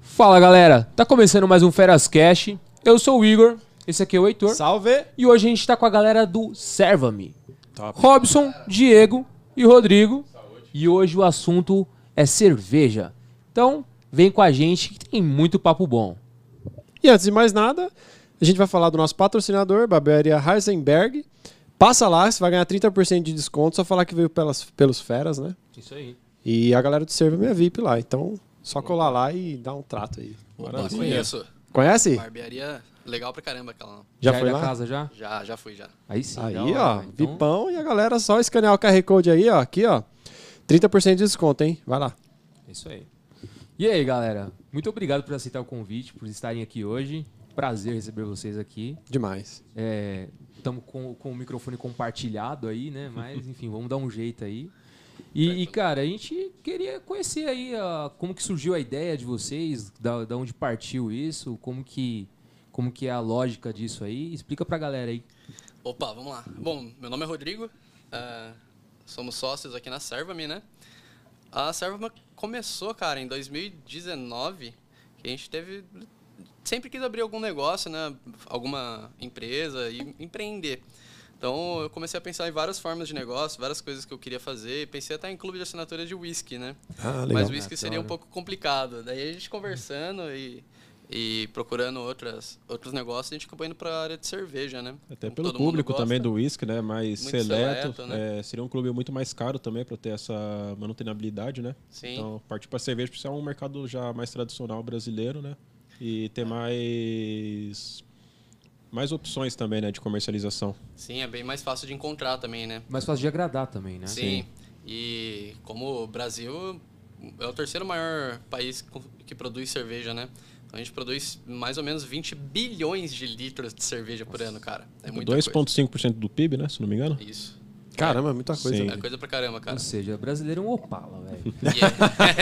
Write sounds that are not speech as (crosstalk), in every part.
Fala galera, tá começando mais um Feras Cash. Eu sou o Igor, esse aqui é o Heitor. Salve! E hoje a gente tá com a galera do Serva-me. Top. Robson, Diego e Rodrigo. E hoje o assunto é cerveja. Então, vem com a gente que tem muito papo bom. E antes de mais nada, a gente vai falar do nosso patrocinador, Barbearia Heisenberg. Passa lá, você vai ganhar 30% de desconto, só falar que veio pelas, pelos feras, né? Isso aí. E a galera do servo é minha VIP lá, então só colar lá e dar um trato aí. Opa, conheço. Conhece? Barbearia legal pra caramba aquela lá. Já é foi da lá? casa já? Já, já fui já. Aí sim. Aí, da hora, ó, então- VIPão e a galera só escanear o QR Code aí, ó, aqui, ó. 30% de desconto, hein? Vai lá. Isso aí. E aí, galera? Muito obrigado por aceitar o convite, por estarem aqui hoje. Prazer receber vocês aqui. Demais. Estamos É, com, com o microfone compartilhado aí, né? (laughs) Mas, enfim, vamos dar um jeito aí. E, e, cara, a gente queria conhecer aí a, como que surgiu a ideia de vocês, da, da onde partiu isso, como que, como que é a lógica disso aí. Explica pra galera aí. Opa, vamos lá. Bom, meu nome é Rodrigo, ah, somos sócios aqui na Servame, né? A Servame começou, cara, em 2019, que a gente teve... Sempre quis abrir algum negócio, né? Alguma empresa e empreender. Então, eu comecei a pensar em várias formas de negócio, várias coisas que eu queria fazer. Pensei até em clube de assinatura de whisky, né? Ah, Tá Mas o Ah, uísque da seria um hora. pouco complicado. Daí a gente conversando e, e procurando outras, outros negócios, a gente acabou indo para a área de cerveja, né? Até Como pelo todo mundo público gosta. também do uísque, né? Mais Muito seleto. seleto, né? é, seria um clube muito mais caro também para ter essa manutenabilidade, né? Sim. Então, partir para cerveja porque isso é um mercado já mais tradicional brasileiro, né? E É. ter mais mais opções também, né, de comercialização. Sim, é bem mais fácil de encontrar também, né? Mais fácil de agradar também, né? É, Sim. E como o Brasil é o terceiro maior país co- que produz cerveja, né? Então A gente produz mais ou menos 20 bilhões de litros de cerveja por ano, cara. É muita coisa. 2,5% do PIB, né? Se não me engano. Isso. Caramba, muita coisa. Sim. É coisa pra caramba, cara. Ou seja, brasileiro é um opala, velho. E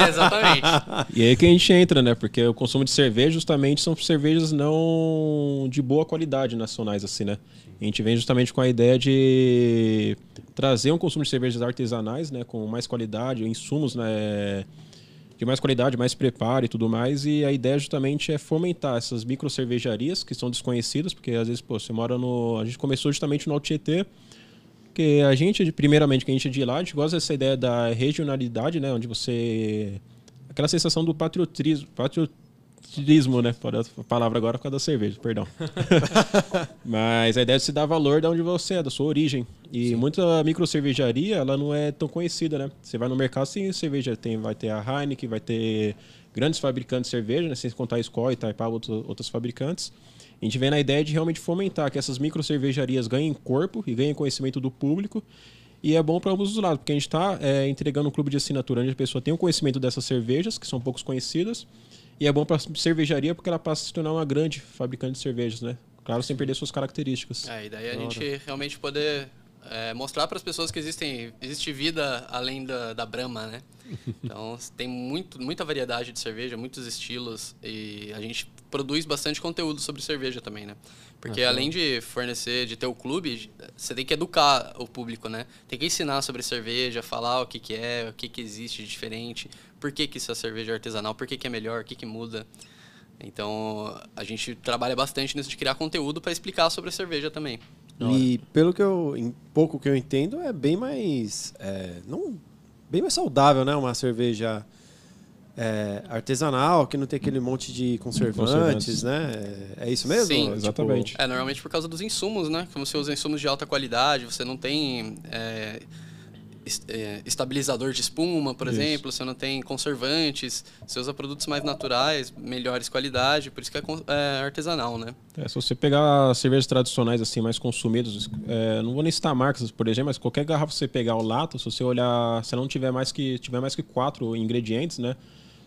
é- (laughs) Exatamente. E aí que a gente entra, né? Porque o consumo de cerveja justamente são cervejas não de boa qualidade nacionais, assim, né? A gente vem justamente com a ideia de trazer um consumo de cervejas artesanais, né? Com mais qualidade, insumos, né? De mais qualidade, mais preparo e tudo mais. E a ideia justamente é fomentar essas micro cervejarias que são desconhecidas, porque às vezes, pô, você mora no. A gente começou justamente no Alto Tietê, porque a gente, primeiramente, que a gente é de lá, a gente gosta dessa ideia da regionalidade, né? Onde você. Aquela sensação do patriotismo. Patriotismo, né? Fora a palavra agora por causa da cerveja, perdão. Mas a ideia é se dar valor de onde você é, da sua origem. E muita micro cervejaria, ela não é tão conhecida, né? Você vai no mercado, sim, cerveja tem, vai ter a Heineken, vai ter grandes fabricantes de cerveja, né? Sem contar a Skol, Itaipava, outro, outros fabricantes. A gente vem na ideia de realmente fomentar que essas micro cervejarias ganhem corpo e ganhem conhecimento do público. E é bom para ambos os lados, porque a gente está entregando um clube de assinatura onde a pessoa tem o conhecimento dessas cervejas, que são poucos conhecidas. E é bom para cervejaria porque ela passa a se tornar uma grande fabricante de cervejas, né? Claro, sem perder suas características. É, e daí a gente realmente poder é, mostrar para as pessoas que existem, existe vida além da, da Brahma, né? Então, tem muito, muita variedade de cerveja, muitos estilos e a gente produz bastante conteúdo sobre cerveja também, né? Porque além de fornecer, de ter o clube, você tem que educar o público, né? Tem que ensinar sobre cerveja, falar o que, que é, o que, que existe de diferente, por que, que isso é cerveja artesanal, por que, que é melhor, o que, que muda. Então, a gente trabalha bastante nisso de criar conteúdo para explicar sobre a cerveja também. E pelo que eu, em pouco que eu entendo, é bem mais, é, não, bem mais saudável, né? Uma cerveja é, artesanal que não tem aquele monte de conservantes, Conservantes. né? É é isso mesmo? Sim. Tipo, Exatamente. É, normalmente por causa dos insumos, né? Como você usa insumos de alta qualidade, você não tem é, es- é, estabilizador de espuma, por Isso. exemplo, você não tem conservantes, você usa produtos mais naturais, melhores qualidade, por isso que é, con- é artesanal, né? É, se você pegar as cervejas tradicionais assim mais consumidas, é, não vou nem citar marcas, por exemplo, mas qualquer garrafa que você pegar o lato, se você olhar, se não tiver mais que tiver mais que quatro ingredientes, né?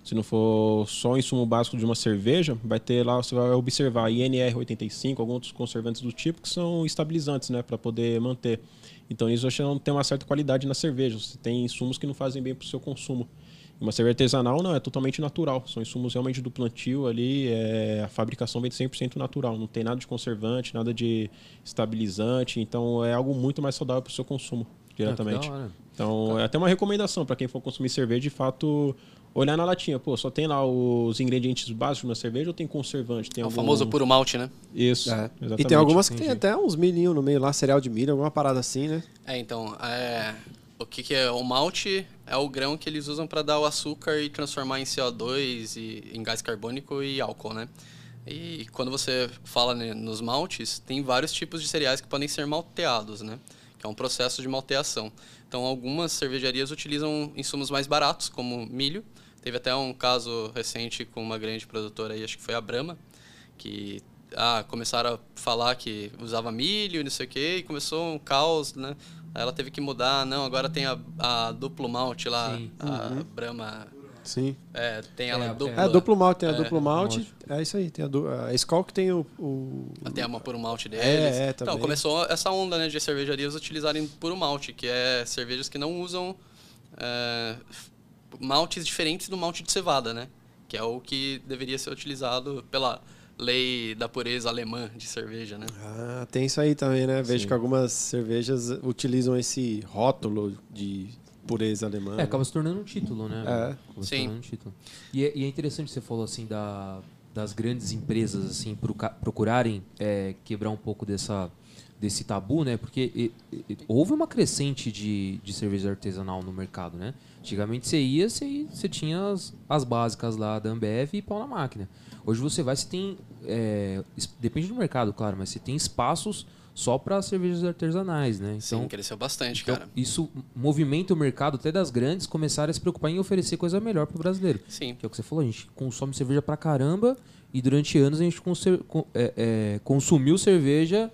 Se não for só o insumo básico de uma cerveja, vai ter lá, você vai observar INR 85, alguns outros conservantes do tipo que são estabilizantes, né, para poder manter. Então isso você não tem uma certa qualidade na cerveja, você tem insumos que não fazem bem para o seu consumo. Uma cerveja artesanal não, é totalmente natural. São insumos realmente do plantio ali, é, a fabricação vem de 100% natural. Não tem nada de conservante, nada de estabilizante. Então é algo muito mais saudável para o seu consumo, diretamente. Ah, que da hora. Então é até uma recomendação para quem for consumir cerveja, de fato, olhar na latinha, pô, só tem lá os ingredientes básicos de uma cerveja ou tem conservante? Tem É o algum- famoso puro malte, né? Isso. É. exatamente. E tem algumas que tem entendi. até uns milhinhos no meio lá, cereal de milho, alguma parada assim, né? É, então, é, o que, que é? O malte é o grão que eles usam para dar o açúcar e transformar em CO2, e, em gás carbônico e álcool, né? E quando você fala ne- nos maltes, tem vários tipos de cereais que podem ser malteados, né? Que é um processo de malteação. Então, algumas cervejarias utilizam insumos mais baratos, como milho. Teve até um caso recente com uma grande produtora aí, acho que foi a Brahma, que ah, começaram a falar que usava milho e não sei o que, e começou um caos, né? Aí ela teve que mudar, não, agora tem a, a duplo malte lá, Sim. a Brahma, Sim. é, tem ela É, dupla, Uhum. É a duplo malte, tem a É, duplo malte. É isso aí, tem a, du... a Skol que tem o. o- tem uma puro malte deles. É, é, então, também. começou essa onda, né, de cervejarias utilizarem puro malte, que é cervejas que não usam é, f- maltes diferentes do malte de cevada, né? Que é o que deveria ser utilizado pela lei da pureza alemã de cerveja, né? Ah, tem isso aí também, né? Vejo que algumas cervejas utilizam esse rótulo de pureza alemã. É, acaba se tornando um título, né? É. Acaba se Sim. tornando um título. E, é- e é interessante você falou assim da, das grandes empresas assim proca- procurarem é, quebrar um pouco dessa desse tabu, né? Porque e- e- houve uma crescente de, de cerveja artesanal no mercado, né? Antigamente você ia, você, ia- você tinha as, as básicas lá da Ambev e pau na máquina. Hoje você vai, você tem é, es- depende do mercado, claro, mas você tem espaços só para cervejas artesanais, né? Então Sim, cresceu bastante, então, cara. isso movimenta o mercado até das grandes começarem a se preocupar em oferecer coisa melhor pro brasileiro. Sim. Que é o que você falou, a gente consome cerveja pra caramba e durante anos a gente conser- con- é, é, consumiu cerveja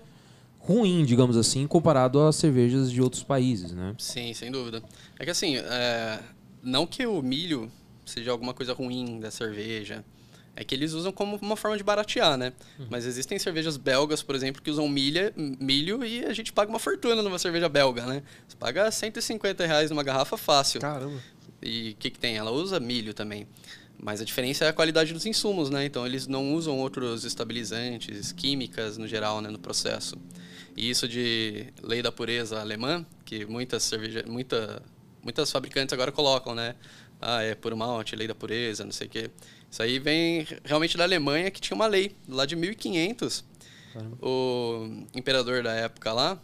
ruim, digamos assim, comparado às cervejas de outros países, né? Sim, sem dúvida. É que assim, é, não que o milho seja alguma coisa ruim da cerveja. É que eles usam como uma forma de baratear, né? Mas existem cervejas belgas, por exemplo, que usam milha, milho e a gente paga uma fortuna numa cerveja belga, né? Você paga 150 reais numa garrafa fácil. Caramba. E o que, que tem? Ela usa milho também. Mas a diferença é a qualidade dos insumos, né? Então eles não usam outros estabilizantes, químicas no geral, né, no processo. E isso de lei da pureza alemã, que muitas cerveja, muita, muitas fabricantes agora colocam, né? Ah, é puro malte, lei da pureza, não sei o quê. Isso aí vem realmente da Alemanha, que tinha uma lei lá de 1500. O imperador da época lá,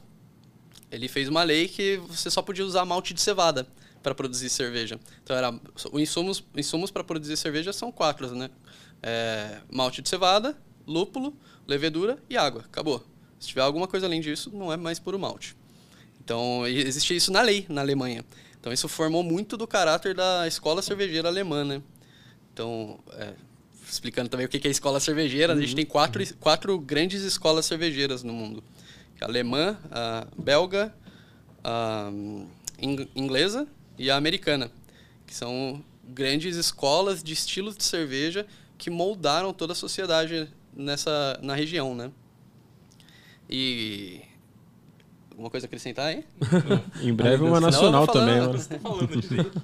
ele fez uma lei que você só podia usar malte de cevada para produzir cerveja. Então era os insumos, insumos para produzir cerveja são quatro, né? É, malte de cevada, lúpulo, levedura e água. Acabou. Se tiver alguma coisa além disso, não é mais puro malte. Então e- existia isso na lei na Alemanha. Então isso formou muito do caráter da escola cervejeira alemã, né? Então, é, explicando também o que que é escola cervejeira, a gente tem quatro, quatro grandes escolas cervejeiras no mundo. é A alemã, a belga, a hum, ing- inglesa e a americana, que são grandes escolas de estilos de cerveja que moldaram toda a sociedade nessa, na região, né? E... Alguma coisa a acrescentar aí? Em breve Senão uma eu nacional vou falar- (laughs) também. ó. Você tá falando direito.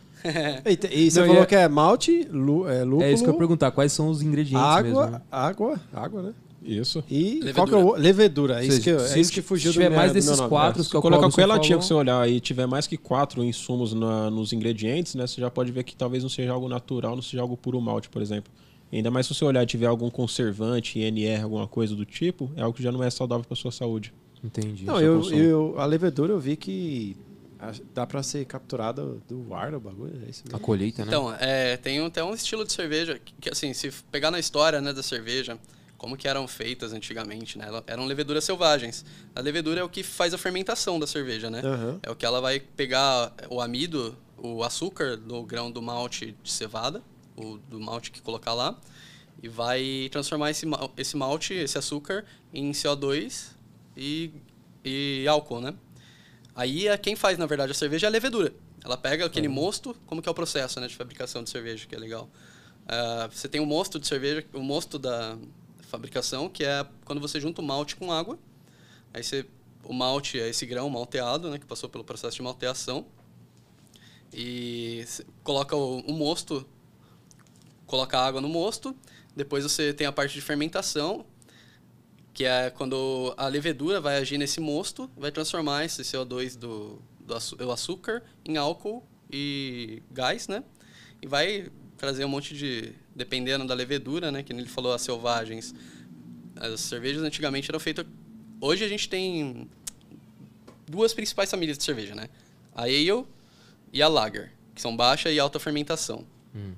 E, te- e você Não, e falou é- que é malte, lu, é, lúpulo, É isso que eu ia perguntar, quais são os ingredientes água, mesmo? né? água, água, né? Isso. E Levedura. qual que é o levedura? É Ou seja, isso que, eu- é se isso que fugiu do tiver meu- mais do meu desses nome, quatro é. que eu colocar coloco, qualquer latinha que você olhar e tiver mais que quatro insumos na- nos ingredientes, né? Você já pode ver que talvez não seja algo natural, não seja algo puro malte, por exemplo. Ainda mais se você olhar e tiver algum conservante, INR, alguma coisa do tipo, é algo que já não é saudável para sua saúde. Entendi. Não, eu, eu- a levedura eu vi que a- dá pra ser capturada do ar o bagulho, é isso A mesmo. colheita, né? Então, é, tem um- até um estilo de cerveja que, que, assim, se pegar na história né, da cerveja, como que eram feitas antigamente, né? ela- eram leveduras selvagens. A levedura é o que faz a fermentação da cerveja, né? Aham. É o que ela vai pegar o amido, o açúcar do grão do malte de cevada, o do malte que colocar lá, e vai transformar esse, mal- esse malte, esse açúcar, em CO2 e, e álcool, né? Aí é quem faz, na verdade, a cerveja é a levedura. Ela pega aquele mosto, como que é o processo né, de fabricação de cerveja, que é legal. Ah, você tem o mosto de cerveja, o mosto da fabricação, que é quando você junta o malte com água. Aí você, o malte é esse grão malteado, né, que passou pelo processo de malteação. E você coloca o, o mosto, coloca a água no mosto. Depois você tem a parte de fermentação, que é quando a levedura vai agir nesse mosto, vai transformar esse CO2 do, do açu- o açúcar em álcool e gás, né? E vai trazer um monte de. Dependendo da levedura, né? Que nem ele falou, as selvagens. As cervejas antigamente eram feitas. Hoje a gente tem duas principais famílias de cerveja, né? A ale e a lager, que são baixa e alta fermentação. Hum.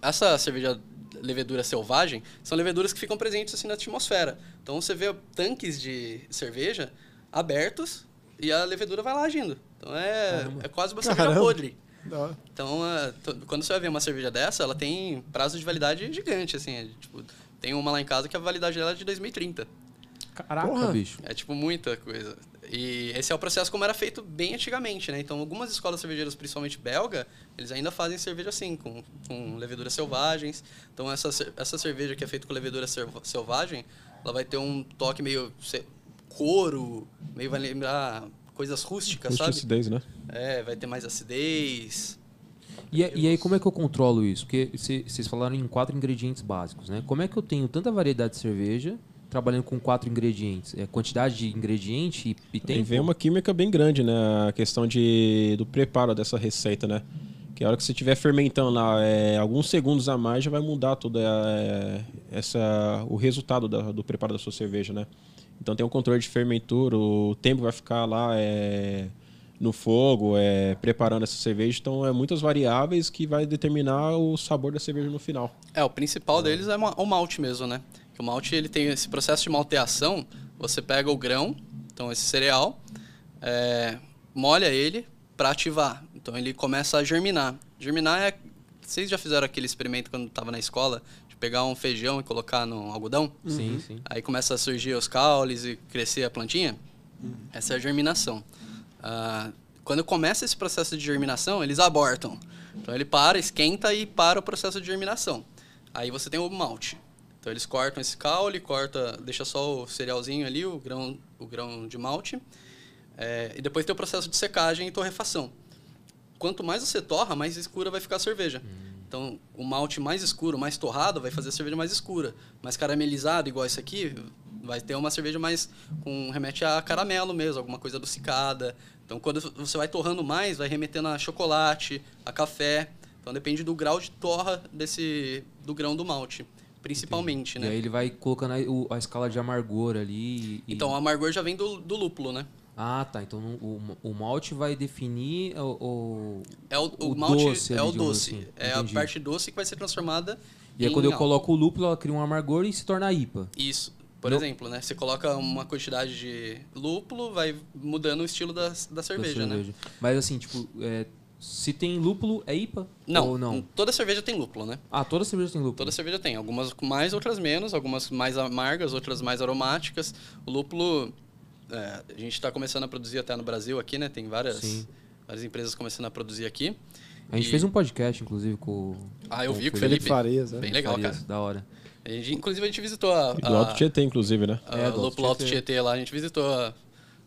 Essa cerveja levedura selvagem são leveduras que ficam presentes assim na atmosfera. Então você vê tanques de cerveja abertos e a levedura vai lá agindo. Então é, é quase uma cerveja Caramba. podre. Da hora. Então, é, to- quando você vai ver uma cerveja dessa, ela tem prazo de validade gigante, assim. é, tipo, tem uma lá em casa que a validade dela é de 2030. Caraca, Porra. bicho. É, tipo, muita coisa. E esse é o processo como era feito bem antigamente, né? Então, algumas escolas cervejeiras, principalmente belga, eles ainda fazem cerveja assim, com, com leveduras selvagens. Então, essa, cer- essa cerveja que é feita com levedura serva- selvagem, ela vai ter um toque meio se- couro, meio vai lembrar coisas rústicas, Custo sabe? de acidez, né? É, vai ter mais acidez. E, e aí, como é que eu controlo isso? Porque cê- vocês falaram em quatro ingredientes básicos, né? Como é que eu tenho tanta variedade de cerveja trabalhando com quatro ingredientes? É quantidade de ingrediente e, e Tem tempo? vem uma química bem grande, né? A questão de, do preparo dessa receita, né? Que a hora que você estiver fermentando lá, é, alguns segundos a mais já vai mudar toda é, essa o resultado da- do preparo da sua cerveja, né? Então tem um controle de fermentura, o tempo que vai ficar lá é, no fogo, é, preparando essa cerveja. Então é muitas variáveis que vai determinar o sabor da cerveja no final. É, o principal deles é ma- o malte mesmo, né? Que O malte, ele tem esse processo de malteação, você pega o grão, então esse cereal, é, molha ele para ativar. Então ele começa a germinar. Germinar é... Vocês já fizeram aquele experimento quando estava na escola, de pegar um feijão e colocar no algodão? Sim, sim. Aí começa a surgir os caules e crescer a plantinha. Essa é a germinação. Ah, quando começa esse processo de germinação, eles abortam. Então ele para, esquenta e para o processo de germinação. Aí você tem o malte. Então eles cortam esse caule, corta, deixa só o cerealzinho ali, o grão, o grão de malte. É, e depois tem o processo de secagem e torrefação. Quanto mais você torra, mais escura vai ficar a cerveja. Hum. Então, o malte mais escuro, mais torrado, vai fazer a cerveja mais escura. Mais caramelizado, igual isso aqui, vai ter uma cerveja mais com remete a caramelo mesmo, alguma coisa adocicada. Então, quando você vai torrando mais, vai remetendo a chocolate, a café. Então, depende do grau de torra desse do grão do malte, principalmente, E aí né? ele vai colocando a, o- a escala de amargor ali. e- e- Então, o amargor já vem do, do lúpulo, né? Ah, tá. Então não- o, o malte vai definir o. o- É o, o O malte doce é ali, o digamos doce. assim. É Entendi. a parte doce que vai ser transformada E aí em quando eu álcool. coloco o lúpulo, ela cria um amargor e se torna a IPA. Isso. Por Não- exemplo, né? Você coloca uma quantidade de lúpulo, vai mudando o estilo da, da, da cerveja, né? cerveja. Mas assim, tipo, é, se tem lúpulo, é IPA? Não, Ou não? toda cerveja tem lúpulo, né? Ah, toda cerveja tem lúpulo. Toda cerveja tem. Algumas com mais, outras menos. Algumas mais amargas, outras mais aromáticas. O lúpulo, é, a gente está começando a produzir até no Brasil aqui, né? Tem várias, Sim. várias empresas começando a produzir aqui. A gente E- fez um podcast, inclusive, com. Ah, eu com vi com o Felipe Felipe. Farias, né? Bem legal, Farias, cara. Da hora. A gente- inclusive, a gente visitou a... E do Alto a- Tietê, inclusive, né? a É, do Alto Lúpulo Alto Tietê. Tietê lá. A gente visitou a,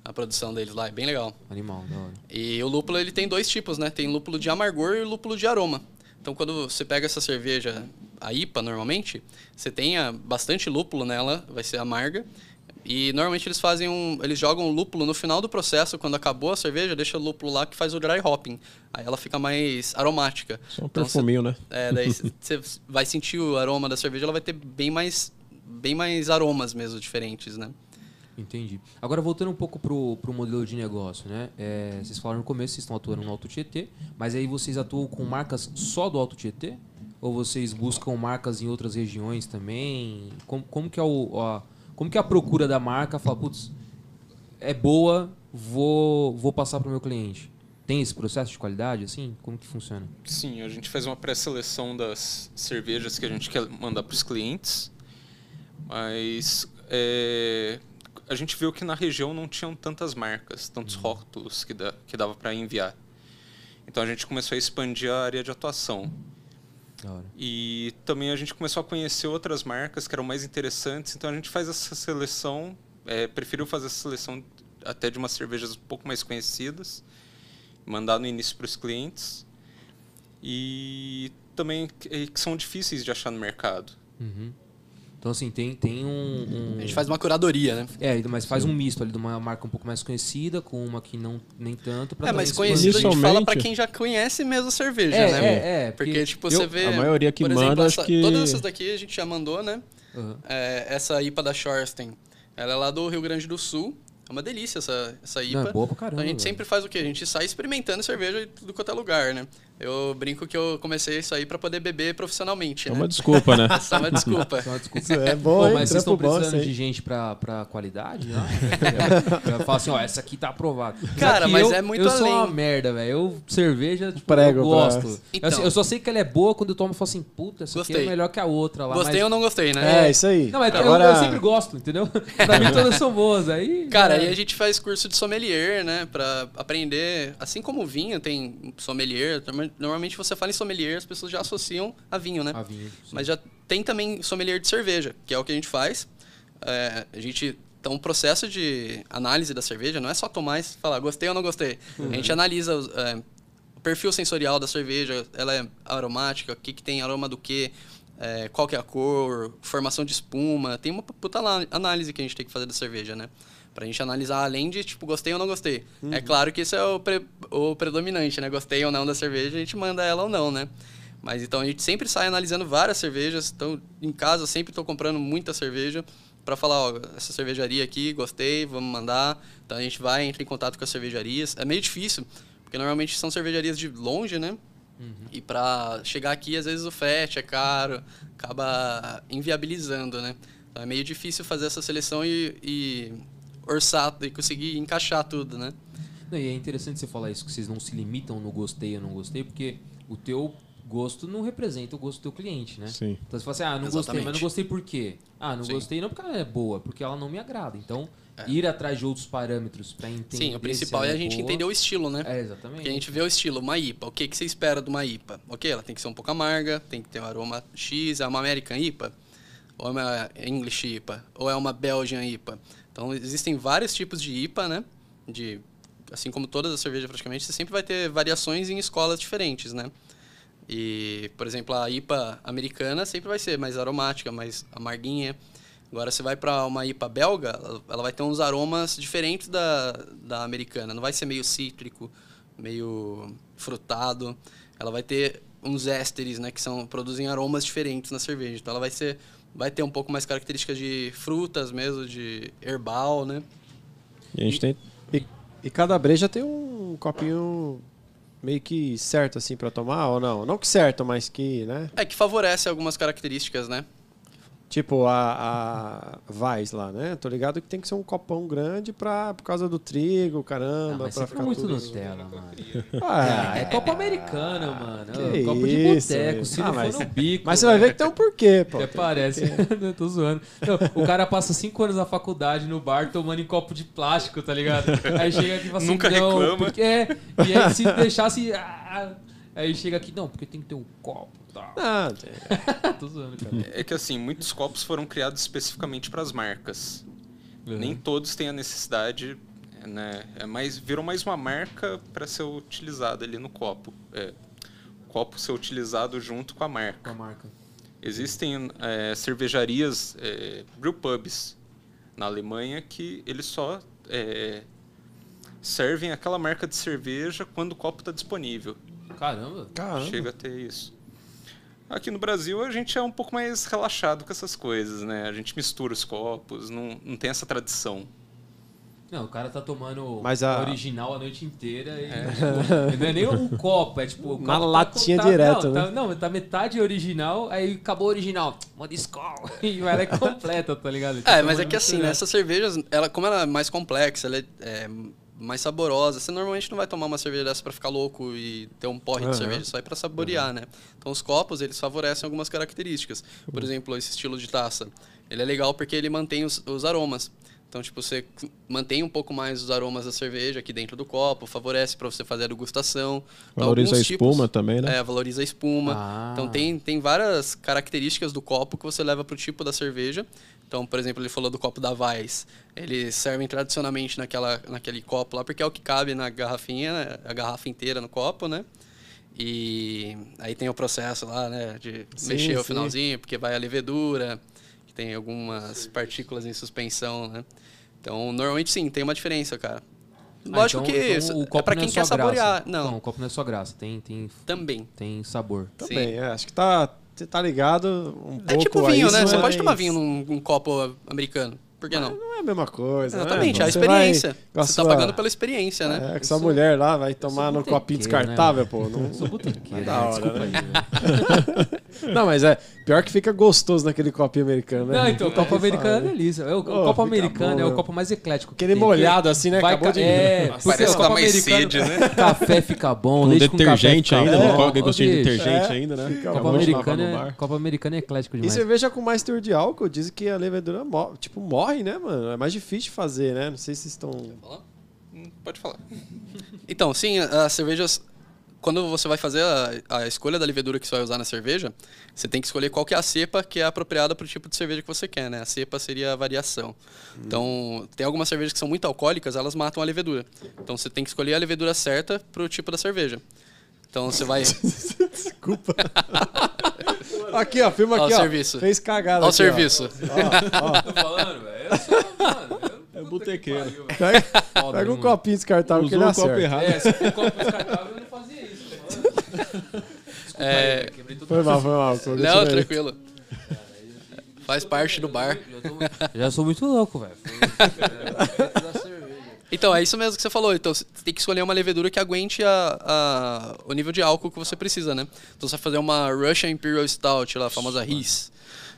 a produção deles lá. É bem legal. Animal, da hora. E o lúpulo ele tem dois tipos, né? Tem lúpulo de amargor e lúpulo de aroma. Então quando você pega essa cerveja, a IPA normalmente, você tem ah, bastante lúpulo nela, vai ser amarga. E normalmente eles fazem um, eles jogam o lúpulo no final do processo, quando acabou a cerveja, deixa o lúpulo lá que faz o dry hopping. Aí ela fica mais aromática. Só um Então, você- perfuminho, né? é, daí você vai sentir o aroma da cerveja, ela vai ter bem mais bem mais aromas mesmo diferentes, né? Entendi. Agora, voltando um pouco pro, pro modelo de negócio, né? É, vocês falaram no começo, vocês estão atuando no Alto Tietê, mas aí vocês atuam com marcas só do Alto Tietê? Ou vocês buscam marcas em outras regiões também? Como, como que é o, a, como que é a procura da marca? Fala, putz, é boa, vou, vou passar pro meu cliente. Tem esse processo de qualidade, assim? Como que funciona? Sim, a gente faz uma pré-seleção das cervejas que a gente quer mandar para os clientes, mas é, a gente viu que na região não tinham tantas marcas, tantos rótulos que, dá- que dava para enviar. Então a gente começou a expandir a área de atuação. Da hora. E também a gente começou a conhecer outras marcas que eram mais interessantes, então a gente faz essa seleção, é, preferiu fazer essa seleção até de umas cervejas um pouco mais conhecidas, mandar no início para os clientes, e também que, que são difíceis de achar no mercado. Uhum. Então, assim, tem, tem um, um- A gente faz uma curadoria, né? É, mas faz um misto ali de uma marca um pouco mais conheecida com uma que não nem tanto. pra É, também mas expandir. conhecido a gente fala Inicialmente- pra quem já conhece mesmo a cerveja, É, né? é, é, porque, porque tipo, eu- você vê... a maioria que por manda, exemplo, acho essa- que- Todas essas daqui a gente já mandou, né? Aham. É, essa IPA da Shorsten, ela é lá do Rio Grande do Sul. É uma delícia essa, essa IPA. Não, é boa pra caramba. Então a gente velho. sempre faz o quê? A gente sai experimentando cerveja de tudo quanto é lugar, né? Eu brinco que eu comecei isso aí pra poder beber profissionalmente, (laughs) É né? uma desculpa, né? Só uma desculpa. (laughs) (laughs) Só uma desculpa. Isso é bom, Pô, hein? mas vocês Trampo estão bom, precisando isso de aí. gente pra, pra qualidade? (laughs) Não? Eu falo assim, ó, essa aqui tá aprovada. Só Cara, que mas eu- é muito Eu sou além. uma merda, velho. Eu, cerveja, tipo, Prego eu pra- gosto. Eu, Então. assim, eu só sei que ela é boa quando eu tomo e falo assim, puta, essa aqui é Gostei. melhor que a outra lá. Gostei mas... ou não gostei, né? É, isso aí. Não, mas eu- Agora, eu, sempre gosto, entendeu? (laughs) pra mim todas são boas. Aí, Cara, aí a gente faz curso de sommelier, né? Pra aprender. Assim como o vinho tem sommelier, norma- normalmente você fala em sommelier, as pessoas já associam a vinho, né? Ah, vinho, sim. Mas já tem também sommelier de cerveja, que é o que a gente faz. É, a gente. Então, o processo de análise da cerveja não é só tomar e falar gostei ou não gostei. A gente analisa os, é, o perfil sensorial da cerveja, ela é aromática, o que, que tem aroma do que, qual que é a cor, formação de espuma. Tem uma puta lá- análise que a gente tem que fazer da cerveja, né? Pra gente analisar além de, tipo, gostei ou não gostei. É claro que isso é o, pre- o predominante, né? Gostei ou não da cerveja, a gente manda ela ou não, né? Mas então a gente sempre sai analisando várias cervejas. Então, em casa, eu sempre estou comprando muita cerveja para falar, ó, essa cervejaria aqui, gostei, vamos mandar. Então a gente vai, entra em contato com as cervejarias. É meio difícil, porque normalmente são cervejarias de longe, né? Uhum. E para chegar aqui, às vezes o frete é caro, acaba inviabilizando, né? Então é meio difícil fazer essa seleção e, e orçar e conseguir encaixar tudo, né? Não, e é interessante você falar isso, que vocês não se limitam no gostei ou não gostei, porque o teu gosto não representa o gosto do teu cliente, né? Sim. Então você fala assim, ah, não gostei, Exatamente. mas não gostei por quê? Ah, não Sim. É. gostei não porque ela é boa, porque ela não me agrada. Então, ir atrás de outros parâmetros pra entender. Sim, o principal se é ela a gente boa. entender o estilo, né? É, exatamente. Porque a gente vê o estilo, uma IPA. O que, que você espera de uma IPA? Ok, ela tem que ser um pouco amarga, tem que ter um aroma X, é uma American IPA, ou é uma English IPA, ou é uma Belgian IPA. Então existem vários tipos de IPA, né? De, assim como todas as cervejas praticamente, você sempre vai ter variações em escolas diferentes, né? E, por exemplo, a IPA americana sempre vai ser mais aromática, mais amarguinha. Agora, você vai para uma IPA belga, ela- ela vai ter uns aromas diferentes da, da americana. Não vai ser meio cítrico, meio frutado. Ela vai ter uns ésteres, né, que são produzem aromas diferentes na cerveja. Então, ela vai ser vai ter um pouco mais características de frutas mesmo, de herbal, né? E a gente tem. E, e cada breja tem um copinho meio que certo, assim, pra tomar ou não? Não que certo, mas que, né? É que favorece algumas características, né? Tipo a, a Vaz lá, né? Tô ligado que tem que ser um copão grande pra, por causa do trigo, Ah, caramba, mas você fica pra ficar muito tudo... Nutella, mano. Ah, Ah, é Copa Americana, mano. que Copa de isso, boteco, velho. se Ah, não mas- for no bico. Mas você vai ver que tem um porquê, pô. Até parece. (laughs) Não, Tô zoando. Não, o cara passa cinco anos na faculdade, no bar, tomando em copo de plástico, tá ligado? Aí chega aqui e fala assim, Nunca não, reclama." Porque... É, e aí se deixasse... ah, aí chega aqui, não, porque tem que ter um copo. Tá, Ah, tô zoando, cara. É que assim, muitos copos foram criados especificamente para as marcas. Uhum. Nem todos têm a necessidade, né? É mais, virou mais uma marca para ser utilizada ali no copo. É, o copo ser utilizado junto com a Com marca. a marca. Existem é, cervejarias, é, brewpubs na Alemanha que eles só é, servem aquela marca de cerveja quando o copo está disponível. Caramba. caramba. Chega a ter isso. Aqui no Brasil a gente é um pouco mais relaxado com essas coisas, né? A gente mistura os copos, não, não tem essa tradição. Não, o cara tá tomando Mas a- original a noite inteira e tipo, (laughs) não é nem um copo, é tipo. o Na copo tá- latinha tá, direto, não, né? Tá, não, tá metade original, aí acabou o original. Manda escola. (laughs) E vai lá e completa, tá ligado? É, mas é que assim, né, essas cervejas, ela, como ela é mais complexa, ela é, é, mais saborosa, você normalmente não vai tomar uma cerveja dessa pra ficar louco e ter um porre Aham. de cerveja, só é pra saborear, né? Então os copos, eles favorecem algumas características. Por Uhum. exemplo, esse estilo de taça, ele é legal porque ele mantém os, os aromas. Então, tipo, você mantém um pouco mais os aromas da cerveja aqui dentro do copo, favorece pra você fazer a degustação. Então, Valoriza a alguns tipos- espuma também, né? é, valoriza a espuma. Ah. Então tem, tem várias características do copo que você leva pro tipo da cerveja. Então, por exemplo, ele falou do copo da Weiss. Eles servem tradicionalmente naquela, naquele copo lá, porque é o que cabe na garrafinha, né? a garrafa inteira no copo, né? E aí tem o processo lá, né? De Sim, mexer o sim. finalzinho, porque vai a levedura, que tem algumas partículas em suspensão, né? Então, normalmente sim, tem uma diferença, cara. Ah, Lógico então- que então isso o copo é pra não quem só quer graça. saborear. Não, o copo não é só graça, tem, tem, também. tem sabor. Tá Sim. bem, é, acho que tá, você tá ligado um pouco É tipo a vinho, isso, né? Você mas- pode tomar vinho num, num copo americano. Por que não? Não é a mesma coisa, Exatamente, é né? a Você vai experiência. com a Você sua- tá pagando pela experiência, né? É, que sua mulher lá vai tomar no copinho botequeiro, né, descartável, mano? (laughs) pô. Não, Sou botequeiro, Da hora, desculpa né? aí. velho. Não, mas é pior que fica gostoso naquele copinho americano, né? Não, então, o copo americano é delícia. É o, o Pô, copo fica americano bom, é o meu. copo mais eclético. que Aquele tem, que molhado assim, né? vai Acabou ca- de. é, porque Parece o que tá copo mais americano- sede, né? Café fica bom, Com leite com detergente café ainda, fica não bom. coloquei gostinho de Ô, bicho, detergente É. ainda, né? Copo Fica bom. Acabou de americano, lavar no é, bar. copo americano é eclético E demais. cerveja com mais teor de álcool dizem que a levedura mo- tipo, morre, né, mano? É mais difícil de fazer, né? Não sei se estão. Hum, Pode falar. Então, sim, as cervejas. Quando você vai fazer a, a escolha da levedura que você vai usar na cerveja, você tem que escolher qual que é a cepa que é apropriada para o tipo de cerveja que você quer, né? A cepa seria a variação. Hum. Então, tem algumas cervejas que são muito alcoólicas, elas matam a levedura. Então, você tem que escolher a levedura certa para o tipo da cerveja. Então, você (laughs) vai... Desculpa. (laughs) aqui, ó, filma Ó, aqui, ó. serviço. Fez cagada. Ao aqui, ó. serviço. tô falando, velho. Eu sou, mano, eu- É botequeiro. (laughs) Pega, Foda, pega mano. um copinho descartável que Usou ele o copo acerta. errado. É, se for copo descartável, eu não fazia isso, mano. Desculpa aí, É, velho, quebrei todo Foi mal, foi mal. Foi Não, continua aí. tranquilo. Faz parte do bar. Já sou muito louco, velho. Então, é isso mesmo que você falou. Então, você tem que escolher uma levedura que aguente a- a- o nível de álcool que você precisa, né? Então, você vai fazer uma Russian Imperial Stout, lá, a famosa RIS.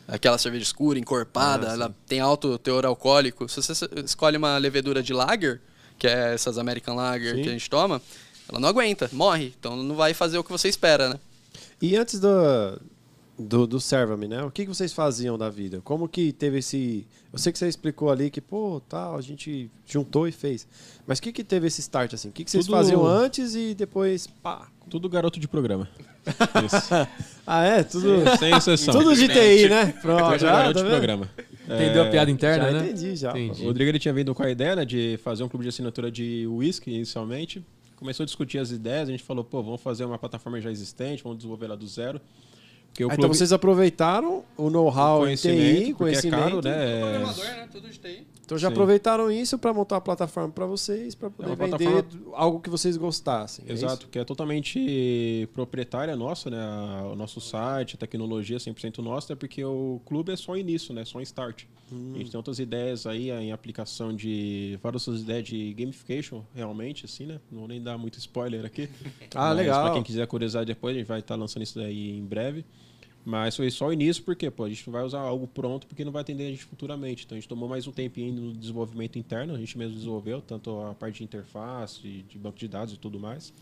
Aquela cerveja escura, encorpada, ela tem alto teor alcoólico. Se você s- escolhe uma levedura de lager, que é essas American Lager que a gente toma, ela não aguenta, morre. Então, não vai fazer o que você espera, né? E antes do, do, do Serva-me, né? O que, que vocês faziam da vida? Como que teve esse. Eu sei que você explicou ali que, pô, tal, a gente juntou e fez. Mas o que, que teve esse start assim? O que, que vocês Tudo- faziam antes e depois, pá? Tudo garoto de (laughs) programa. Isso. Ah, é? Tudo, Sem exceção. É. tudo de TI, né? Pronto, Tudo já, garoto tá de vendo? programa. É, Entendeu a piada interna, já né? entendi, já. Entendi. O Rodrigo ele tinha vindo com a ideia né, de fazer um clube de assinatura de whisky inicialmente. Começou a discutir as ideias, a gente falou, pô, vamos fazer uma plataforma já existente, vamos desenvolver ela do zero. Porque o Ah, então clube- vocês aproveitaram o o know-how em TI, conhecimento, porque conhecimento. é caro, né? é- né? Tudo de TI. Então já Sim. É aproveitaram isso para montar a plataforma para vocês, para poder uma vender plataforma- algo que vocês gostassem. é isso? Exato, que é totalmente proprietária nossa, né? a- O nosso site, a tecnologia 100% nossa, é porque o clube é só início, né? Só um start. Hum. A gente tem outras ideias aí é, em aplicação de várias outras ideias de gamification, realmente, assim, né? Não vou nem dar muito (laughs) spoiler aqui. Ah, Mas legal. Pra quem quiser curiosidade depois, a gente vai estar lançando isso daí em breve. Mas foi só o início, porque pô, a gente não vai usar algo pronto porque não vai atender a gente futuramente. Então a gente tomou mais um tempinho no desenvolvimento interno, a gente mesmo desenvolveu, tanto a parte de interface, de- de banco de dados e tudo mais.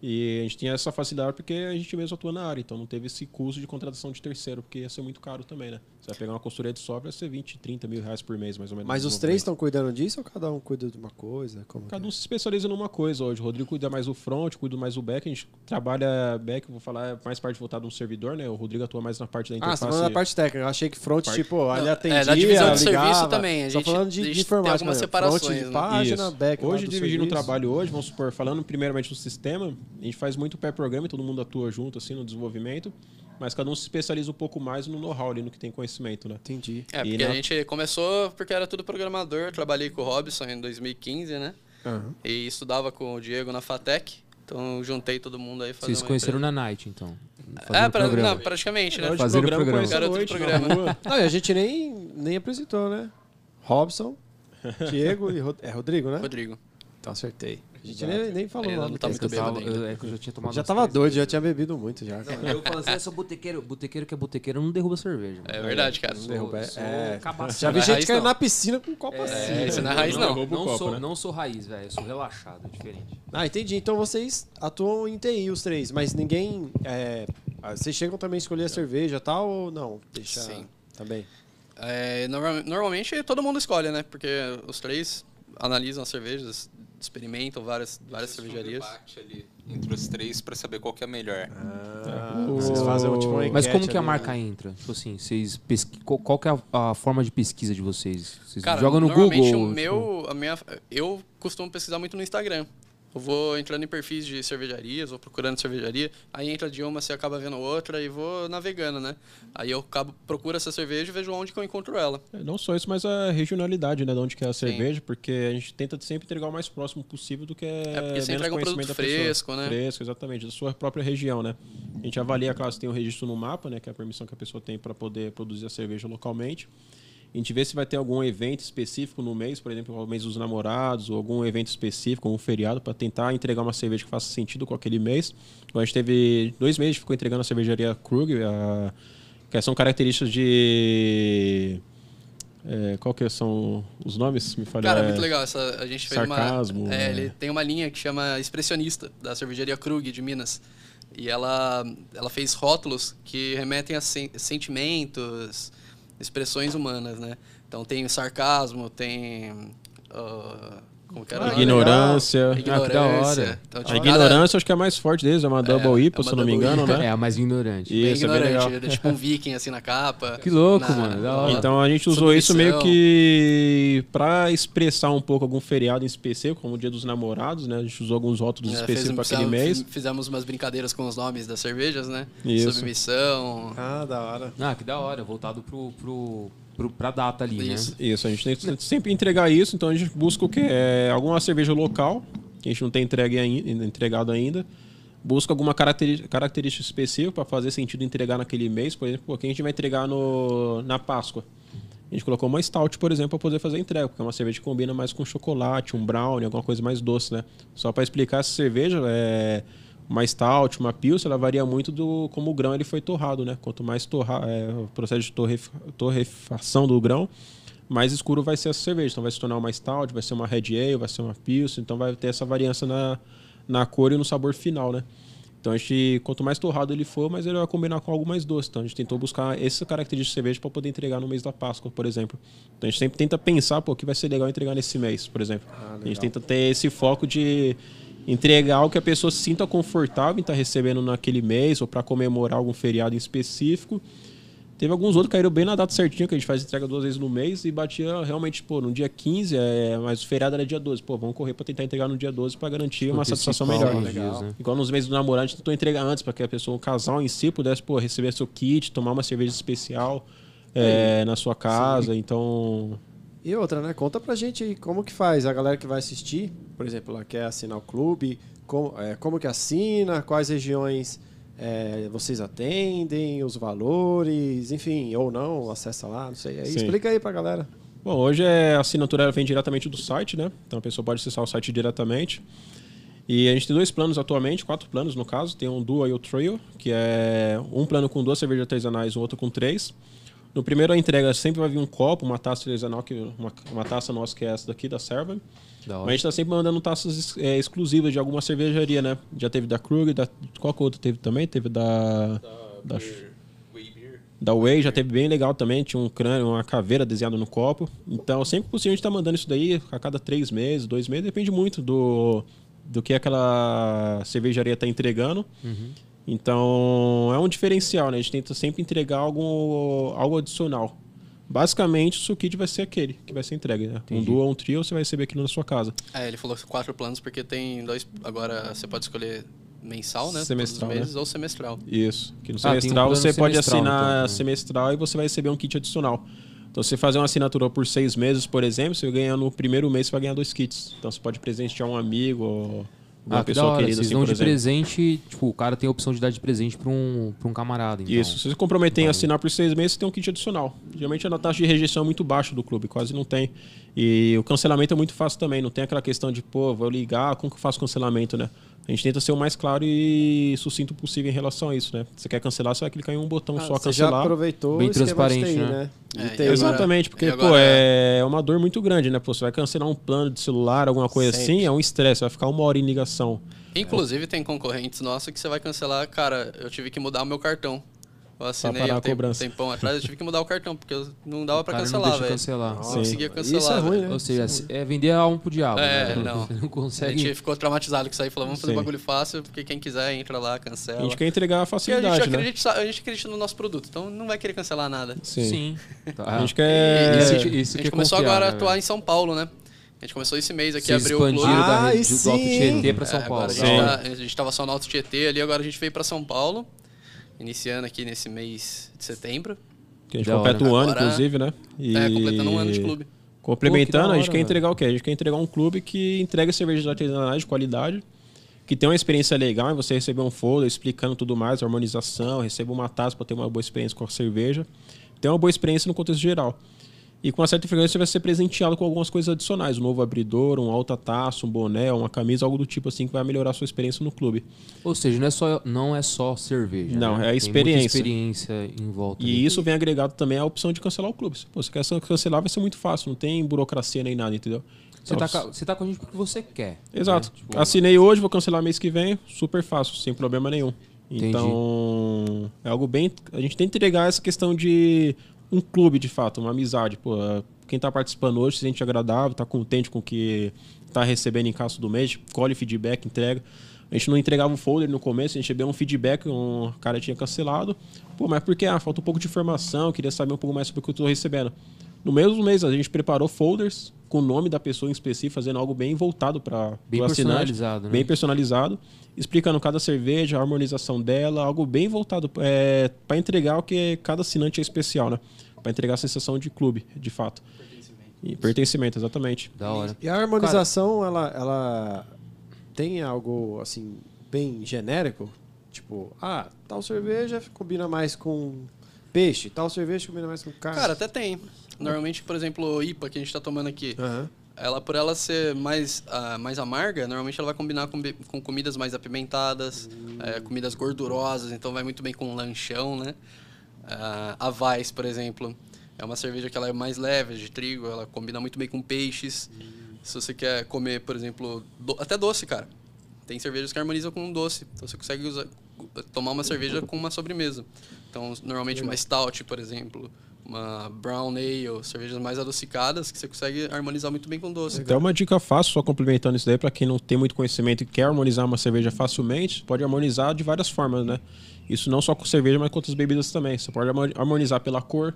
E a gente tinha essa facilidade porque a gente mesmo atua na área, então não teve esse custo de contratação de terceiro, porque ia ser muito caro também, né? Você vai pegar uma costureira de sobra, ia ser 20, 30 mil reais por mês, mais ou menos. Mas no os três desenvolvimento. estão cuidando disso ou cada um cuida de uma coisa? Como que Cada é? um se especializa numa coisa hoje. O Rodrigo cuida mais do front, cuida mais do back. A gente trabalha back, eu vou falar, é mais parte voltada no servidor, né? O Rodrigo atua mais na parte da Ah, você interface. tá falando da parte técnica. Eu achei que front, Parte- tipo, ele é, atendia, da divisão de ligava. serviço também, a Só gente- falando de, a gente de tem informática. algumas mesmo. separações, Front de né? página, Isso. back lá Hoje, do dividindo o serviço. trabalho hoje, vamos supor, falando primeiramente do sistema, a gente faz muito pé programa e todo mundo atua junto, assim, no desenvolvimento, mas cada um se especializa um pouco mais no know-how ali, no que tem conhecimento, né? Entendi. É, E porque na- a gente começou porque era tudo programador. eu Trabalhei com o Robson em 2015, né? Aham. E estudava com o Diego na Fatec. Então juntei todo mundo aí fazendo. Vocês conheceram na Night, então. É, fazendo pra, programa. não, praticamente, né? Hoje, Fazer o programa. conhece a Garoto do noite, um na programa. rua. Não, e a gente nem, nem apresentou, né? Robson, Diego e Ro- é Rodrigo, né? Rodrigo. Então acertei. A gente nem, nem falou o Ainda nome. não tá É dele. que eu muito bêbado tava- ainda. eu- é que eu já tinha tomado Já umas tava três. doido, já tinha bebido muito já. cara. Eu falo assim, eu sou botequeiro. Botequeiro que é botequeiro não derruba cerveja. mano. É verdade, cara. Sou- derruba, é- sou é. cabaço. né? Já vi Não é gente raiz, caindo não. na piscina com um copo assim. (laughs) É, isso né? na raiz Não, não. derruba o Não copo, sou, né? não sou raiz, velho. Eu sou relaxado, é diferente. Ah, entendi. Então vocês atuam em TI, os três, mas ninguém. é, ah, vocês chegam também a escolher a cerveja e tal ou não? Deixa. Sim. Também. É, norma- normalmente todo mundo escolhe, né? Porque os três analisam as cervejas, experimentam várias, várias Existe um cervejarias. debate ali entre os três para saber qual que é a melhor. vocês fazem um tipo Mas uma enquete como que a ali, marca né? entra? Tipo assim, vocês pesqui... qual, qual que é a, a forma de pesquisa de vocês? Vocês Cara, jogam no normalmente Google? o tipo- meu, a minha, eu costumo pesquisar muito no Instagram. Eu vou entrando em perfis de cervejarias, vou procurando cervejaria, aí entra de uma, você acaba vendo outra e vou navegando, né? Aí eu acabo, procuro essa cerveja e vejo onde que eu encontro ela. É, Não só isso, mas a regionalidade, né? De onde que é a cerveja, porque a gente tenta sempre entregar o mais próximo possível do que é. É, porque você menos entrega um conhecimento produto da pessoa. fresco, né? Fresco, exatamente, da sua própria região, né? A gente avalia, claro, se tem um registro no mapa, né? Que é a permissão que a pessoa tem para poder produzir a cerveja localmente. A gente vê se vai ter algum evento específico no mês, por exemplo, o mês dos namorados, ou algum evento específico, um feriado, para tentar entregar uma cerveja que faça sentido com aquele mês. Então, a gente teve dois meses, ficou entregando a cervejaria Krug, a- que são características de. é, qual que são os nomes? Me falha. Cara, muito legal. Essa, a gente fez é Sarcasmo, uma. É, né? ele tem uma linha que chama Expressionista, da cervejaria Krug de Minas. E ela, ela fez rótulos que remetem a sen- sentimentos, expressões humanas, né? Então tem o sarcasmo, tem. ah, como que era? o nome? Ignorância. Ah, que da hora. Então, A tipo, cada- ignorância acho que é a mais forte deles, é uma Double IPA, é se uma eu não me double engano, É, né? a mais ignorante. E- bem Isso, é bem ignorante, legal. né? tipo um viking assim na (laughs) capa. Que louco, na- mano, da na- hora. Então a gente usou isso meio submissão. que pra expressar um pouco algum feriado em específico, como o Dia dos Namorados, né? A gente usou alguns rótulos É, específicos para fez- aquele mês. Fizemos umas brincadeiras com os nomes das cervejas, né? Isso. Submissão. Ah, da hora. Ah, que da hora, voltado pro, pro, pro, pra data ali, Isso. né? Isso, a gente tem que sempre entregar isso, então a gente busca o quê? É alguma cerveja local, que a gente não tem entregue ainda, entregado ainda. Busca alguma caracteri- característica específica para fazer sentido entregar naquele mês, por exemplo, porque a gente vai entregar no, na Páscoa. A gente colocou uma stout, por exemplo, para poder fazer a entrega, porque é uma cerveja que combina mais com chocolate, um brownie, alguma coisa mais doce, né? Só para explicar essa cerveja, é uma stout, uma pilsen, ela varia muito do como o grão ele foi torrado, né? Quanto mais torra, é, o processo de torref- torrefação do grão, mais escuro vai ser essa cerveja. Então vai se tornar uma stout, vai ser uma red ale, vai ser uma pilsen, então vai ter essa variância na, na cor e no sabor final, né? Então a gente, quanto mais torrado ele for, mas ele vai combinar com algo mais doce. Então a gente tentou buscar essa característica de cerveja para poder entregar no mês da Páscoa, por exemplo. Então a gente sempre tenta pensar, pô, o que vai ser legal entregar nesse mês, por exemplo. a gente tenta ter esse foco de entregar algo que a pessoa se sinta confortável em estar recebendo naquele mês ou para comemorar algum feriado em específico. Teve alguns outros que caíram bem na data certinha, que a gente faz entrega duas vezes no mês e batia realmente, pô, no dia 15, é, mas o feriado era dia 12. Pô, vamos correr pra tentar entregar no dia 12 pra garantir uma satisfação melhor. alguns dias, né? Igual nos meses do namorado, a gente tentou entregar antes pra que a pessoa, o casal em si, pudesse, pô, receber seu kit, tomar uma cerveja especial é, na sua casa. Então, E outra, né? Conta pra gente aí como que faz. A galera que vai assistir, por exemplo, ela quer assinar o clube, como, é, como que assina, quais regiões é, vocês atendem, os valores, enfim, ou não, acessa lá, não sei. Aí Sim. explica aí pra galera. Bom, hoje é, a assinatura ela vem diretamente do site, né? Então a pessoa pode acessar o site diretamente. E a gente tem dois planos atualmente, quatro planos no caso. Tem um Duo e o Trio, que é um plano com duas cervejas artesanais, o outro com três. No primeiro a entrega sempre vai vir um copo, uma taça artesanal, que, uma, uma taça nossa que é essa daqui, da Serva. Da Mas a hora. gente tá sempre mandando taças ex- é, exclusivas de alguma cervejaria, né? Já teve da Krug, da... qual que outra teve também? Teve da... da... Da Way já teve bem legal também, tinha um crânio, uma caveira desenhada no copo. Então, sempre que possível a gente tá mandando isso daí a cada três meses, dois meses, depende muito do, do que aquela cervejaria tá entregando. Então, é um diferencial, né? A gente tenta sempre entregar algo, algo adicional. Basicamente, o seu kit vai ser aquele que vai ser entregue, né? Um duo ou um trio, você vai receber aquilo na sua casa. É, ele falou quatro planos porque tem dois. Agora você pode escolher mensal, né? Semestral, Todos os meses ou semestral. Isso. Que no Ah, tem um semestral plano você pode semestral, assinar então, né? semestral e você vai receber um kit adicional. Então, se você fazer uma assinatura por seis meses, por exemplo, você ganha no primeiro mês, você vai ganhar dois kits. Então, você pode presentear um amigo ou uma Ah, que da pessoa hora. querida, Vocês assim, dão por de exemplo. presente, tipo, o cara tem a opção de dar de presente pra um, pra um camarada, então. Isso. Se você comprometer em assinar por seis meses, você tem um kit adicional. Geralmente, a taxa de rejeição é muito baixa do clube, quase não tem. E o cancelamento é muito fácil também. Não tem aquela questão de, pô, vou ligar, como que eu faço cancelamento, né? A gente tenta ser o mais claro e sucinto possível em relação a isso, né? Você quer cancelar, você vai clicar em um botão Ah, só você já cancelar. aproveitou Bem o esquema de transparente, TI, né? né? É, De e TI, agora- Exatamente, porque, e pô, agora- é uma dor muito grande, né? Pô, você vai cancelar um plano de celular, alguma coisa Sempre. assim, é um estresse, vai ficar uma hora em ligação. Inclusive, tem concorrentes nossos que você vai cancelar. Cara, eu tive que mudar o meu cartão. Eu assinei parar há a um tempo- cobrança. tempão atrás, eu tive que mudar o cartão, porque eu não dava O pra cara cancelar, não deixa velho. cancelar. Não Sim. conseguia cancelar. Isso é ruim, velho. né? Ou seja, é vender a alma pro diabo. É, né? não. Você (laughs) não A consegue. gente ficou traumatizado com isso aí, falou, vamos fazer Sim. um bagulho fácil, porque quem quiser entra lá, cancela. A gente quer entregar a Porque a gente, facilidade, né? acredita, a gente acredita no nosso produto, então não vai querer cancelar nada. Sim. Sim. Tá. A gente quer. Ah. Esse- esse a que é gente começou confiar, agora né, a atuar em São Paulo, né? A gente começou esse mês aqui, Vocês abriu o expandiram clube. Ah, da aí rede do Alto sim. Tietê para São É, Paulo. Agora a gente, Sim. tá, a gente tava só no Alto Tietê ali, agora a gente veio para São Paulo, iniciando aqui nesse mês de setembro. Que a gente Da completa hora. um ano, Agora- inclusive, né? E... É, completando um ano de clube. Complementando, Pô, que da a gente hora, quer velho. entregar o quê? A gente quer entregar um clube que entrega cervejas artesanais de qualidade, que tem uma experiência legal, e você receber um folder explicando tudo mais, harmonização, receba uma taça para ter uma boa experiência com a cerveja. Tem uma boa experiência no contexto geral. E com uma certa frequência você vai ser presenteado com algumas coisas adicionais, um novo abridor, um alta taça, um boné, uma camisa, algo do tipo assim que vai melhorar a sua experiência no clube. Ou seja, não é só, não é só cerveja. né? Não, é a Tem muita experiência. experiência em volta. ali. E isso vem agregado também à opção de cancelar o clube. Se pô, você quer cancelar, vai ser muito fácil, não tem burocracia nem nada, entendeu? Você Então, tá, ca- você tá com a gente porque você quer. Exato. né? Tipo, Assinei hoje, vou cancelar mês que vem, super fácil, sem problema nenhum. Entendi. Então, é algo bem. A gente tem que entregar essa questão de um clube, de fato, uma amizade. Pô, é, quem tá participando hoje se sente agradável, tá contente com o que tá recebendo em caso do mês, colhe feedback, entrega. A gente não entregava o folder no começo, a gente recebeu um feedback, um cara tinha cancelado. Pô, mas por quê? Ah, falta um pouco de informação, queria saber um pouco mais sobre o que eu tô recebendo. No mesmo mês, a gente preparou folders com o nome da pessoa em específico, fazendo algo bem voltado para Bem o assinante personalizado, né? bem personalizado, explicando cada cerveja, a harmonização dela, algo bem voltado é, para entregar o que cada assinante é especial, né? Para entregar a sensação de clube, de fato. E pertencimento, exatamente. Da hora. E a harmonização, ela, ela tem algo assim bem genérico? Tipo, ah, tal cerveja combina mais com peixe, tal cerveja combina mais com carne. Cara, até tem. Normalmente, por exemplo, o IPA que a gente tá tomando aqui, Aham. ela por ela ser mais, ah, mais amarga, normalmente ela vai combinar com, be- com comidas mais apimentadas, eh, comidas gordurosas, então vai muito bem com lanchão, né? Ah, a Weiss, por exemplo, é uma cerveja que ela é mais leve, de trigo, ela combina muito bem com peixes. Se você quer comer, por exemplo, do- até doce, cara. Tem cervejas que harmonizam com um doce. Então você consegue usar- tomar uma cerveja com uma sobremesa. Então, normalmente uma stout, por exemplo, uma brown ale, cervejas mais adocicadas que você consegue harmonizar muito bem com doce. Até uma dica fácil, só complementando isso daí, para quem não tem muito conhecimento e quer harmonizar uma cerveja facilmente, pode harmonizar de várias formas, né? Isso não só com cerveja, mas com outras bebidas também. Você pode harmo- harmonizar pela cor.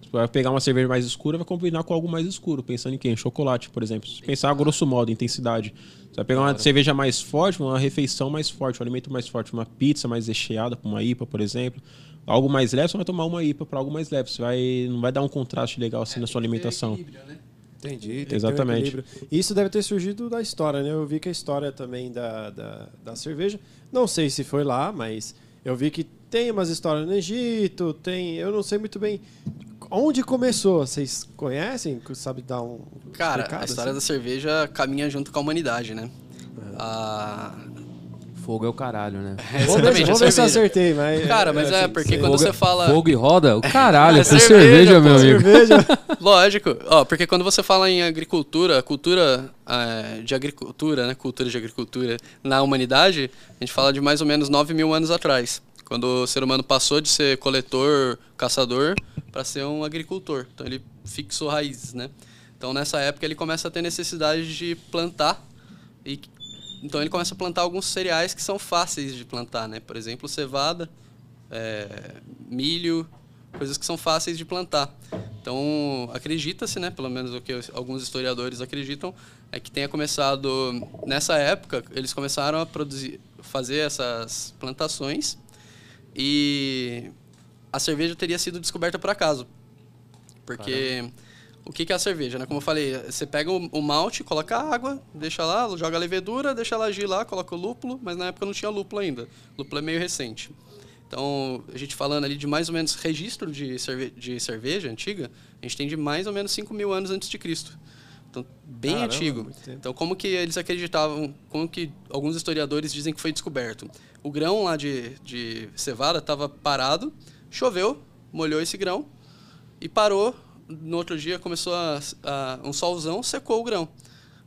Você vai pegar uma cerveja mais escura, vai combinar com algo mais escuro, pensando em quem? Chocolate, por exemplo. Se pensar a grosso modo, intensidade. Você vai pegar uma cerveja mais forte, uma refeição mais forte, um alimento mais forte, uma pizza mais recheada, com uma IPA, por exemplo. Algo mais leve, você vai tomar uma IPA para algo mais leve. Você vai, não vai dar um contraste legal assim na sua alimentação. Entendi. tem que ter um Exatamente. equilíbrio. Isso deve ter surgido da história, né? Eu vi que a história também da, da, da cerveja. Não sei se foi lá, mas eu vi que tem umas histórias no Egito, tem. Eu não sei muito bem onde começou. Vocês conhecem? Sabe dar um. Cara, a explicado, história assim? da cerveja caminha junto com a humanidade, né? Ah, Fogo é o caralho, né? Vamos ver, exatamente, vamos a ver se eu cerveja. acertei, mas. Cara, mas é, assim, porque (laughs) sei. quando Fogo- você fala. Fogo e (laughs) roda? O caralho, É foi cerveja, cerveja, meu pô, amigo. Lógico. Ó, porque quando você fala em agricultura, cultura eh, de agricultura, né? Cultura de agricultura na humanidade, a gente fala de mais ou menos 9 mil anos atrás. Quando o ser humano passou de ser coletor, caçador, para ser um agricultor. Então ele fixou raízes, né? Então nessa época ele começa a ter necessidade de plantar. E, então ele começa a plantar alguns cereais que são fáceis de plantar, né? Por exemplo, cevada, eh, milho, coisas que são fáceis de plantar. Então, acredita-se, né, pelo menos o que os- alguns historiadores acreditam, é que tenha começado nessa época, eles começaram a produzir, fazer essas plantações e a cerveja teria sido descoberta por acaso. Porque o que que é a cerveja, né? Como eu falei, você pega o, o malte, coloca a água, deixa lá, joga a levedura, deixa ela agir lá, coloca o lúpulo, mas na época não tinha lúpulo ainda. Lúpulo é meio recente. Então, a gente falando ali de mais ou menos registro de, cerve de cerveja antiga, a gente tem de mais ou menos 5 mil anos antes de Cristo. Então, bem Caramba, antigo. muito tempo. Então, como que eles acreditavam, como que alguns historiadores dizem que foi descoberto? O grão lá de, de cevada estava parado, choveu, molhou esse grão e parou. No outro dia começou a, a- um solzão, secou o grão.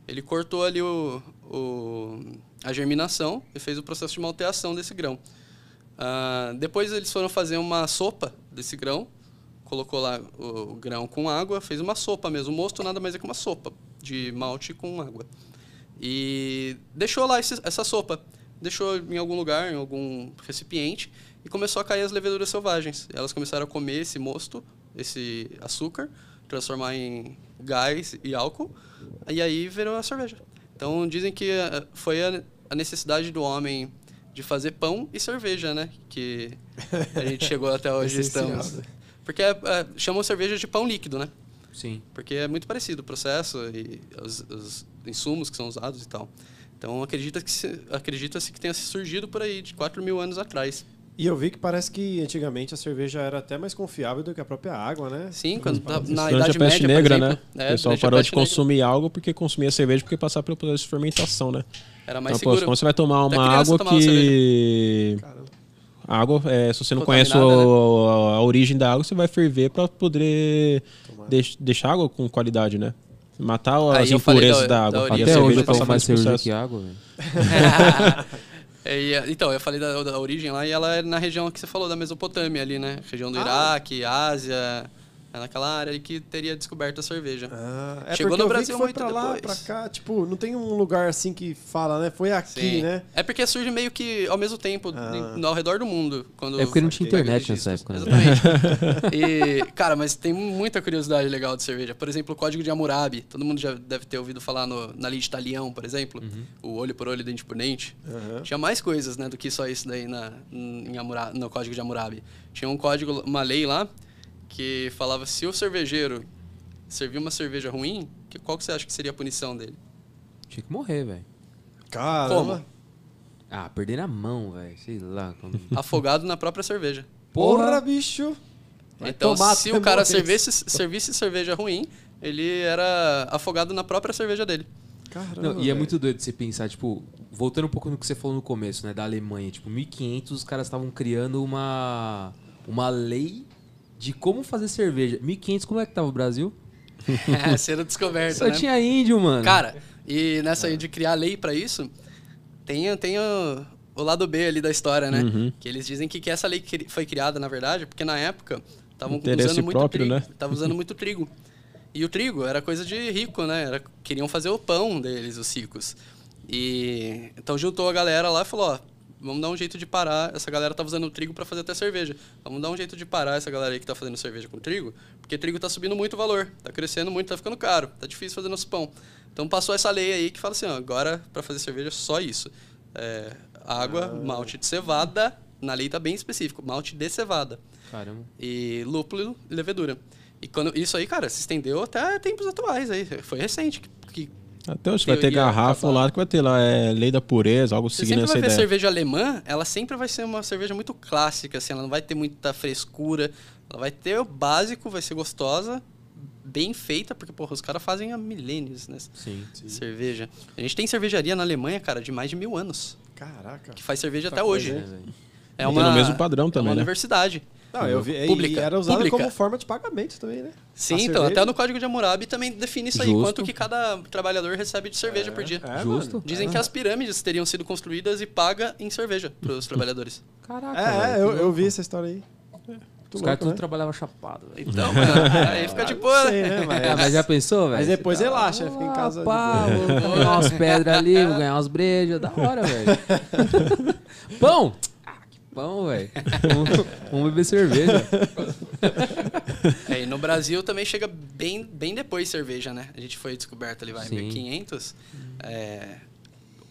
Ele cortou ali o, o- a germinação e fez o processo de malteação desse grão. Ah, depois eles foram fazer uma sopa desse grão, colocou lá o, o grão com água, fez uma sopa mesmo. O mosto nada mais é que uma sopa de malte com água. E deixou lá esse- essa sopa. Deixou em algum lugar, em algum recipiente, e começou a cair as leveduras selvagens. Elas começaram a comer esse mosto, esse açúcar, transformar em gás e álcool, e aí virou a cerveja. Então dizem que eh, foi a a necessidade do homem de fazer pão e cerveja, né? Que a gente chegou até hoje Essencial. estamos. Porque eh, eh, chamam cerveja de pão líquido, né? Sim. Porque é muito parecido o processo e os, os insumos que são usados e tal. Então acredita-se que, se- acredita-se que tenha surgido por aí, de 4 mil anos atrás. E eu vi que parece que antigamente a cerveja era até mais confiável do que a própria água, né? Sim, quando, na, na Uhum. Durante Idade a peste Média, negra, por né? exemplo, É, o pessoal durante a parou de peste negra consumir algo porque consumia cerveja porque passava pelo processo de fermentação, né? Era mais então, pô, seguro. como você vai tomar Até uma criança água tomava que. A água, é, se você não conhece o- Contaminada, né? a, origem da água, você vai ferver para poder deix- deixar a água com qualidade, né? Matar Aí as eu falei impurezas da- da, da água. origem. E a Até cerveja hoje eu passa tomo por mais esse cerveja processo. que água, velho. É, e, então, eu falei da, da origem lá e ela é na região que você falou, da Mesopotâmia ali, né? Região Ah. do Iraque, Ásia, é naquela área ali que teria descoberto a cerveja. Ah, é Chegou porque no eu vi Brasil que foi muito pra lá, depois. pra cá, tipo, não tem um lugar assim que fala, né? Foi aqui, Sim. né? É porque surge meio que ao mesmo tempo, Ah. em- ao redor do mundo. Quando É porque não tinha pega internet nessa registros. época, né? Exatamente. e, cara, mas tem muita curiosidade legal de cerveja. Por exemplo, o código de Hammurabi. Todo mundo já deve ter ouvido falar no- na lei de Talião, por exemplo. Uhum. O olho por olho, dente por dente. Aham. Tinha mais coisas, né, do que só isso daí na, em Hamura- no código de Hammurabi. Tinha um código, uma lei lá, que falava se o cervejeiro serviu uma cerveja ruim, que, qual que você acha que seria a (laughs) punição dele? Tinha que morrer, velho. Caramba. Como? Ah, perder na mão, velho. Sei lá. Quando... Afogado na própria cerveja. Porra, bicho. Vai então, tomar se até o cara morrer. servisse, servisse cerveja ruim, ele era afogado na própria cerveja dele. Caramba. Não, e é velho. muito doido você pensar, tipo, voltando um pouco no que você falou no começo, né, da Alemanha, tipo, 1500 os caras estavam criando uma uma lei de como fazer cerveja. 1500, como é que tava o Brasil? (laughs) É, sendo descoberto, Só né? tinha índio, mano. Cara, e nessa aí de criar lei pra isso, tem, tem o, o lado B ali da história, né? Uhum. Que eles dizem que, que essa lei cri- foi criada, na verdade, porque na época estavam Interesse usando muito próprio, trigo. né? Estavam usando muito trigo. E o trigo era coisa de rico, né? Era- queriam fazer o pão deles, os ricos. E então juntou a galera lá e falou, ó, vamos dar um jeito de parar. Essa galera tá usando o trigo pra fazer até cerveja. Vamos dar um jeito de parar essa galera aí que tá fazendo cerveja com trigo, porque trigo tá subindo muito o valor, tá crescendo muito, tá ficando caro, tá difícil fazer nosso pão. Então passou essa lei aí que fala assim, ó, agora pra fazer cerveja só isso. É, água, malte de cevada, na lei tá bem específico, malte de cevada Caramba. e lúpulo e levedura. E quando isso aí, cara, se estendeu até tempos atuais aí, foi recente que, que Até hoje vai ter Teoria garrafa acabada. lá que vai ter lá, é lei da pureza, algo Você seguindo sempre vai ver essa ideia. cerveja alemã, ela sempre vai ser uma cerveja muito clássica, assim, ela não vai ter muita frescura, ela vai ter o básico, vai ser gostosa, bem feita, porque, porra, os caras fazem há milênios, né? Sim. Cerveja. A gente tem cervejaria na Alemanha, cara, de mais de mil anos, Caraca. que faz Tá cerveja até hoje. É, velho. É Tá uma, no mesmo padrão é também, uma né? universidade. Não, eu vi. e- Pública. E era usado Pública. como forma de pagamento também, né? Sim, A então, cerveja- até no Código de Hammurabi também define isso aí, Justo. quanto que cada trabalhador recebe de cerveja por dia. É, Justo. mano. Dizem que as pirâmides teriam sido construídas e paga em cerveja (laughs) para os trabalhadores. Caraca, É, velho, é eu, que eu louco. vi essa história aí. Muito Os louco, caras tudo né? trabalhavam chapado, velho. Então, mano, aí fica de boa. Sei, Ah, né? né? mas (laughs) Mas, já pensou, velho? mas depois Você então, tá, relaxa, fica em "Ah, casa. de Pá, boa." vou (laughs) ganhar umas pedras ali, vou ganhar umas brejas, da hora, velho. Pão? Ah, que pão, velho. Vamos, vamos beber cerveja. É, e no Brasil também chega bem, bem depois cerveja, né? A gente foi descoberto ali, vai, Sim. 1500. É,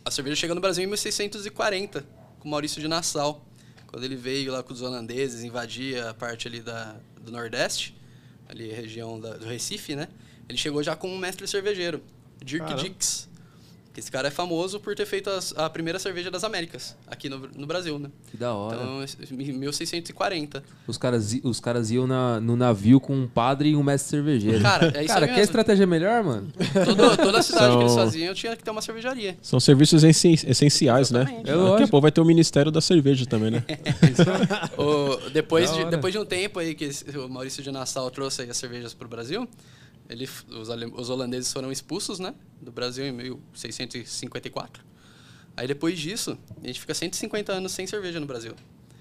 a cerveja chega no Brasil em 1640, com Maurício de Nassau. Quando ele veio lá com os holandeses, invadia a parte ali da, do Nordeste, ali região da- do Recife, né? Ele chegou já com um mestre cervejeiro, Dirk Caramba. Dix. Esse cara é famoso por ter feito as- a primeira cerveja das Américas, aqui no, no Brasil, né? Que da hora. Então, em 1640. Os caras, i- os caras iam na- no navio com um padre e um mestre cervejeiro. Cara, (laughs) é isso Cara, mesmo. quer estratégia melhor, mano? (laughs) Todo- toda a cidade que eles São- faziam tinha que ter uma cervejaria. São serviços essen- essenciais, Exatamente. É né? Daqui a lógico. pouco vai ter o Ministério da Cerveja (laughs) também, né? O- depois, Da de, hora. depois de um tempo aí que esse- o Maurício de Nassau trouxe aí as cervejas para o Brasil, ele, f- os, ale- os holandeses foram expulsos né, do Brasil em 1654. Aí depois disso, a gente fica 150 anos sem cerveja no Brasil.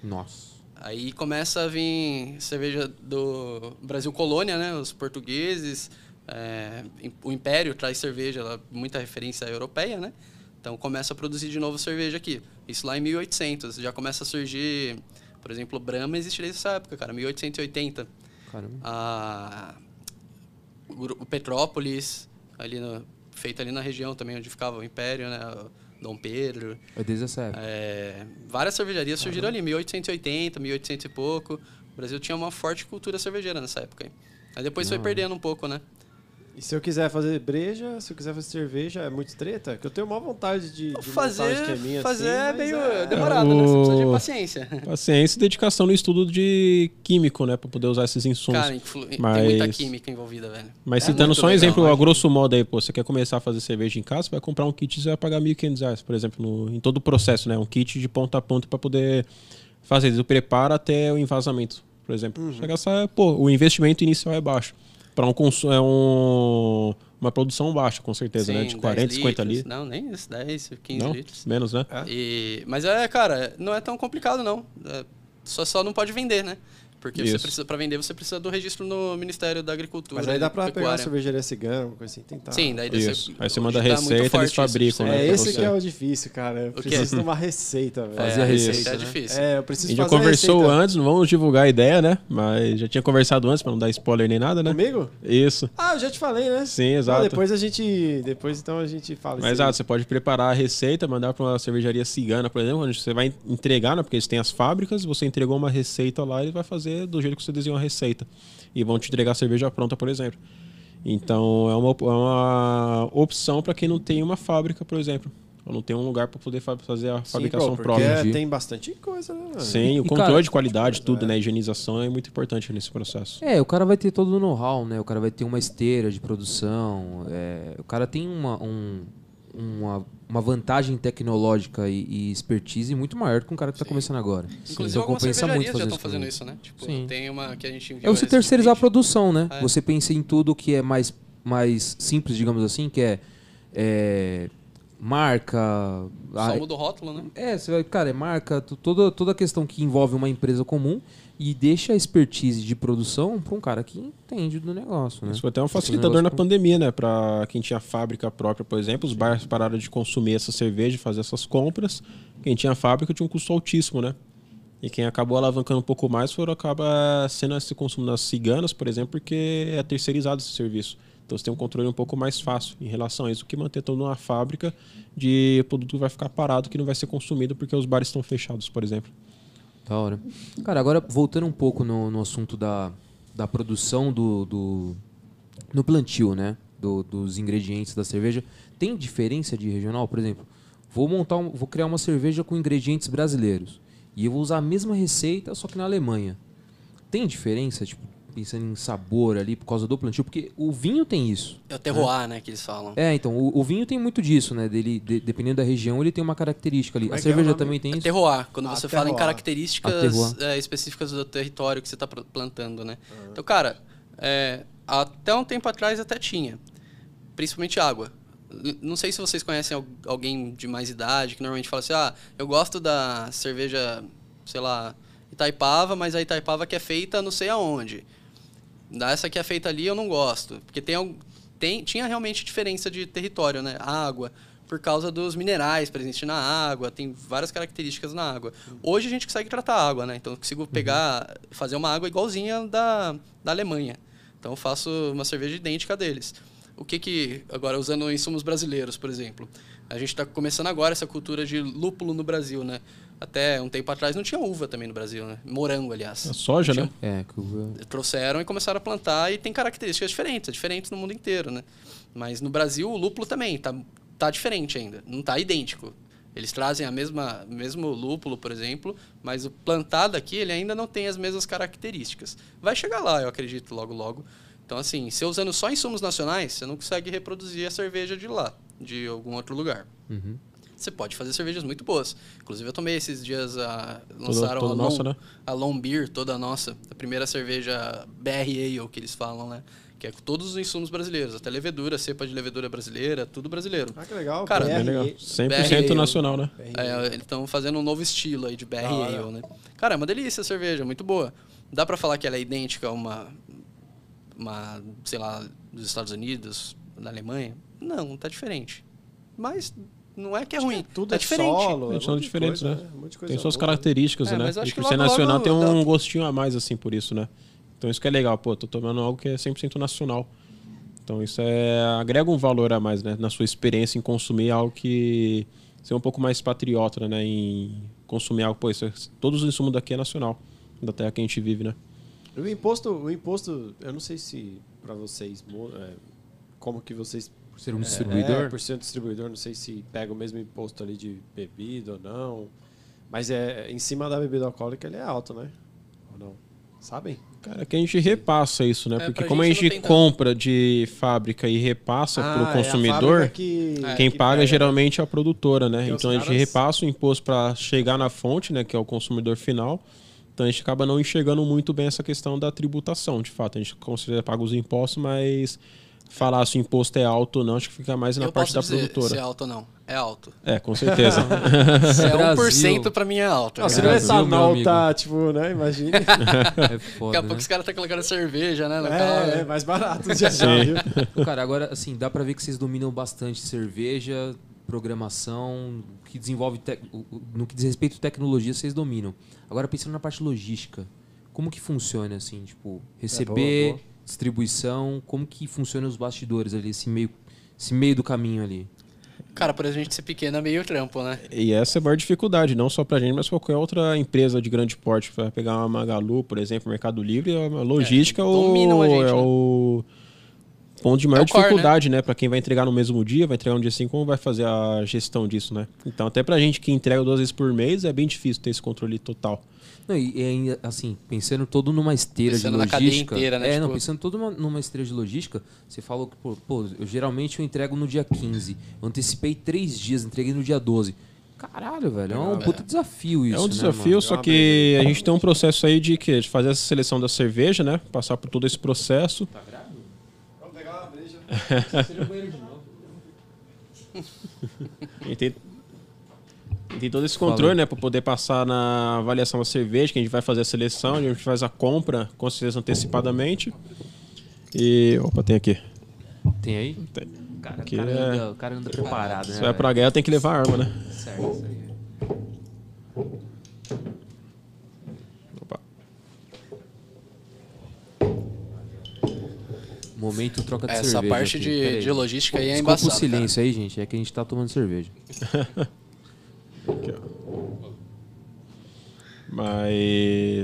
Nossa. Aí começa a vir cerveja do Brasil Colônia, né? Os portugueses, é, im- o Império traz cerveja, lá, muita referência europeia, né? Então começa a produzir de novo cerveja aqui. Isso lá em 1800. Já começa a surgir, por exemplo, Brahma existe desde essa época, cara, 1880. Caramba. A Gru- Petrópolis, ali no, feita ali na região também onde ficava o Império, né? o Dom Pedro. É desde essa época. É, várias cervejarias surgiram ali, 1880, 1800 e pouco. O Brasil tinha uma forte cultura cervejeira nessa época. Aí, aí depois foi perdendo um pouco, né? E se eu quiser fazer breja, se eu quiser fazer cerveja, é muito treta? Que eu tenho maior vontade de, de montar um esqueminha Fazer, fazer assim, é mas meio é- demorado, né? Você precisa de O- paciência. Paciência e Assim, é dedicação no estudo de químico, né? Pra poder usar esses insumos. Cara, influ- Mas- tem muita química envolvida, velho. Mas É citando muito só um legal, exemplo, né? a grosso modo aí, pô, você quer começar a fazer cerveja em casa, você vai comprar um kit e você vai pagar R$ 1.500, reais, por exemplo, no- em todo o processo, né? Um kit de ponta a ponta para poder fazer do preparo até o envasamento, por exemplo. Uhum. Só que essa, pô, o investimento inicial é baixo. Para um consumo, é um, uma produção baixa, com certeza, né? Sim, De 10 40, 50 litros. litros. Não, nem isso, 10, 15 Não? litros. Menos, né? E- mas é, cara, não é tão complicado, não. É, só, só não pode vender, né? Porque você Isso. precisa, pra vender, você precisa do registro no Ministério da Agricultura. Mas aí dá e pra pegar uma né, Pecuária. cervejaria cigana, alguma coisa assim, tentar. Sim, daí Isso. Aí você manda hoje tá receita, muito eles forte isso, fabricam, né? né? É pra esse você. que é o difícil, cara. Eu O quê? preciso de uma receita, velho. Fazer a a receita, receita é né? difícil. É, eu preciso A gente já fazer a conversou então? receita. antes, não vamos divulgar a ideia, né? Mas já tinha conversado antes, para não dar spoiler nem nada, né? Comigo? Isso. Ah, eu já te falei, né? Sim, Ah, exato. depois a gente. Depois então a gente fala Mas isso aí. ah, você pode preparar a receita, mandar para uma cervejaria cigana, por exemplo, onde você vai entregar, né? Porque eles têm as fábricas, você entregou uma receita lá e vai fazer do jeito que você desenhou a receita. E vão te entregar a cerveja pronta, por exemplo. Então é uma, op- é uma opção para quem não tem uma fábrica, por exemplo. Ou não tem um lugar para poder fa- fazer a fabricação pô, porque própria. é- de- tem bastante coisa, né? mano? Sim, o E, controle cara- de qualidade, tudo, né? A higienização é muito importante nesse processo. É, o cara vai ter todo o know-how, né? O cara vai ter uma esteira de produção. é, o cara tem uma, um- uma, uma vantagem tecnológica e, e expertise muito maior do que um cara que tá começando agora. Então, Inclusive, algumas cervejarias já estão fazendo isso, né? Tipo, Sim. tem uma que a gente enviou É você terceirizar a recentemente. produção, né? É. Você pensa em tudo que é mais, mais simples, digamos assim, que é, é, marca. a- Só muda o rótulo, né? é, você vai, cara, é marca, tu- toda, toda a questão que envolve uma empresa comum e deixa a expertise de produção para um cara que entende do negócio, né? Isso foi até um Fazer facilitador negócio na com- pandemia, né? Pra quem tinha fábrica própria, por exemplo, os bares pararam de consumir essa cerveja, fazer essas compras. Quem tinha fábrica tinha um custo altíssimo, né? E quem acabou alavancando um pouco mais foram acaba sendo esse consumo nas ciganas, por exemplo, porque é terceirizado esse serviço. Então você tem um controle um pouco mais fácil em relação a isso que manter toda uma fábrica de produto que vai ficar parado, que não vai ser consumido porque os bares estão fechados, por exemplo. Da hora. Cara, agora voltando um pouco no, no assunto da, da produção do, do. no plantio, né? Do- dos ingredientes da cerveja. Tem diferença de regional? Por exemplo, vou montar um- vou criar uma cerveja com ingredientes brasileiros. E eu vou usar a mesma receita, só que na Alemanha. Tem diferença, tipo, pensando em sabor ali por causa do plantio? Porque o vinho tem isso. É o terroir, né, que eles falam. É, então, o, o vinho tem muito disso, né? Dele, de- dependendo da região, ele tem uma característica ali. Como A é que é o cerveja nome? também tem É isso? terroir, quando Ah, você fala em terroir. Ah, características terroir. é, específicas do território que você está plantando, né? Então, cara, é, até um tempo atrás até tinha, principalmente água. L- Não sei se vocês conhecem al- alguém de mais idade que normalmente fala assim, ah, eu gosto da cerveja, sei lá, Itaipava, mas a Itaipava que é feita não sei aonde. Da Essa que é feita ali eu não gosto, porque tem, al- tem tinha realmente diferença de território, né? Água, por causa dos minerais presentes na água, tem várias características na água. Hoje a gente consegue tratar a água, né? Então eu consigo pegar, fazer uma água igualzinha da, da Alemanha. Então eu faço uma cerveja idêntica a deles. O que que, agora usando insumos brasileiros, por exemplo, a gente está começando agora essa cultura de lúpulo no Brasil, né? Até um tempo atrás não tinha uva também no Brasil, né? Morango, aliás. A soja, né? É, que o- Trouxeram e começaram a plantar e tem características diferentes, é diferente no mundo inteiro, né? Mas no Brasil o lúpulo também tá, tá diferente ainda, não tá idêntico. Eles trazem a mesma mesmo lúpulo, por exemplo, mas o plantado aqui ele ainda não tem as mesmas características. Vai chegar lá, eu acredito, logo logo. Então assim, se usando só insumos nacionais, você não consegue reproduzir a cerveja de lá, de algum outro lugar. Uhum. Você pode fazer cervejas muito boas. Inclusive eu tomei esses dias a lançaram toda a nossa, Long- né? a long beer toda nossa, a primeira cerveja BR Ale que eles falam, né? Que é com todos os insumos brasileiros, até levedura, cepa de levedura brasileira, tudo brasileiro. Ah, que legal. Cara, BR. Bem legal. 100% BR. um nacional, né? É, eles estão fazendo um novo estilo aí de BR Ale, né? Cara, é uma delícia a cerveja, muito boa. Dá pra falar que ela é idêntica a uma, uma, sei lá, dos Estados Unidos, da Alemanha? Não, tá diferente. Mas não é que é ruim, Tudo tá é, diferente. solo. Eles são um monte de diferentes, coisa, né? Um monte de coisa Tem suas boa. características, É, né? mas acho E que por ser logo, logo nacional tem um dá- gostinho a mais, assim, por isso, né? Então isso que é legal, pô, tô tomando algo que é 100% nacional. Então isso é, agrega um valor a mais, né? Na sua experiência em consumir algo que ser um pouco mais patriota, né? Em consumir algo, pô, isso é- todos os insumos daqui é nacional, da terra que a gente vive, né? O imposto, o imposto, eu não sei se para vocês, mo- é, como que vocês Por ser um É, distribuidor. por ser distribuidor, não sei se pega o mesmo imposto ali de bebida ou não. Mas é em cima da bebida alcoólica ele é alto, né? Ou não? Sabem? Cara, que a gente repassa isso, né? É, Porque pra como a gente não gente tem tanto. Ah, é, compra de fábrica e repassa Ah, é para o consumidor, quem paga geralmente é a produtora, né? Porque os então a gente caras- repassa o imposto para chegar na fonte, né? Que é o consumidor final. Então a gente acaba não enxergando muito bem essa questão da tributação, de fato. A gente considera paga os impostos, mas falar se o imposto é alto ou não, acho que fica mais na eu posso parte da dizer se é produtora. alto ou não. (laughs) É alto. É, com certeza. (laughs) Se é Brasil. 1% pra mim é alto. Não, se cara. não é Brasil, meu etanol, amigo. tá, tipo, né? (laughs) Imagina. É Daqui foda, a pouco né? os caras tá colocando cerveja, né? No carro. é, é mais barato já já, tá Sim. viu? (laughs) Cara, agora, assim, dá pra ver que vocês dominam bastante cerveja, programação, o que desenvolve tec- o- o- no que diz respeito à tecnologia, vocês dominam. Agora, pensando na parte logística, como que funciona, assim, tipo, receber, É, boa. distribuição, como que funciona os bastidores ali, esse meio, esse meio do caminho ali? Cara, por a gente ser pequeno é meio trampo, né? E essa é a maior dificuldade, não só pra gente, mas pra qualquer outra empresa de grande porte. Pra pegar uma Magalu, por exemplo, Mercado Livre, a logística é, dominam o, a gente, é né? o ponto de maior É o core, dificuldade, né? Pra quem vai entregar no mesmo dia, vai entregar no dia assim, como vai fazer a gestão disso, né? Então, até pra gente que entrega duas vezes por mês, é bem difícil ter esse controle total. Não, e, e ainda, assim, pensando todo numa esteira Pensando de na logística. cadeia inteira, né, É, tipo- não, pensando todo numa, numa esteira de logística, você falou que, pô, pô, eu geralmente eu entrego no dia 15. Eu antecipei três dias, entreguei no dia 12. Caralho, velho, é um puta desafio isso. é um né, desafio, mano? só que a gente tem um processo aí de que de fazer essa seleção da cerveja, né? Passar por todo esse processo. Tá (laughs) E tem, e tem todo esse controle, Fala. né? Pra poder passar na avaliação da cerveja, que a gente vai fazer a seleção, a gente faz a compra com certeza antecipadamente. E. Opa, tem aqui. Tem aí? Tem. Cara, Que o cara é- anda, o cara anda preparado, né? Se vai velho? pra guerra, tem que levar arma, né? Certo, isso aí. Opa. Momento troca É de É, Essa cerveja. parte aqui, de, peraí. de logística aí é Desculpa embaçada. o silêncio aí, gente. É que a gente tá tomando cerveja. Aqui, ó. Mas.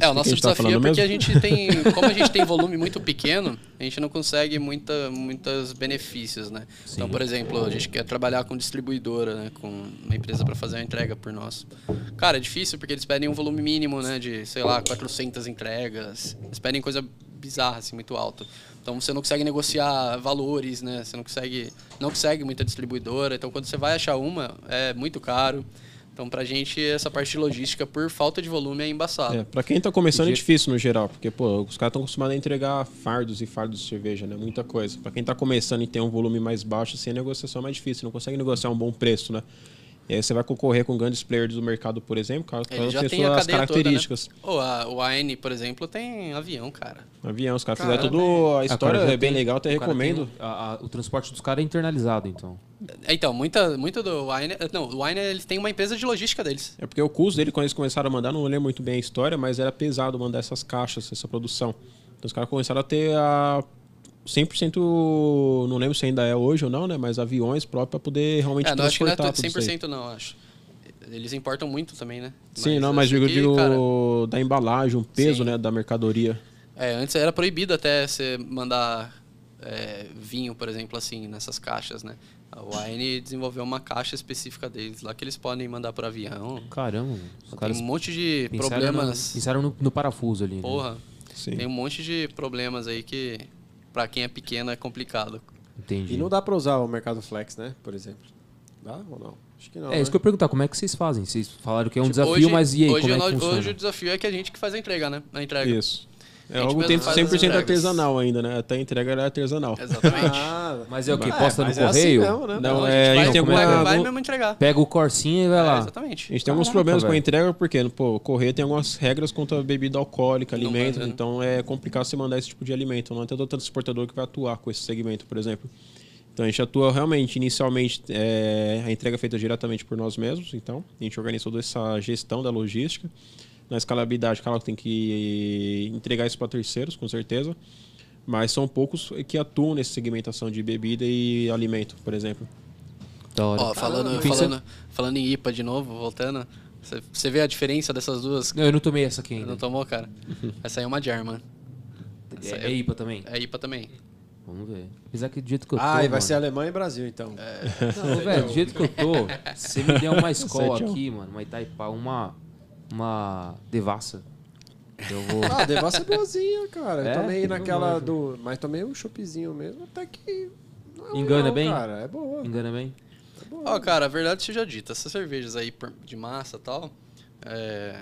É, o o nosso que a gente desafio tá é falando porque mesmo? a gente (laughs) tem. Como a gente tem volume muito pequeno, a gente não consegue muita, muitas benefícios, né? Então, por exemplo, a gente quer trabalhar com distribuidora, né? Com uma empresa para fazer a entrega por nós. Cara, é difícil porque eles pedem um volume mínimo, né? De, sei lá, 400 entregas. Eles pedem coisa bizarra, assim, muito alto. Então você não consegue negociar valores, né? Você não consegue. Não consegue muita distribuidora. Então quando você vai achar uma, é muito caro. Então, pra gente, essa parte de logística, por falta de volume, é embaçada. É, pra quem tá começando é difícil no geral, porque, pô, os caras estão acostumados a entregar fardos e fardos de cerveja, né? Muita coisa. Pra quem tá começando e tem um volume mais baixo, assim, a negociação é mais difícil, não consegue negociar um bom preço, né? E aí você vai concorrer com grandes players do mercado, por exemplo, cara, Ele cada já tem tem a suas cadeia toda, né? características. Ô, a- o AN, por exemplo, tem avião, cara. Avião, os caras Cara, fizeram tudo. A Ah, cara, história já é bem tem- legal, até o cara tem recomendo. um- a- a- o transporte dos caras é internalizado, então. Então, muita, muito do AN... Não, o AN, eles têm uma empresa de logística deles. É porque o custo dele, quando eles começaram a mandar, não lembro muito bem a história, mas era pesado mandar essas caixas, essa produção. Então os caras começaram a ter a 100%, não lembro se ainda é hoje ou não, né? Mas aviões próprios para poder realmente É, não, acho que não é transportar tudo isso aí. 100% não, acho. Eles importam muito também, né? Sim, não, mas acho eu que, digo cara, da embalagem, o peso Sim. né, da mercadoria. é, antes era proibido até você mandar é, vinho, por exemplo, assim, nessas caixas, né? O AN desenvolveu uma caixa específica deles, lá que eles podem mandar por avião. Caramba, mano. os Tem caras um monte de pensaram, problemas... no, pensaram no, no parafuso ali. né? Porra, Sim. tem um monte de problemas aí que, pra quem é pequeno, é complicado. Entendi. E não dá pra usar o Mercado Flex, né? Por exemplo. Dá ou não? Acho que não. É, né? isso que eu ia perguntar, como é que vocês fazem? Vocês falaram que é um Tipo, desafio, hoje- mas e aí, hoje como é que nós- funciona? Hoje o desafio é que a gente que faz a entrega, né? A entrega. Isso. A É gente algo mesmo tem- faz as 100% entregas. artesanal ainda, né? Até a entrega era artesanal. Exatamente. Ah, Mas é o quê? Ah, Posta no mas é assim correio? mesmo, né? Não, Então, é, a gente vai, tem alguma... pega, vai algum- mesmo entregar. Pega o corsinho e vai É, lá. A exatamente. gente tem alguns Caraca, problemas com a velho. entrega, porque pô, o correio tem algumas regras contra a bebida alcoólica, Não alimentos, manda, né? então é complicado você mandar esse tipo de alimento. Não é todo transportador que vai atuar com esse segmento, por exemplo. Então a gente atua realmente, inicialmente, é, a entrega é feita diretamente por nós mesmos, então a gente organiza toda essa gestão da logística. Na escalabilidade, claro que tem que entregar isso para terceiros, com certeza. Mas são poucos que atuam nessa segmentação de bebida e alimento, por exemplo. Da hora. Tá Ó, falando, Pensa- falando, falando em IPA de novo, voltando, você- você vê a diferença dessas duas? Não, eu não tomei essa aqui ainda. Não tomou, cara? Essa aí é uma German. essa é, eu- é IPA também? É IPA também. Vamos ver. Apesar que do jeito que eu tô. Ah, e vai mano. É. ser Alemanha e Brasil, então. Não, velho, do jeito que eu tô, você me deu uma escola Sete a um. aqui, mano, uma Itaipá, uma. Uma devassa. Eu vou. (laughs) Ah, Devassa é boazinha, cara. É? Eu tomei Eu naquela manjo. do... Mas tomei um chopezinho mesmo, até que... não é ruim Engana não, bem? Hum. Cara, é boa. Engana bem? Ó, cara, a verdade seja dita, essas cervejas aí por- de massa e tal, é,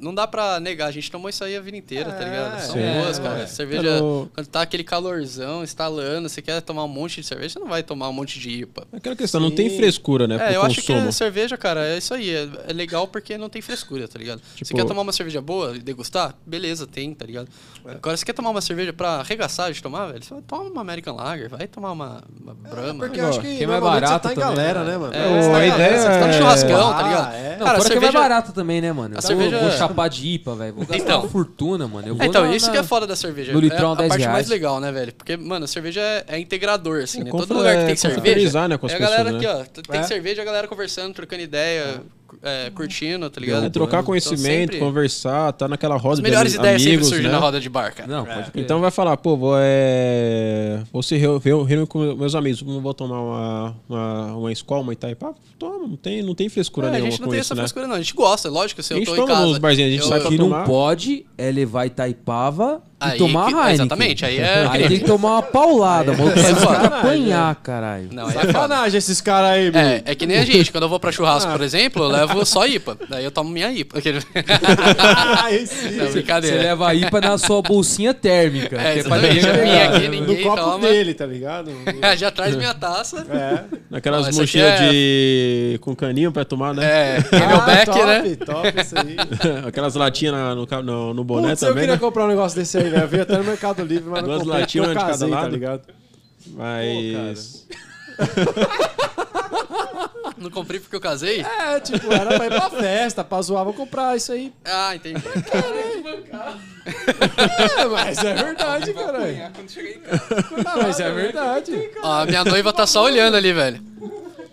não dá pra negar, a gente tomou isso aí a vida inteira, tá É, ligado? São sim. boas, É, cara. ué. Cerveja, Cara, o- quando tá aquele calorzão, estalando, você quer tomar um monte de cerveja, você não vai tomar um monte de IPA. Aquela questão, não Sim. tem frescura, né? É, pro eu acho que consumo. a cerveja, cara, é isso aí. É, é legal porque não tem frescura, tá ligado? Você Tipo- quer tomar uma cerveja boa e degustar? Beleza, tem, tá ligado? É. Agora, você quer tomar uma cerveja pra arregaçar de tomar, velho? Você vai tomar uma American Lager, vai tomar uma, uma Brahma. Porque eu acho que Quem é mais normalmente você barato tá em também, galera, né? né, mano? É, você tá Ô, a na galera, ideia você tá no é- churrascão, tá Ah, ligado? é. Não, fora Cara, a que é cerveja- mais barato também, né, mano? Eu A vou, cerveja- vou chapar de IPA, velho. Vou gastar Então. uma fortuna, né, mano. Eu vou É, então, na- isso na- que é foda da cerveja. no litrão, é a 10 parte mais reais. legal, né, velho? Porque, mano, a cerveja é, é integrador, assim, É, né? Todo confra- lugar que é, tem cerveja. confraternizar, né, com as é a galera pessoas, aqui, ó. t- Tem É. cerveja, a galera conversando, trocando ideia, cu- é, curtindo, tá ligado? É trocar conhecimento, sempre- conversar, tá naquela roda As de melhores ami- ideias sempre amigos, surgem né? na roda né? de bar, cara. É. Não, pode crer. Então vai falar, pô, vou, é... vou se reu- reu- reunir com meus amigos, não vou tomar uma, uma, uma escola, uma Itaipá? Toma, não tem, não tem frescura É, a nenhuma gente não com tem isso, essa né? frescura, não. A gente gosta, lógico, se A eu gente tô em toma casa. nos barzinhos, a gente eu- sai O pra que não tomar. pode é levar Itaipava e Aí tomar que- Heineken. exatamente, aí é Aí crime. é tem que tomar uma paulada, mano. Os foda. caras apanhar, caralho. Não, aí é foda. Sacanagem esses caras aí, meu. É, é que nem a gente, quando eu vou pra churrasco, Ah. por exemplo, eu levo só IPA. Daí eu tomo minha IPA. Aquele- Aí sim. Não, brincadeira. Você leva a IPA na sua bolsinha térmica. É, que é pra exatamente. deixar- Minha aqui, no ninguém copo toma. dele, tá ligado? (laughs) Já traz minha taça. É. Naquelas Ó, essa aqui mochilas é- de... com caninho pra tomar, né? É, Camelback, Ah, top, né? top isso aí. (laughs) Aquelas latinhas na- no, ca- no, no boné Putz, eu também, queria né? comprar um negócio desse aí, velho. Eu vi até no Mercado Livre, mas não Duas comprei porque latinhas, eu uma né, de cada casei, tá lado. ligado? Mas... Não comprei porque eu casei? É, tipo, era pra ir pra festa, pra zoar, vou comprar isso aí. Ah, entendi. É, mas é verdade, caralho. Quando cheguei em casa. Ah, mas é verdade. Ó, minha noiva tá só olhando ali, velho.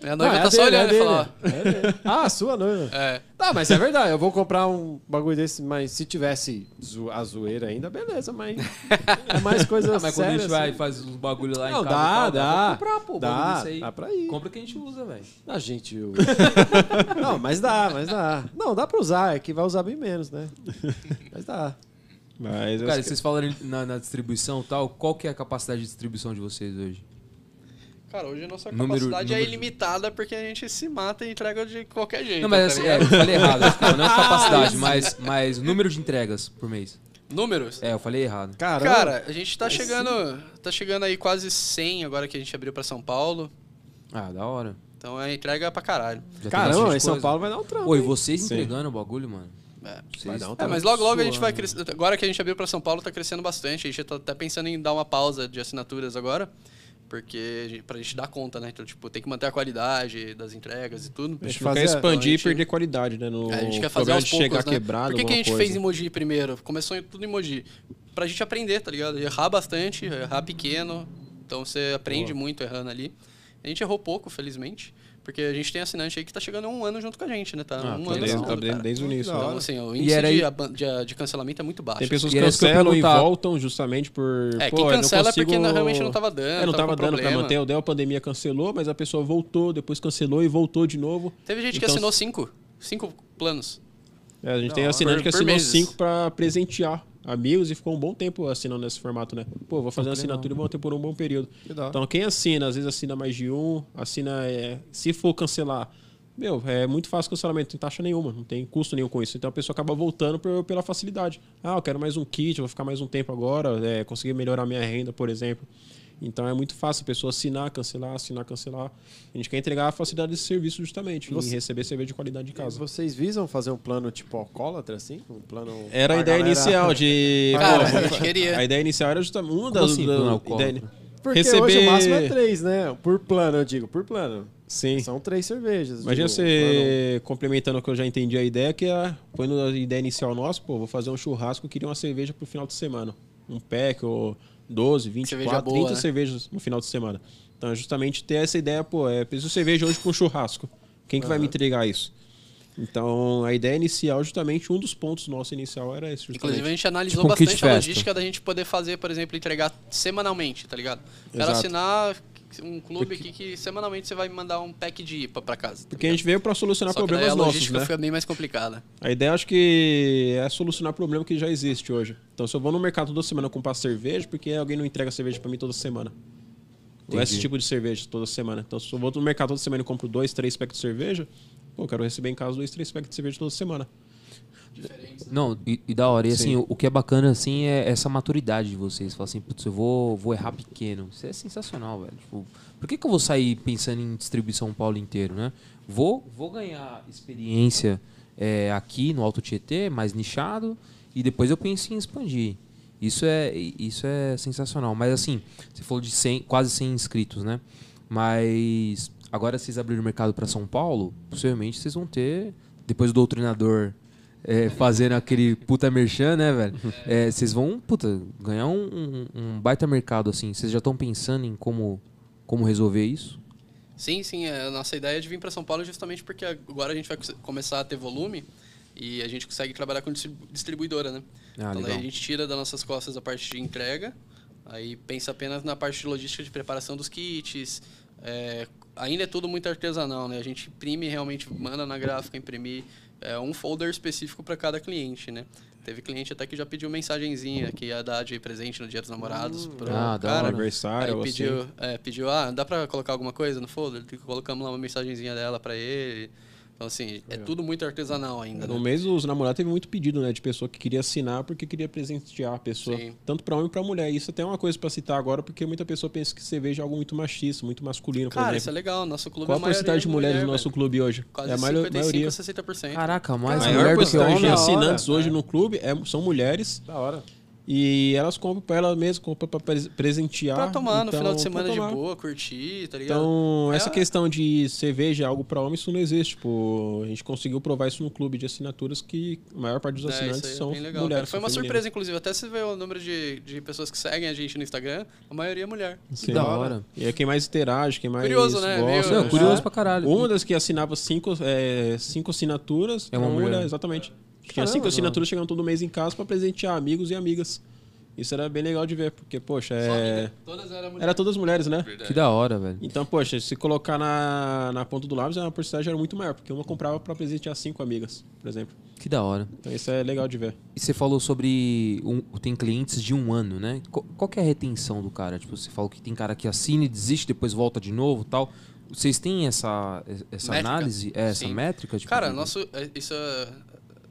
Minha noiva Ah, é tá só dele, é olhando e dele. falou, ó, É dele. Ah, a sua noiva. é. Tá, mas é verdade, eu vou comprar um bagulho desse, mas se tivesse zo a zoeira ainda, beleza, mas é mais (laughs) coisa Ah, mas quando a séria. gente vai e assim. faz os bagulho lá Não, em casa. dá, e tal, dá. pra comprar, pô, o bagulho Dá, desse aí. dá pra ir. Compra o que a gente usa, velho. Ah, gente, eu... Não, mas dá, mas dá. Não, dá pra usar, é que vai usar bem menos, né? Mas dá. Mas Cara, eu- vocês falaram na, na distribuição e tal, qual que é a capacidade de distribuição de vocês hoje? Cara, hoje a nossa Número- capacidade é número de- ilimitada porque a gente se mata e entrega de qualquer jeito. Não, mas tá assim, é, ligado? eu falei errado. Não, (laughs) não capacidade, mas, mas número de entregas por mês. Números? É, eu falei errado. Caramba. Cara, a gente tá chegando, tá chegando aí quase 100 agora que a gente abriu pra São Paulo. Ah, da hora. Então é entrega pra caralho. Já tem caramba, bastante em São coisa. Paulo vai dar um trampo. Pô, e hein? vocês Sim. entregando o bagulho, mano? É. Vocês... tá dar um Tá É, trampo. mas logo logo a gente Suando. vai crescer. Agora que a gente abriu pra São Paulo, tá crescendo bastante. A gente tá até pensando em dar uma pausa de assinaturas agora. Porque a gente- pra gente dar conta, né? Então, tipo, tem que manter a qualidade das entregas e tudo. A gente Deixa não eu quer fazer- expandir a e gente- perder qualidade, né? No A gente quer fazer programa aos de poucos, chegar né? quebrado, Por que, que a alguma gente coisa. fez em Mogi primeiro? Começou em- tudo em Mogi. Pra gente aprender, tá ligado? Errar bastante, errar pequeno. Então você aprende muito errando ali. A gente errou pouco, felizmente. Porque a gente tem assinante aí que tá chegando a um ano junto com a gente, né? Tá Ah, um tá ano legal. Desde, assinando, tá cara. desde, desde o início. Da né? hora. Então, assim, o E índice era de, aí- aban- de- de cancelamento é muito baixo. Tem pessoas E que era isso que eu ia cancelam e perguntar. voltam justamente por. É, pô, quem eu não cancela é porque consigo- não- realmente não tava dando, É, não tava com tava, dando pra problema. manter. O Dell, a pandemia cancelou, mas a pessoa voltou, depois cancelou e voltou de novo. Teve gente que Então, assinou cinco. Cinco planos. É, a gente tem assinante Por- que por assinou meses. cinco pra presentear amigos e ficou um bom tempo assinando nesse formato, né? Pô, vou fazer uma assinatura e vou ter por um bom período. Que da hora. Então, quem assina, às vezes assina mais de um, assina. é, se for cancelar. Meu, é muito fácil o cancelamento, não tem taxa nenhuma, não tem custo nenhum com isso. Então a pessoa acaba voltando por- pela facilidade. Ah, eu quero mais um kit, eu vou ficar mais um tempo agora, é, conseguir melhorar minha renda, por exemplo. Então é muito fácil a pessoa assinar, cancelar, assinar, cancelar. A gente quer entregar a facilidade desse serviço justamente, Você- e receber cerveja de qualidade de casa. Vocês visam fazer um plano tipo alcoólatra, assim? Um plano. Era a pra ideia galera- inicial de. Cara, Pô, a gente queria. A ideia inicial era justamente uma das. assim, da- plano alcoólatra? ideia- Porque hoje o máximo é três, né? Por plano, eu digo, por plano. Sim. São três cervejas. Imagina digo, você complementando o que eu já entendi a ideia, que é, foi na ideia inicial nossa, pô, vou fazer um churrasco, queria uma cerveja pro final de semana. um pack ou 12, 24, Cerveja boa, 30 né? cervejas no final de semana. Então é justamente ter essa ideia, pô, é, preciso de cerveja hoje para um churrasco. Quem que vai me entregar isso? Então a ideia inicial, justamente um dos pontos nossos inicial era esse. Justamente. Inclusive, a gente analisou Tipo um kit bastante a festa. logística da gente poder fazer, por exemplo, entregar semanalmente, tá ligado? Para Exato. assinar um clube aqui que semanalmente você vai me mandar um pack de IPA pra casa. tá Porque a gente veio para solucionar ligado? Só que daí problemas a nossos, logística né? fica bem mais complicada. A ideia acho que é solucionar problema que já existe hoje. Então, se eu vou no mercado toda semana comprar cerveja, porque alguém não entrega cerveja para mim toda semana? Ou esse tipo de cerveja toda semana. Então, se eu vou no mercado toda semana e compro dois, três packs de cerveja, pô, eu quero receber em casa dois, três packs de cerveja toda semana. Não, e, e da hora. E assim, Sim. o, o que é bacana, assim, é essa maturidade de vocês. Falar assim, putz, eu vou, vou errar pequeno. Isso é sensacional, velho. Tipo, por que, que eu vou sair pensando em distribuir São Paulo inteiro, né? Vou, vou ganhar experiência é, aqui no Alto Tietê, mais nichado, e depois eu penso em expandir. Isso é, isso é sensacional. Mas assim, você falou de 100, quase 100 inscritos, né? Mas agora vocês abriram o mercado para São Paulo, possivelmente vocês vão ter, depois do doutrinador é, fazendo aquele puta merchan, né, velho? Uhum. É, Vocês vão, puta, ganhar um, um- um baita mercado, assim. Vocês já estão pensando em como, como resolver isso? Sim, sim, é, a nossa ideia é de vir para São Paulo justamente porque agora a gente vai co- começar a ter volume e a gente consegue trabalhar com distribu- distribuidora, né? Ah, então daí a legal. gente tira das nossas costas a parte de entrega, aí pensa apenas na parte de logística de preparação dos kits. é, ainda é tudo muito artesanal, né? A gente imprime realmente, manda na gráfica imprimir é, um folder específico para cada cliente, né? Teve cliente até que já pediu mensagenzinha que ia dar de presente no Dia dos Namorados pro Ah, da cara. hora. aniversário, né? Aí ou assim. pediu, é, pediu, ah, dá pra colocar alguma coisa no folder? Colocamos lá uma mensagenzinha dela pra ele. Então, assim, é tudo muito artesanal ainda, No né? mês, os namorados teve muito pedido, né? De pessoa que queria assinar porque queria presentear a pessoa. Sim. Tanto para homem como para mulher. Isso até é uma coisa para citar agora, porque muita pessoa pensa que cerveja é algo muito machista, muito masculino, por Cara, exemplo. isso é legal. Nosso clube Qual é a porcentagem de mulheres maioria no nosso mulher, clube hoje? velho. Quase é a maior- 55 maioria. a 60%. Caraca, A mais um. Cara, maior mulher do que porcentagem de homem. da hora, assinantes hoje no clube é- são mulheres um Da hora. e elas compram para elas mesmas, compram para presentear. Pra tomar no então, final de pra semana de tomar. boa, curtir, tá ligado? Então, É. essa questão de cerveja é algo para homem, isso não existe. Tipo, a gente conseguiu provar isso no clube de assinaturas que a maior parte dos É, isso assinantes aí é são bem legal, cara. mulheres. Foi são uma femininas. surpresa, inclusive. Até se vê o número de, de pessoas que seguem a gente no Instagram, a maioria é mulher. Sim. Da hora. E é quem mais interage, quem mais Curioso, né? gosta. Meio- Não, curioso É. pra caralho. Uma das que assinava cinco, é, cinco assinaturas É uma pra mulher. exatamente. Tinha Caramba, cinco mano. assinaturas chegando todo mês em casa pra presentear amigos e amigas. Isso era bem legal de ver, porque, poxa, Só é... amiga. Todas eram mulheres. era todas mulheres, né? Que da hora, velho. Então, poxa, se colocar na, na ponta do lápis, a porcentagem era muito maior, porque uma comprava pra presentear cinco amigas, por exemplo. Que da hora. Então isso é legal de ver. E você falou sobre. um- tem clientes de um ano, né? Qual, qual que é a retenção do cara? Tipo, você falou que tem cara que assina e desiste, depois volta de novo tal. Vocês têm essa, essa Métrica. análise, é, essa Sim. métrica? Tipo, Cara, nosso, é, isso é,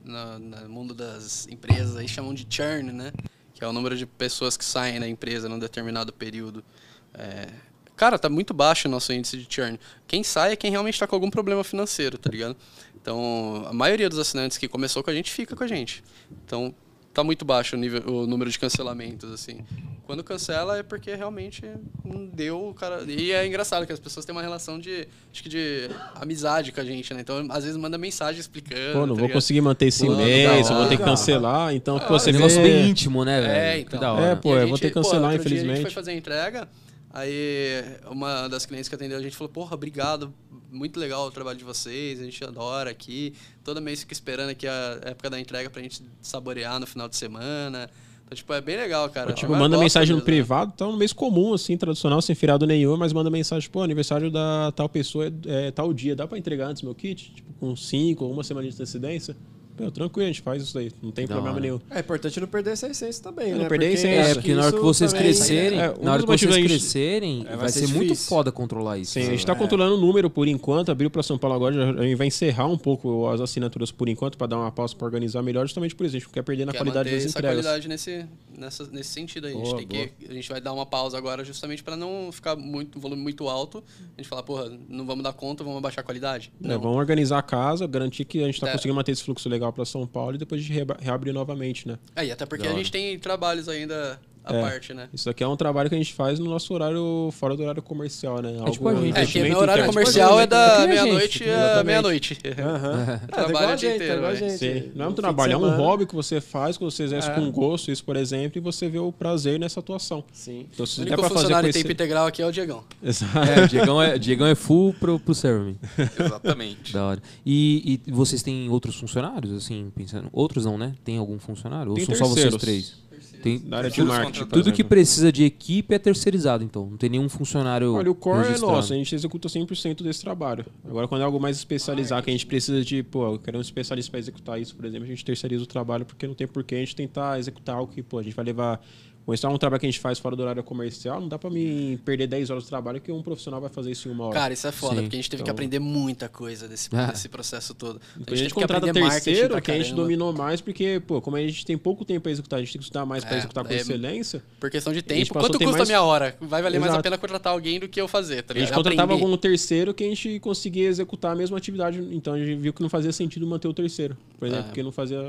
na- na- no mundo das empresas aí chamam de churn, né? Que é o número de pessoas que saem da empresa num determinado período. É, cara, tá muito baixo o nosso índice de churn. Quem sai é quem realmente tá com algum problema financeiro, tá ligado? Então, a maioria dos assinantes que começou com a gente fica com a gente. Então, tá muito baixo o, nível, o número de cancelamentos, assim. Quando cancela é porque realmente não deu o cara. E é engraçado que as pessoas têm uma relação de. Acho que de amizade com a gente, né? Então, às vezes manda mensagem explicando. Pô, tá não vou ligado? conseguir manter esse Pô, mês, da eu vou ter que hora. cancelar, então, pô, É você um negócio vê- bem íntimo, né, velho? É, Que então. da É, hora. É, pô, E a eu vou ter que cancelar, outro dia A gente infelizmente. foi fazer a entrega, aí uma das clientes que atendeu a gente falou, porra, obrigado, muito legal o trabalho de vocês, a gente adora aqui. Todo mês fica esperando aqui a época da entrega pra gente saborear no final de semana. Então, tipo, é bem legal, cara. Ou, tipo, Ela manda gosta mensagem no mesmo, né? privado, tá um mês comum, assim, tradicional, sem feriado nenhum, mas manda mensagem, pô, aniversário da tal pessoa é, é tal dia, dá pra entregar antes meu kit? Tipo, com cinco, uma semana de antecedência? Pô, tranquilo, a gente faz isso aí, não tem Da problema hora. nenhum. É importante não perder essa essência também, É, né? não perder a Porque essência. acho É, porque na hora que isso vocês também- né? crescerem, É, um na hora dos que vocês motivos a gente- crescerem, É, vai vai ser ser, muito difícil. foda controlar isso. Sim, a gente tá É. controlando o número por enquanto, abriu pra São Paulo agora, já- a gente vai encerrar um pouco as assinaturas por enquanto, pra dar uma pausa pra organizar melhor, justamente por isso, a gente não quer perder na Quer qualidade manter das essa entregas. qualidade nesse, nessa- nesse sentido aí. A gente, Boa, tem que, a gente vai dar uma pausa agora justamente pra não ficar muito um volume muito alto. A gente fala, porra, não vamos dar conta, vamos abaixar a qualidade. É, vamos organizar a casa, garantir que a gente tá É. conseguindo manter esse fluxo legal pra São Paulo e depois a gente reaba- reabre novamente, né? É, e até porque Da a hora. gente tem trabalhos ainda à É. parte, né? Isso aqui é um trabalho que a gente faz no nosso horário, fora do horário comercial, né? Algo- tipo a gente. É que investimento meu horário interno. comercial Aqui é é da gente, meia-noite à exatamente. (laughs) Ah, meia-noite. Aham. É, tá Trabalha igual a o dia gente, tá inteiro, igual a velho. gente. Sim, No não é um fim de trabalho, é um semana. hobby que você faz, que você exerce É. com gosto, isso, por exemplo, e você vê o prazer nessa atuação. Sim. Então, O se der único pra fazer com funcionário em esse... tempo integral aqui é o Diegão. (laughs) Exato. (laughs) É, o Diegão é, Diegão é full pro, pro Serverman. (laughs) (laughs) Exatamente. Da hora. E, e vocês têm outros funcionários, assim, pensando? Outros não, né? Tem algum funcionário? Ou Tem são só vocês terceiros. tá três? Tem, Na área de Juros marketing, por contratados. tudo que exemplo. precisa de equipe é terceirizado, então. Não tem nenhum funcionário. Olha, o core registrado. é nosso, a gente executa 100% desse trabalho. Agora, quando é algo mais especializado, que a gente precisa de, pô, eu quero um especialista para executar isso, por exemplo, a gente terceiriza o trabalho, porque não tem porquê a gente tentar executar algo que, pô, a gente vai levar. Com isso, é um trabalho que a gente faz fora do horário comercial, não dá para mim perder 10 horas de trabalho que um profissional vai fazer isso em uma hora. Cara, isso é foda, Sim, porque a gente teve que então- aprender muita coisa desse, Ah. desse processo todo. a gente teve que contrata aprender marketing terceiro, pra que a gente caramba. dominou mais, porque, pô, como a gente tem pouco tempo para executar, a gente tem que estudar mais para É, executar com é- excelência. Por questão de gente tempo, passou a quanto ter custa a mais- minha hora? Vai valer mais a Exato. pena contratar alguém do que eu fazer, tá A gente ligado? contratava Aprender. algum terceiro que a gente conseguia executar a mesma atividade. Então a gente viu que não fazia sentido manter o terceiro, por exemplo, Ah. porque não fazia,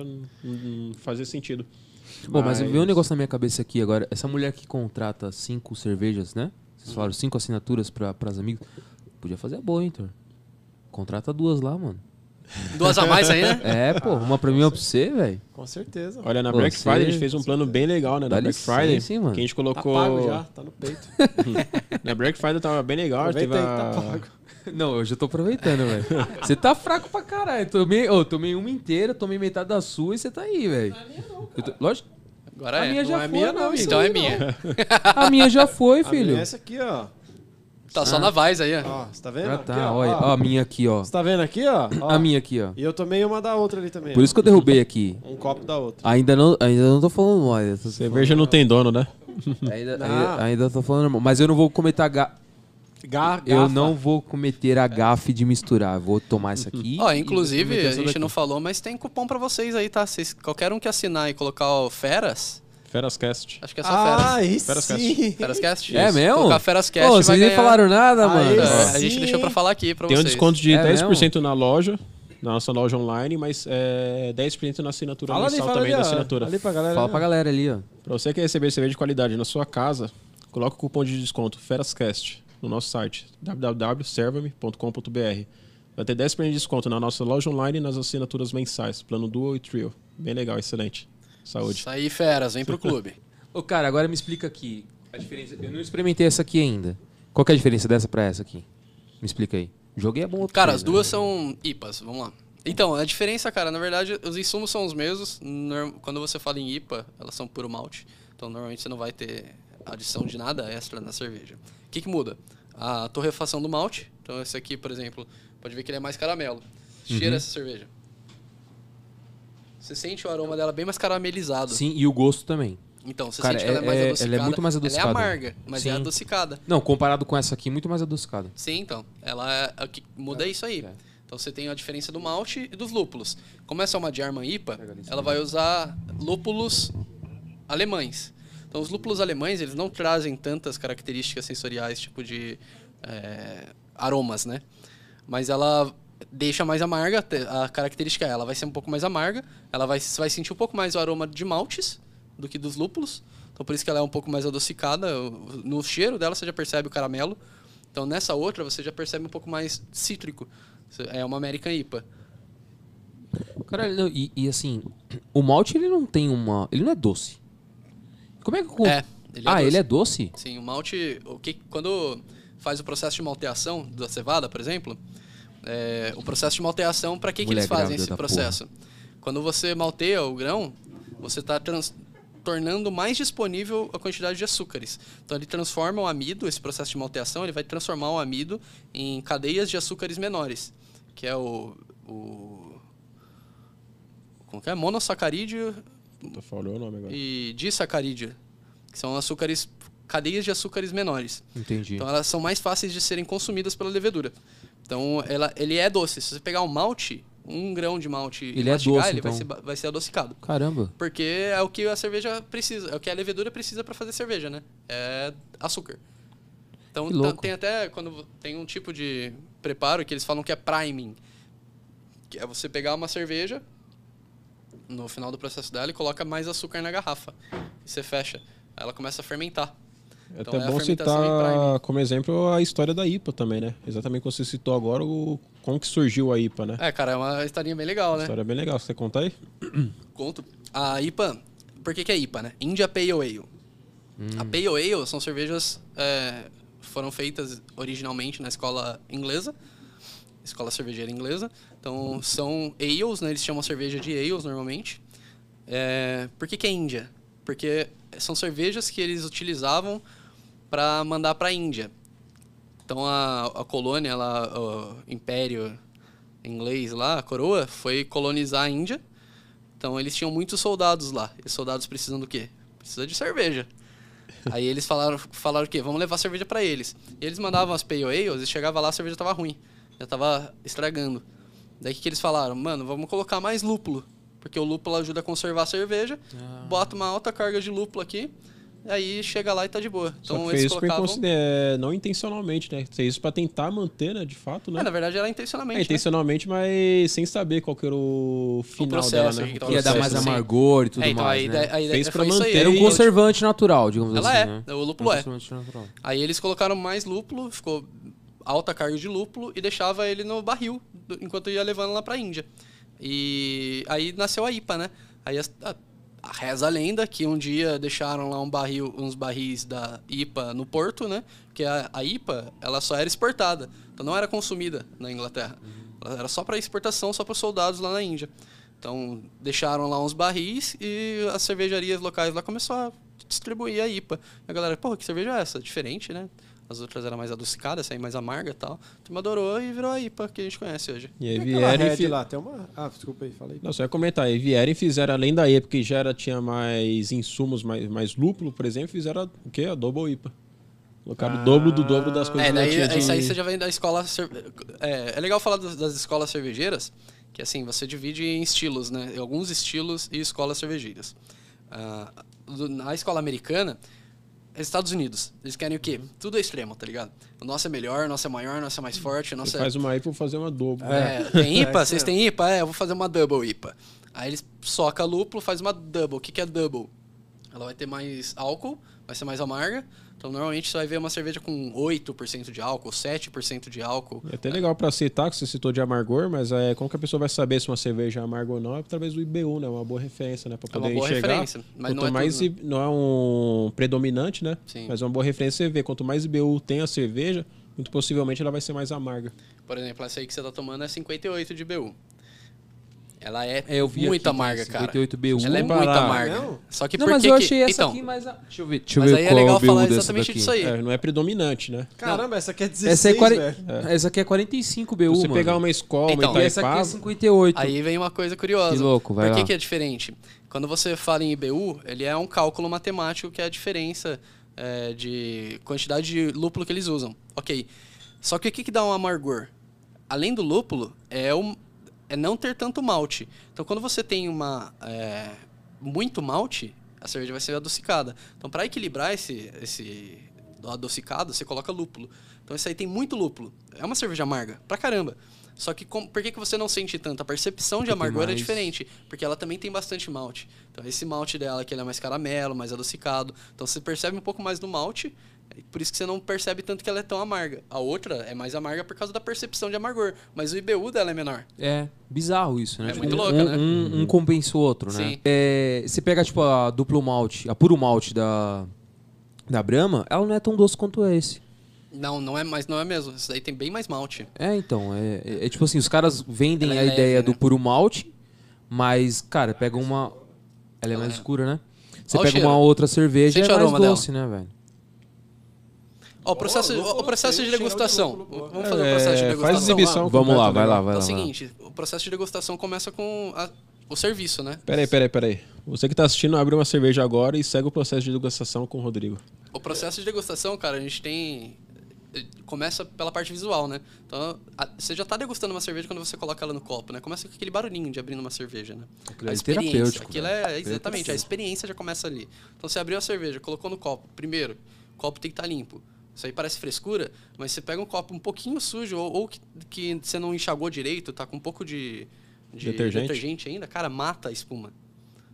não fazia sentido. Pô, mas veio um negócio na minha cabeça aqui agora. Essa mulher que contrata cinco cervejas, né? Vocês falaram Uhum. cinco assinaturas para as amigas. Podia fazer a boa, hein, Thor? Contrata duas lá, mano. Duas a mais aí, né? É, pô, uma pra mim e uma pra você, velho. Com certeza. Olha, na Pô, Black você- Friday a gente fez um plano bem legal, né? Dá Na Black licença, Friday, hein, mano? que a gente Tá colocou... pago já, tá no (laughs) peito. Na Black Friday tava bem legal, teve Aproveita aí, tá a- pago. Não, eu já tô aproveitando, velho. Você tá fraco pra caralho. Tomei, ô, tomei uma inteira, tomei metade da sua e você tá aí, velho. Eu tô- Lógico, (laughs) Agora A é. minha já não é foi, minha, não, não. isso Então aí é minha. a minha já foi, A minha filho. é Essa aqui, ó. Tá só na Vaz aí, ó. Ó, você tá vendo? Ah, Aqui, tá, olha. Ó, a minha aqui, ó. Você tá vendo aqui, ó? Ó. A minha aqui, ó. E eu tomei uma da outra ali também. Por ó. isso que eu derrubei aqui. Um copo da outra. Ainda não, ainda não tô falando mal. ainda tô- Cerveja não tem dono, né? Ainda, Não. ainda, ainda tô falando mal. Mas eu não vou cometer a ga... Ga- Eu gafa. não vou cometer a gafe de misturar. Eu Vou tomar essa aqui. Ó, e inclusive, vou cometer é a essa gente daqui. não falou, mas tem cupom pra vocês aí, tá? Vocês, qualquer um que assinar e colocar o Feras, Ferascast. acho que é só Ah, Feras. aí Feras sim. Ferascast? É Isso. mesmo? Colocar Ferascast Ô, vai vocês nem ganhar. falaram nada, Aí mano. É, a Sim. gente deixou pra falar aqui pra Tem um vocês. desconto de É 10% na loja, na nossa loja online, mas é 10% na assinatura Fala ali, mensal fala também ali, ó. da assinatura. Ali pra galera. Fala né? pra galera ali, ó. Pra você que quer receber cerveja de qualidade na sua casa, coloca o cupom de desconto FerasCast no nosso site www.servame.com.br. Vai ter 10% de desconto na nossa loja online e nas assinaturas mensais, plano duo e trio. Bem legal, excelente. Saúde. Isso aí, Feras, vem pro clube. Ô, cara, agora me explica aqui. A diferença. Eu não experimentei essa aqui ainda. Qual que é a diferença dessa pra essa aqui? Me explica aí. Joguei é bom outro Cara, dia, as né? duas são IPAs, vamos lá. Então, a diferença, cara, na verdade, os insumos são os mesmos. Norm- Quando você fala em IPA, elas são puro malte. Então, normalmente você não vai ter adição de nada extra na cerveja. O que, que muda? A torrefação do malte. Então, esse aqui, por exemplo, pode ver que ele é mais caramelo. Uhum. Cheira essa cerveja. Você sente o aroma dela bem mais caramelizado. Sim, e o gosto também. Então, você Cara, sente que ela é, mais é- é- ela é adocicada. muito mais adocicada. Ela é amarga, mas é Sim. adocicada. Não, comparado com essa aqui, muito mais adocicada. Sim, então. Ela é- é o que muda isso aí. é. Então você tem a diferença do malte e dos lúpulos. Como essa é uma German IPA, ela vai usar lúpulos alemães. Então os lúpulos alemães, eles não trazem tantas características sensoriais, tipo de é, aromas, né? Mas ela deixa mais amarga, te- a característica é, ela vai ser um pouco mais amarga, ela vai, vai sentir um pouco mais o aroma de maltes do que dos lúpulos. Então por isso que ela é um pouco mais adocicada. No cheiro dela você já percebe o caramelo. Então nessa outra você já percebe um pouco mais cítrico. É uma American IPA. Caralho, não, e, e assim, o malte ele não tem uma. Ele não é doce. Como é que. eu- É, ele é ah, doce. ele é doce? Sim, o malte, o que, quando faz o processo de malteação da cevada, por exemplo, é, o processo de malteação, para que, que Mulher eles fazem grávida esse da processo? Quando você malteia o grão, você está tornando mais disponível a quantidade de açúcares. Então ele transforma o amido, esse processo de malteação, ele vai transformar o amido em cadeias de açúcares menores, que é o, o como que é? Monossacarídeo Tô falando o nome agora. e disacarídeo, que são açúcares cadeias de açúcares menores. Entendi. Então elas são mais fáceis de serem consumidas pela levedura. Então ela, ele é doce. Se você pegar um malte, um grão de malte e Ele é mastigar, doce, ele vai então. ser, ba- vai ser adocicado. Caramba. Porque é o que a cerveja precisa, é o que a levedura precisa para fazer cerveja, né? É açúcar. Então Que tá- louco. tem até quando tem um tipo de preparo que eles falam que é priming, que é você pegar uma cerveja no final do processo dela e coloca mais açúcar na garrafa e você fecha. ela começa a fermentar. É Então até é a bom fermentação em prime. citar como exemplo a história da IPA também, né? Exatamente como você citou agora, o, como que surgiu a IPA, né? É, cara, é uma historinha bem legal, né? História bem legal, você conta aí? Conto. A IPA, por que, que é IPA, né? India Pale Ale. A Pale Ale são cervejas é, foram feitas originalmente na escola inglesa, escola cervejeira inglesa. Então são ales, né? Eles chamam cerveja de ales normalmente. É, por que, que é Índia? Porque são cervejas que eles utilizavam para mandar para a Índia. Então a, a colônia lá, o império inglês lá, a coroa, foi colonizar a Índia. Então eles tinham muitos soldados lá. E os soldados precisam do quê? Precisa de (laughs) cerveja. Aí eles falaram, falaram o quê? Vamos levar cerveja pra eles. E eles mandavam as pale ales e chegava lá a cerveja tava ruim. Já tava estragando. Daí o que, que eles falaram? Mano, vamos colocar mais lúpulo. Porque o lúpulo ajuda a conservar a cerveja. Ah. Bota uma alta carga de lúpulo aqui. Aí chega lá e tá de boa. Só Então que fez eles isso por colocavam... inconsci- é, não intencionalmente, né? Fez isso pra tentar manter, né? De fato, né? Ah, na verdade era É, intencionalmente. né? intencionalmente, mas sem saber qual que era o final processo então, dela, que né? tava Queria dar mais Processo, sim. amargor e tudo É, então mais. a né? ideia, a ideia Fez pra foi isso aí. manter Era um Então, um tipo, conservante natural, digamos Ela assim. é, né? o lúpulo Um é. conservante natural. Aí eles colocaram mais lúpulo, ficou alta carga de lúpulo e deixava ele no barril do- enquanto ia levando lá pra Índia. E aí nasceu a IPA, né? Aí as- a, a reza a lenda que um dia deixaram lá um barril, uns barris da IPA no porto, né? Porque a, a IPA, ela só era exportada, então não era consumida na Inglaterra. Ela era só pra exportação, só para soldados lá na Índia. Então deixaram lá uns barris e as cervejarias locais lá começaram a distribuir a IPA. A galera, porra, que cerveja é essa? Diferente, né? As outras eram mais adocicada, essa aí mais amarga e tal. A turma adorou e virou a IPA que a gente conhece hoje. E aí E aquela vieram e Red fi- lá, tem uma... Ah, desculpa aí, falei. Não, só ia comentar. aí vieram e fizeram, além da IPA, que já era, tinha mais insumos, mais, mais lúpulo, por exemplo, fizeram o quê? A Double IPA. Colocaram o dobro do dobro das coisas É, que daí já tinha de- isso aí você já vem da escola. cer- É, é legal falar das, das escolas cervejeiras, que assim, você divide em estilos, né? Em Alguns estilos e escolas cervejeiras. Ah, do- na escola americana, é Estados Unidos, eles querem o Uhum. quê? Tudo é extremo, tá ligado? O nosso é melhor, o nosso é maior, o nosso é mais forte, o Você nosso é faz uma IPA, vou fazer uma Double. É, (laughs) tem IPA? Vocês têm IPA? É, eu vou fazer uma double IPA. Aí eles soca lúpulo, faz uma double. O que, que é double? Ela vai ter mais álcool, vai ser mais amarga. Então, normalmente, você vai ver uma cerveja com 8% de álcool, 7% de álcool. É até legal pra citar, que você citou de amargor, mas é, como que a pessoa vai saber se uma cerveja é amarga ou não? É através do IBU, né? Uma boa referência, né? Pra É uma poder boa enxergar. referência, mas Quanto não é mais tudo, I- não é um predominante, né? Sim. Mas é uma boa referência você vê. Quanto mais IBU tem a cerveja, muito possivelmente ela vai ser mais amarga. Por exemplo, essa aí que você tá tomando é 58 de BU. Ela é, É, eu vi muito aqui, amarga, tem cara. 58 BU. Ela é Opa, muito lá. amarga. Não? Só que um não, por mas que eu que- achei essa então, aqui mais... a- Deixa eu ver, deixa eu Mas ver aí é qual legal o BU falar dessa exatamente daqui. disso aí. É, não é predominante, né? Caramba, essa aqui é 16, Essa, é velho. 40... essa aqui é 45 BU, Se você mano. pegar uma escola, Então, uma E essa aqui é Itaipava, 58. Aí vem uma coisa curiosa. Que louco, vai Por que, lá. que é diferente? Quando você fala em IBU, ele é um cálculo matemático que é a diferença é, de quantidade de lúpulo que eles usam. Ok. Só que o que, que dá um amargor? Além do lúpulo, é, um, é não ter tanto malte. Então, quando você tem uma é, muito malte, a cerveja vai ser adocicada. Então, para equilibrar esse, esse adocicado, você coloca lúpulo. Então, isso aí tem muito lúpulo. É uma cerveja amarga, pra caramba. Só que com- por que, que você não sente tanto? A percepção de Porque tem amargor é mais- diferente, porque ela também tem bastante malte. Então, esse malte dela, que ele é mais caramelo, mais adocicado. Então, você percebe um pouco mais do malte, e por isso que você não percebe tanto que ela é tão amarga. A outra é mais amarga por causa da percepção de amargor, mas o IBU dela é menor. É bizarro isso, né? É muito um, louco, um, né? Um, um compensa o outro, né? Sim. É, você pega, tipo, a duplo malte, a puro malte da, da Brahma, ela não é tão doce quanto esse. Não, não é, mas não é mesmo. Isso daí tem bem mais malte. É, então, é, é- é tipo assim, os caras vendem Ela a é leve, ideia do né? puro malte, mas, cara, pega uma... Ela é mais escura, né? Você Olha o pega uma cheiro. outra cerveja, Sente é o mais aroma dela. doce, né, velho? Ó, o processo, Ó, ó, lúpulo o processo de frente, degustação. cheiro de lúpulo, Vamos fazer o processo de é, degustação. faz exibição. Vamos lá, completa, vai né? lá, vai lá. É o vai lá. seguinte, o processo de degustação começa com a- o serviço, né? Peraí, peraí, peraí. Você que tá assistindo, abre uma cerveja agora e segue o processo de degustação com o Rodrigo. O processo de degustação, cara, a gente tem. eh, Começa pela parte visual, né? Então, a- você já tá degustando uma cerveja quando você coloca ela no copo, né? Começa com aquele barulhinho de abrindo uma cerveja, né? Aquilo a é experiência, terapêutico, Aquilo velho. é, exatamente, a experiência já começa ali. Então, você abriu a cerveja, colocou no copo. Primeiro, o copo tem que estar limpo. Isso aí parece frescura, mas você pega um copo um pouquinho sujo ou, ou que, que você não enxagou direito, tá com um pouco de, de Detergente. detergente ainda, cara, mata a espuma.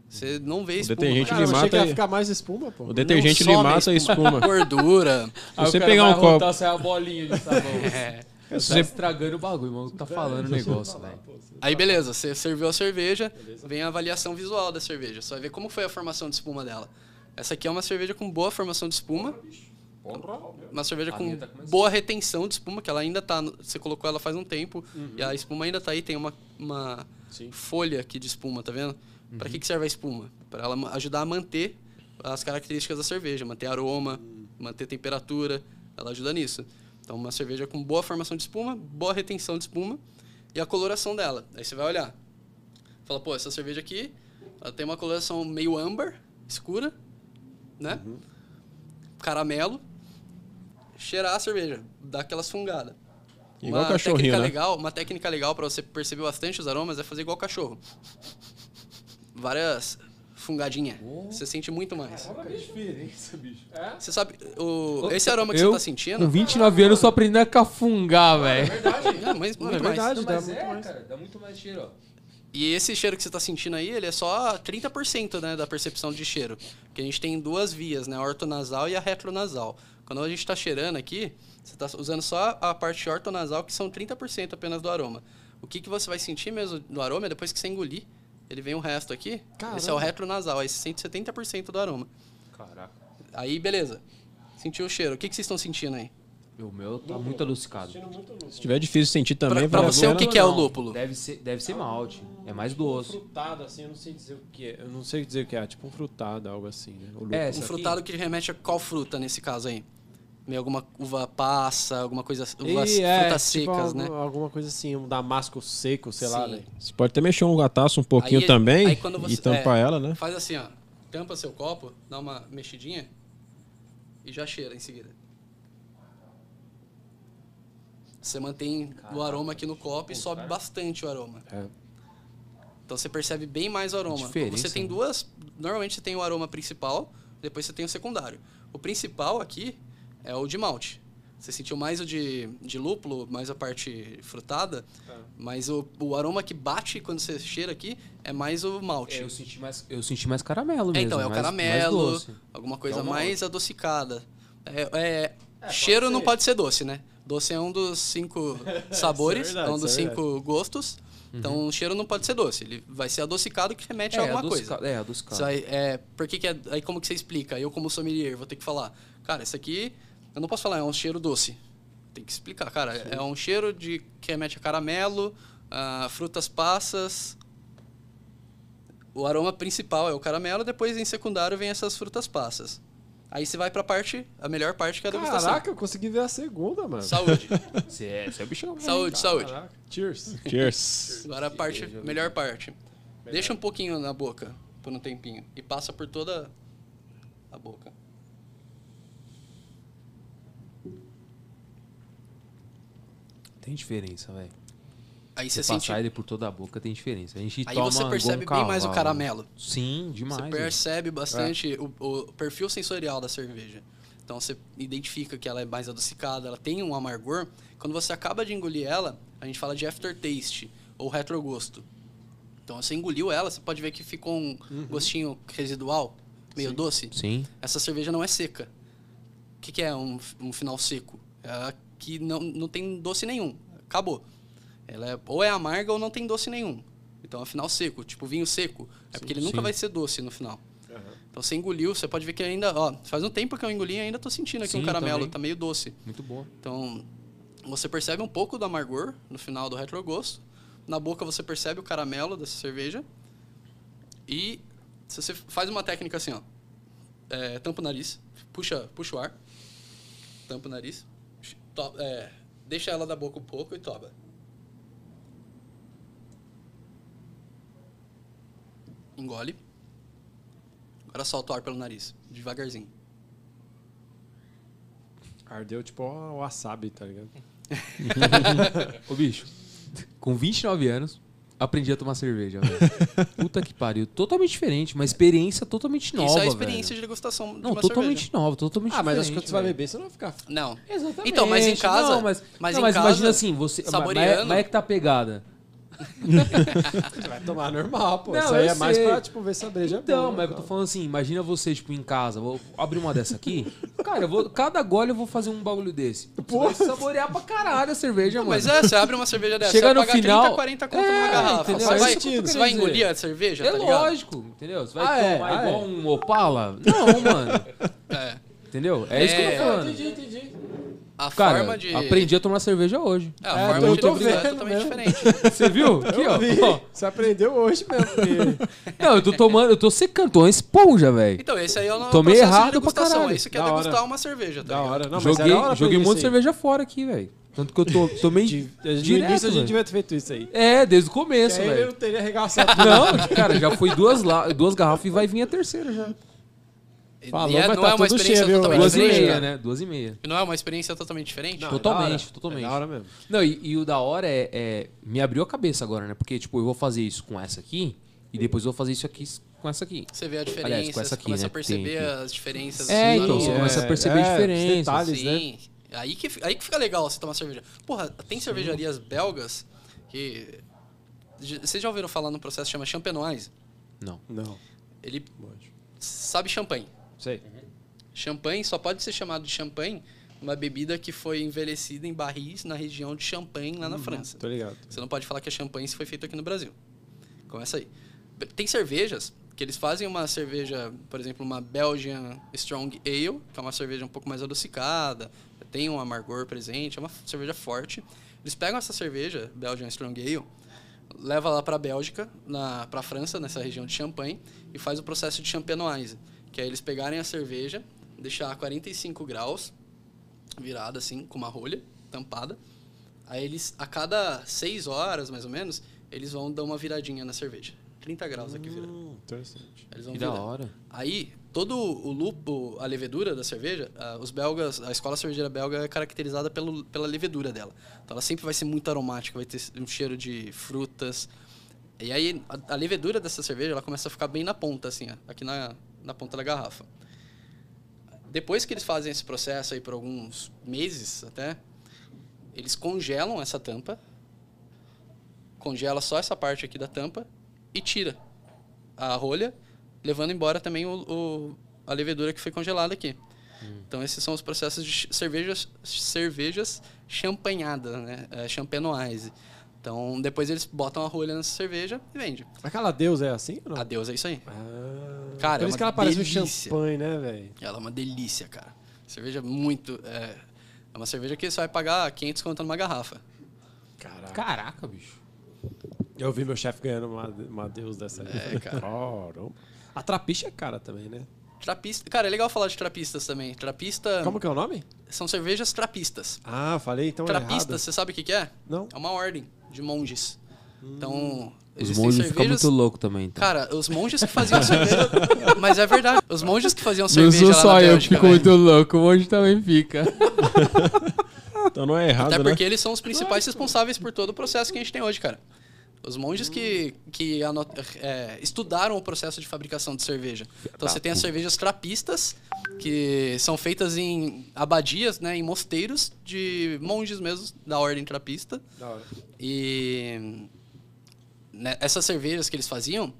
Você não vê espuma. detergente cara. Cara, eu achei mata que ia e- ficar mais espuma, pô. O detergente some ele mata a (laughs) espuma. Gordura. Se você pegar um copo. Sai a bolinha de (laughs) sabão. É. Tá Se você- estragando o bagulho, mano. Tá falando o negócio, velho. Aí beleza, você serviu a cerveja, vem a avaliação visual da cerveja. Você vai ver como foi a formação de espuma dela. Essa aqui é uma cerveja com boa formação de espuma. Uma cerveja A com minha tá começando. boa retenção de espuma, que ela ainda tá. no- Você colocou ela faz um tempo e Uhum. a espuma ainda tá aí. Tem uma, uma folha aqui de espuma, tá vendo? Pra Uhum. que, que serve a espuma? Pra ela ma- ajudar a manter as características da cerveja, manter aroma, Uhum. manter temperatura. Ela ajuda nisso. Então, uma cerveja com boa formação de espuma, boa retenção de espuma e a coloração dela. Aí você vai olhar. Fala, pô, essa cerveja aqui, ela tem uma coloração meio âmbar, escura, Uhum. né? Caramelo. Cheirar a cerveja, dá aquelas fungadas. Igual uma cachorrinho, técnica né? legal, uma técnica legal para você perceber bastante os aromas é fazer igual cachorro. Várias fungadinhas. Oh. Você sente muito mais. É? Você sabe, o, esse aroma que Eu, você tá sentindo, Com 29 anos, eu só aprendendo a cafungar, velho. é, mas, muito é mais. verdade, dá muito é, mais. cara, dá muito mais cheiro, ó. E esse cheiro que você está sentindo aí, ele é só 30% né, da percepção de cheiro. Porque a gente tem duas vias, né? A ortonasal e a retronasal. Quando a gente está cheirando aqui, você está usando só a parte ortonasal, que são 30% apenas do aroma. O que, que você vai sentir mesmo do aroma é depois que você engolir. Ele vem o resto aqui. Esse é o retronasal. Aí você sente 70% do aroma. Caraca. Aí, beleza. Sentiu o cheiro. O que, que vocês estão sentindo aí? O meu tá muito alucinado. Se tiver difícil sentir também, Pra vale a você, o pena. que, que é o lúpulo? Deve ser, deve ser malte. É mais doce. Frutado, assim, eu não sei dizer o que é. Eu não sei dizer o que é. Tipo um frutado, algo assim, né? O É, Um essa aqui? frutado que remete a qual fruta nesse caso aí? Meio alguma uva passa, alguma coisa. Uvas, E é, frutas tipo secas, algu- né? Alguma coisa assim, um damasco seco, sei lá, né? Sim. velho. Você pode até mexer um gataço um pouquinho Aí- também aí quando e você- tampar é. ela, né? Faz assim, ó. Tampa seu copo, dá uma mexidinha e já cheira em seguida. Você mantém o aroma aqui no copo e sobe bastante o aroma. É. Então você percebe bem mais o aroma. diferença, Você tem né? duas. Normalmente você tem o aroma principal, depois você tem o secundário. O principal aqui é o de malte. Você sentiu mais o de, de lúpulo, mais a parte frutada, mas o, o aroma que bate quando você cheira aqui é mais o malte. Eu senti mais, eu senti mais caramelo É, mesmo. então, é o mais- caramelo, Mais doce. alguma coisa É o mais adocicada. É- é- cheiro não pode ser doce, né? Doce é um dos cinco sabores, verdade, é um dos isso é cinco gostos. Então, o cheiro não pode ser doce. Ele vai ser adocicado que remete a alguma adocica- coisa. Uhum. É, Isso adocicado. aí, é, por que que é- aí como que você explica? Eu, como sommelier, vou ter que falar. Cara, isso aqui, eu não posso falar, é um cheiro doce. Tem que explicar, cara. É um cheiro de que remete a caramelo, a frutas passas. O aroma principal é o caramelo, depois em secundário vem essas frutas passas. Aí você vai pra parte, a melhor parte que é a degustação. Caraca, eu consegui ver a segunda, mano. (laughs) Saúde, Você é, você é bichão. saúde, saúde. Caraca. Cheers. (laughs) Cheers. Agora a parte, melhor parte. Deixa um pouquinho na boca por um tempinho e passa por toda a boca. Tem diferença, velho. Aí Você você sente passar ele por toda a boca tem diferença. A gente Aí toma você igual percebe um bem mais o cavalo. É. caramelo. Sim, demais. você velho. percebe bastante o, o perfil sensorial da cerveja. Então você identifica que ela é mais adocicada, ela tem um amargor. Quando você acaba de engolir ela, a gente fala de aftertaste ou retrogosto. Então você engoliu ela, você pode ver que ficou um gostinho residual, meio doce. Uhum. Sim. Essa cerveja não é seca. O que, que é um, um final seco? É a que não, não tem doce nenhum. Acabou. Ela é, ou é amarga ou não tem doce nenhum. Então é final seco, tipo vinho seco. É porque ele nunca Sim. vai ser doce no final. Então você engoliu, você pode ver que ainda, ó, faz um tempo que eu engoli e ainda tô sentindo aqui um Sim, caramelo, também. tá meio doce. Muito boa. Então, você percebe um pouco do amargor no final do retrogosto. Na boca você percebe o caramelo dessa cerveja. E se você faz uma técnica assim, ó. É, tampa o nariz, puxa, puxa o ar, tampa o nariz, to- é, deixa ela da boca um pouco e toba. Engole. Agora solta o ar pelo nariz, devagarzinho. Ardeu tipo o wasabi, tá ligado? Ô, bicho, com 29 anos, aprendi a tomar cerveja, (laughs) velho. Puta que pariu. Totalmente diferente, uma experiência totalmente nova, Isso é a experiência velho. de degustação de Não, uma totalmente cerveja. nova, totalmente Ah, mas acho que diferente, quando você vai velho. beber, você não vai ficar. Não. Exatamente. Então, mas em casa. Não, mas, mas não, em mas casa, imagina assim, você. Mas, mas é- Saboreando. mas é que tá a pegada. Vai tomar normal, pô. Não, Isso aí eu é mais sei. pra, tipo, ver se a breja é Então, boa, mas eu tô tal. falando assim, imagina você, tipo, em casa, vou abrir uma dessa aqui. Cara, eu vou, cada gole eu vou fazer um bagulho desse. Você vai saborear pra caralho a cerveja, mano. Mas é, você abre uma cerveja dessa, Chega você no vai pagar final- 30, 40 conto É, numa garrafa. entendeu? Você É vai, isso que eu tô você querendo vai dizer. engolir a cerveja, É tá ligado? lógico, entendeu? Você vai Ah, é, tomar ah, igual é. um Opala? Não, mano. (laughs) É. Entendeu? É, isso que eu tô É. falando. entendi. A Cara, forma de... aprendi a tomar cerveja (laughs) hoje. É, a É, forma eu de tô driblar é vendo totalmente mesmo. diferente. Você viu? Aqui, Eu ó. vi. Ó. Você aprendeu hoje (laughs) mesmo. porque- Não, eu tô tomando, eu tô secando, tô uma esponja, velho. Então, esse aí é o nosso Tomei processo errado pra de degustação. caralho. É isso que é Da hora. degustar uma cerveja, tá da ligado? hora. Não, mas joguei é da hora joguei um monte de aprender cerveja fora aqui, velho. Tanto que eu to- tomei isso aí. (laughs) De- de- No direto, início a gente velho. devia ter feito isso aí. É, desde o começo, Que aí eu velho. não teria arregaçado. (laughs) Não, cara, já foi duas, la- duas garrafas e vai vir a terceira já. E Falou, é- vai não tá é uma tudo experiência cheio, viu? totalmente Duas e diferente, meia, cara. né? Duas e meia. Não é uma experiência totalmente Não, diferente? é da hora. Totalmente, totalmente. É da hora mesmo. Não, e, e o da hora é, é- Me abriu a cabeça agora, né? Porque, tipo, eu vou fazer isso com essa aqui e depois eu vou fazer isso aqui com essa aqui. Você vê a diferença, Aliás, com essa você aqui, começa né, a perceber tem aqui. as diferenças. É, lá então, no- você começa a perceber os diferenças, detalhes, né? Sim. Aí que, aí que fica legal você tomar cerveja. Porra, tem cervejarias belgas que. j- Vocês já ouviram falar num processo que chama champenoise? Não. Não, Ele lógico. sabe champanhe. Sei. Champanhe só pode ser chamado de champanhe uma bebida que foi envelhecida em barris na região de Champagne, Hum, lá na França. Tô ligado. Você não pode falar que é champanhe se foi feito aqui no Brasil. Começa aí. Tem cervejas que eles fazem uma cerveja, por exemplo, uma Belgian Strong Ale, que é uma cerveja um pouco mais adocicada, tem um amargor presente, é uma cerveja forte. Eles pegam essa cerveja, Belgian Strong Ale, leva lá para a Bélgica, na, para a França, nessa região de Champagne, e faz o processo de champenoise, que é eles pegarem a cerveja, deixar a 45 graus, virada assim, com uma rolha tampada. Aí eles, a cada seis horas, mais ou menos, eles vão dar uma viradinha na cerveja. 30 graus aqui vira. Hum, interessante. Eles vão Que da virar. hora. Aí, todo o lupo, a levedura da cerveja, ah, os belgas, a escola cervejeira belga é caracterizada pelo, pela levedura dela. Então ela sempre vai ser muito aromática, vai ter um cheiro de frutas. E aí a, a levedura dessa cerveja, ela começa a ficar bem na ponta assim, ó, aqui na, na ponta da garrafa. Depois que eles fazem esse processo aí por alguns meses até, eles congelam essa tampa. Congela só essa parte aqui da tampa e tira a rolha, levando embora também o, o- a levedura que foi congelada aqui. Hum. Então esses são os processos de ch- cervejas, cervejas champanhadas, né? É, champenoise. Então depois eles botam a rolha nessa cerveja e vende. Aquela Deus é assim ou não? Adeus, é isso aí. Ah, Cara, por é isso uma que ela parece um delícia. champanhe, né, velho? Ela é uma delícia, cara. Cerveja muito. É, é uma cerveja que você vai pagar 500 conto numa garrafa. Caraca. Caraca, bicho. Eu vi meu chefe ganhando uma, uma Deus dessa aí. É, cara. Caramba. A trapiche é cara também, né? Trapista. Cara, é legal falar de trapistas também. Trapista. Como que é o nome? São cervejas trapistas. Ah, falei então Trapistas, você sabe o que, que é? errado. Não? É uma ordem de monges. Então, Os existem monges ficam cervejas. muito louco também, então. Cara, os monges que faziam cerveja. Mas é verdade. Os monges que faziam cerveja. lá na Bélgica, né? velho. louco, o monge também fica. Então não é Até errado, né? porque eles são os principais responsáveis por todo o processo que a gente tem hoje, cara. Os monges que, que ano- é, estudaram o processo de fabricação de cerveja. Tá Então você tem as cervejas trapistas, que são feitas em abadias, né, em mosteiros de monges mesmo, da ordem trapista. Da hora. E né, essas cervejas que eles faziam,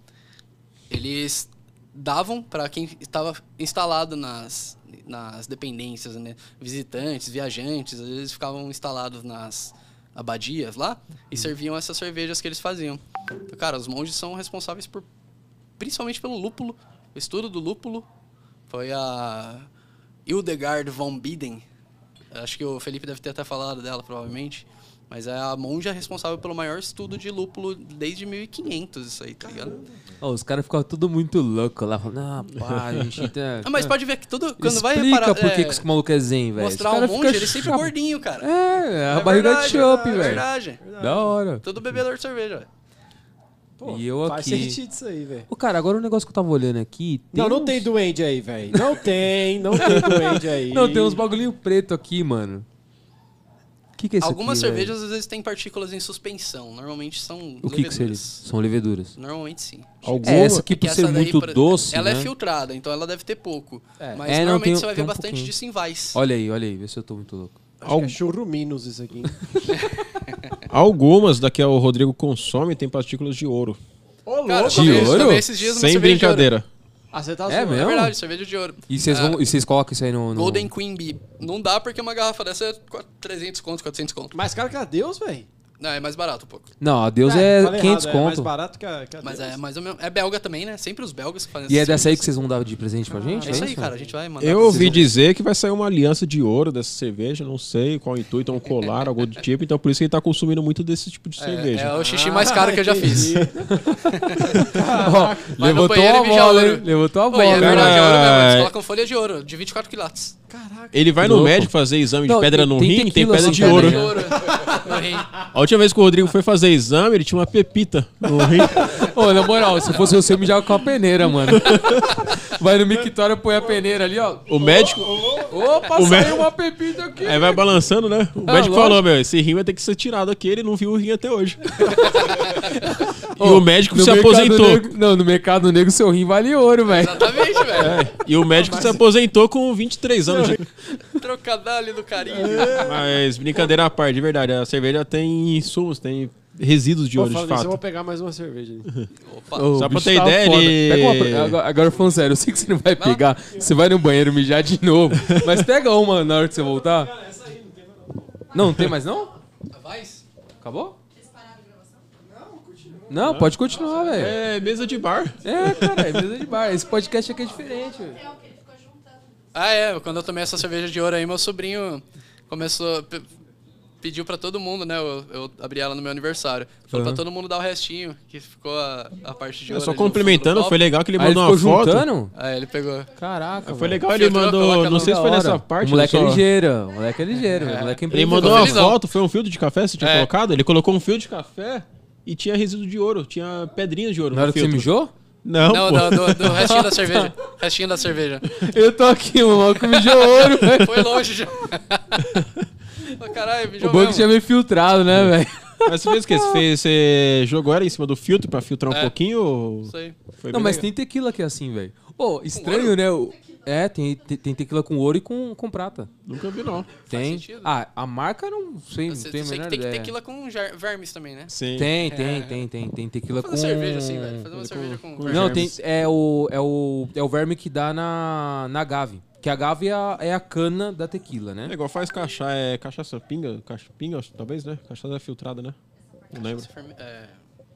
eles davam para quem estava instalado nas, nas dependências, né? visitantes, viajantes, às vezes ficavam instalados nas abadias lá e serviam essas cervejas que eles faziam. Então, cara, os monges são responsáveis por principalmente pelo lúpulo, o estudo do lúpulo foi a Hildegard von Biden. Acho que o Felipe deve ter até falado dela, provavelmente. Mas é a monja responsável pelo maior estudo de lúpulo desde 1500, isso aí, tá ligado? (laughs) Ó, os caras ficavam tudo muito louco lá, falando, ah, pá, a gente tá... Ah, mas pode ver que todo. Quando vai Explica reparar. por que é, que os malucos é zen, velho. Os mostrar cara o fica monge, ele (laughs) é sempre chato. gordinho, cara. É, a barriga de chopp, é velho. verdade. Da hora. Todo bebedor de cerveja, velho. Pô, E eu Faz aqui. sentido isso aí, velho. Ô, cara, agora o negócio que eu tava olhando aqui... Não, não uns- tem duende aí, velho. Não tem, não tem duende aí. Não, tem uns bagulhinho preto aqui, mano. O que que é isso Algumas aqui, cervejas às vezes têm partículas em suspensão. Normalmente são. velho? O que que seria? leveduras. São leveduras. Normalmente sim. Alguma... É, essa aqui Porque por ser essa daí, muito por- doce, Ela né? é filtrada, então ela deve ter pouco. Mas É, não, normalmente tem- você tem vai ver um bastante pouquinho. disso em vais. Olha aí, olha aí, vê se eu tô muito louco. Acho que é churruminos isso aqui. hein? Algumas da que o Rodrigo consome tem partículas de ouro. Cara, De tomei- ouro? tomei esses dias uma Sem cerveja de ouro. brincadeira. Ah, você tá É zoando. mesmo? É verdade, cerveja de ouro. E vocês Ah, vão- e vocês colocam isso aí no. no- Golden Queen Bee. Não dá porque uma garrafa dessa é 400, 300 conto, 400 conto. Mais caro que a Deus, velho. Não, é mais barato um pouco. Não, a Deus Ah, é falei 500 errado, É mais conto. barato que a, que a Mas Deus. é mais ou menos. É belga também, né? Sempre os belgas que fazem e é essas dessa aí que cervejas. vocês vão dar de presente pra gente? É isso aí, cara. A gente vai mandar. Eu pra vocês. ouvi dizer que vai sair uma aliança de ouro dessa cerveja, não sei qual o intuito, é um colar, algo do tipo, então por isso que ele tá consumindo muito desse tipo de cerveja. É o xixi mais caro que eu já Ah, (laughs) fiz. (laughs) Ó, Vai no levantou banheiro a e mija bola, hein? ouro. Levantou a Pô, e é bola. verdade, hein? é ouro mesmo. Eles Cara. colocam folha de ouro de 24 quilates. Ele vai no Louco. médico fazer exame Não, de pedra tem- no tem rim, tem tequila pedra assim de também, ouro. Pedra (laughs) de ouro no rim. A última vez que o Rodrigo foi fazer exame, ele tinha uma pepita no (laughs) rim. Ô, na moral, se fosse você, eu mijava com a peneira, (laughs) mano. Vai no mictório, põe a peneira ali, ó. O médico, Opa, O saiu médico- uma pepita aqui. aí vai balançando, né? O Ah, lógico. médico falou, meu, esse rim vai ter que ser tirado aqui, ele não viu o rim até (laughs) hoje. e o médico No se mercado aposentou. negro- não, no mercado negro, seu rim vale ouro, velho. Exatamente, velho. É, E o médico se aposentou com 23 anos de Trocadalho do carinho. (laughs) É. Mas brincadeira à parte, de verdade. A cerveja tem insumos, tem resíduos de Pô, ouro, de falando nisso, eu vou fato. pegar mais uma (laughs) cerveja. ali. Opa. Ô, Só o pra bicho ter tá ideia, foda. ele- Pega uma pra- agora, agora falando sério, eu sei que você não vai pegar, você vai no banheiro mijar de novo, (laughs) mas pega uma na hora que você voltar. Não, não tem mais não? Rapaz, Acabou? Não, pode continuar, velho. É mesa de bar. É, cara, é mesa de bar. Esse podcast aqui é diferente, velho. Ah, é. Quando eu tomei essa cerveja de ouro aí, meu sobrinho começou. pe- Pediu pra todo mundo, né? Eu, eu abri ela no meu aniversário. Falou pra todo mundo dar o restinho, que ficou a, a parte de é um ouro. ali no É Só fundo do complementando, copo. foi legal que ele Aí ele mandou ficou uma foto. juntando? Aí ele pegou. Tá Caraca, Foi velho. legal, ele Filtrou pela mandou. capa Não sei se um Da foi nessa hora. parte. O moleque é só- ligeiro, o moleque é ligeiro, velho. o moleque é Ele empreendedor. mandou uma felizão. foto, foi um filtro de café, você tinha É. colocado? Ele colocou um filtro de café e tinha resíduo de ouro, tinha pedrinhas de ouro Na hora no que você filtro. mijou? Não, Não, pô. do, do, do restinho da cerveja. Restinho da cerveja. (laughs) Eu tô aqui, o maluco mijou (laughs) ouro, velho. Foi longe já. Ô, Caralho, me O banco mesmo. tinha meio filtrado, né, velho? (laughs) Mas você fez o quê? Você, fez- você jogou ela em cima do filtro pra filtrar um É. pouquinho? ou- Isso aí. Foi Não, bem mas legal. tem tequila que é assim, velho. Ô, estranho, né? o- É, tem, te- tem tequila com ouro e com, com prata. Nunca vi, não. Tem. sentido. Ah, a marca não sei, não Você tem a sei menor que tem ideia. tequila com jar- vermes também, né? Sim. Tem, tem, tem, tem. Tem tequila Fazer com... cerveja assim, velho. Fazer uma cerveja assim. com, vermes. Não, tem, é, o, é, o, é o verme que dá na, na agave. Que a agave é a, é a cana da tequila, É né? igual faz cachaça, é cachaça pinga, cachaça pinga, acho, talvez, né? Cachaça é filtrada, né? Não lembro. Ferme- é,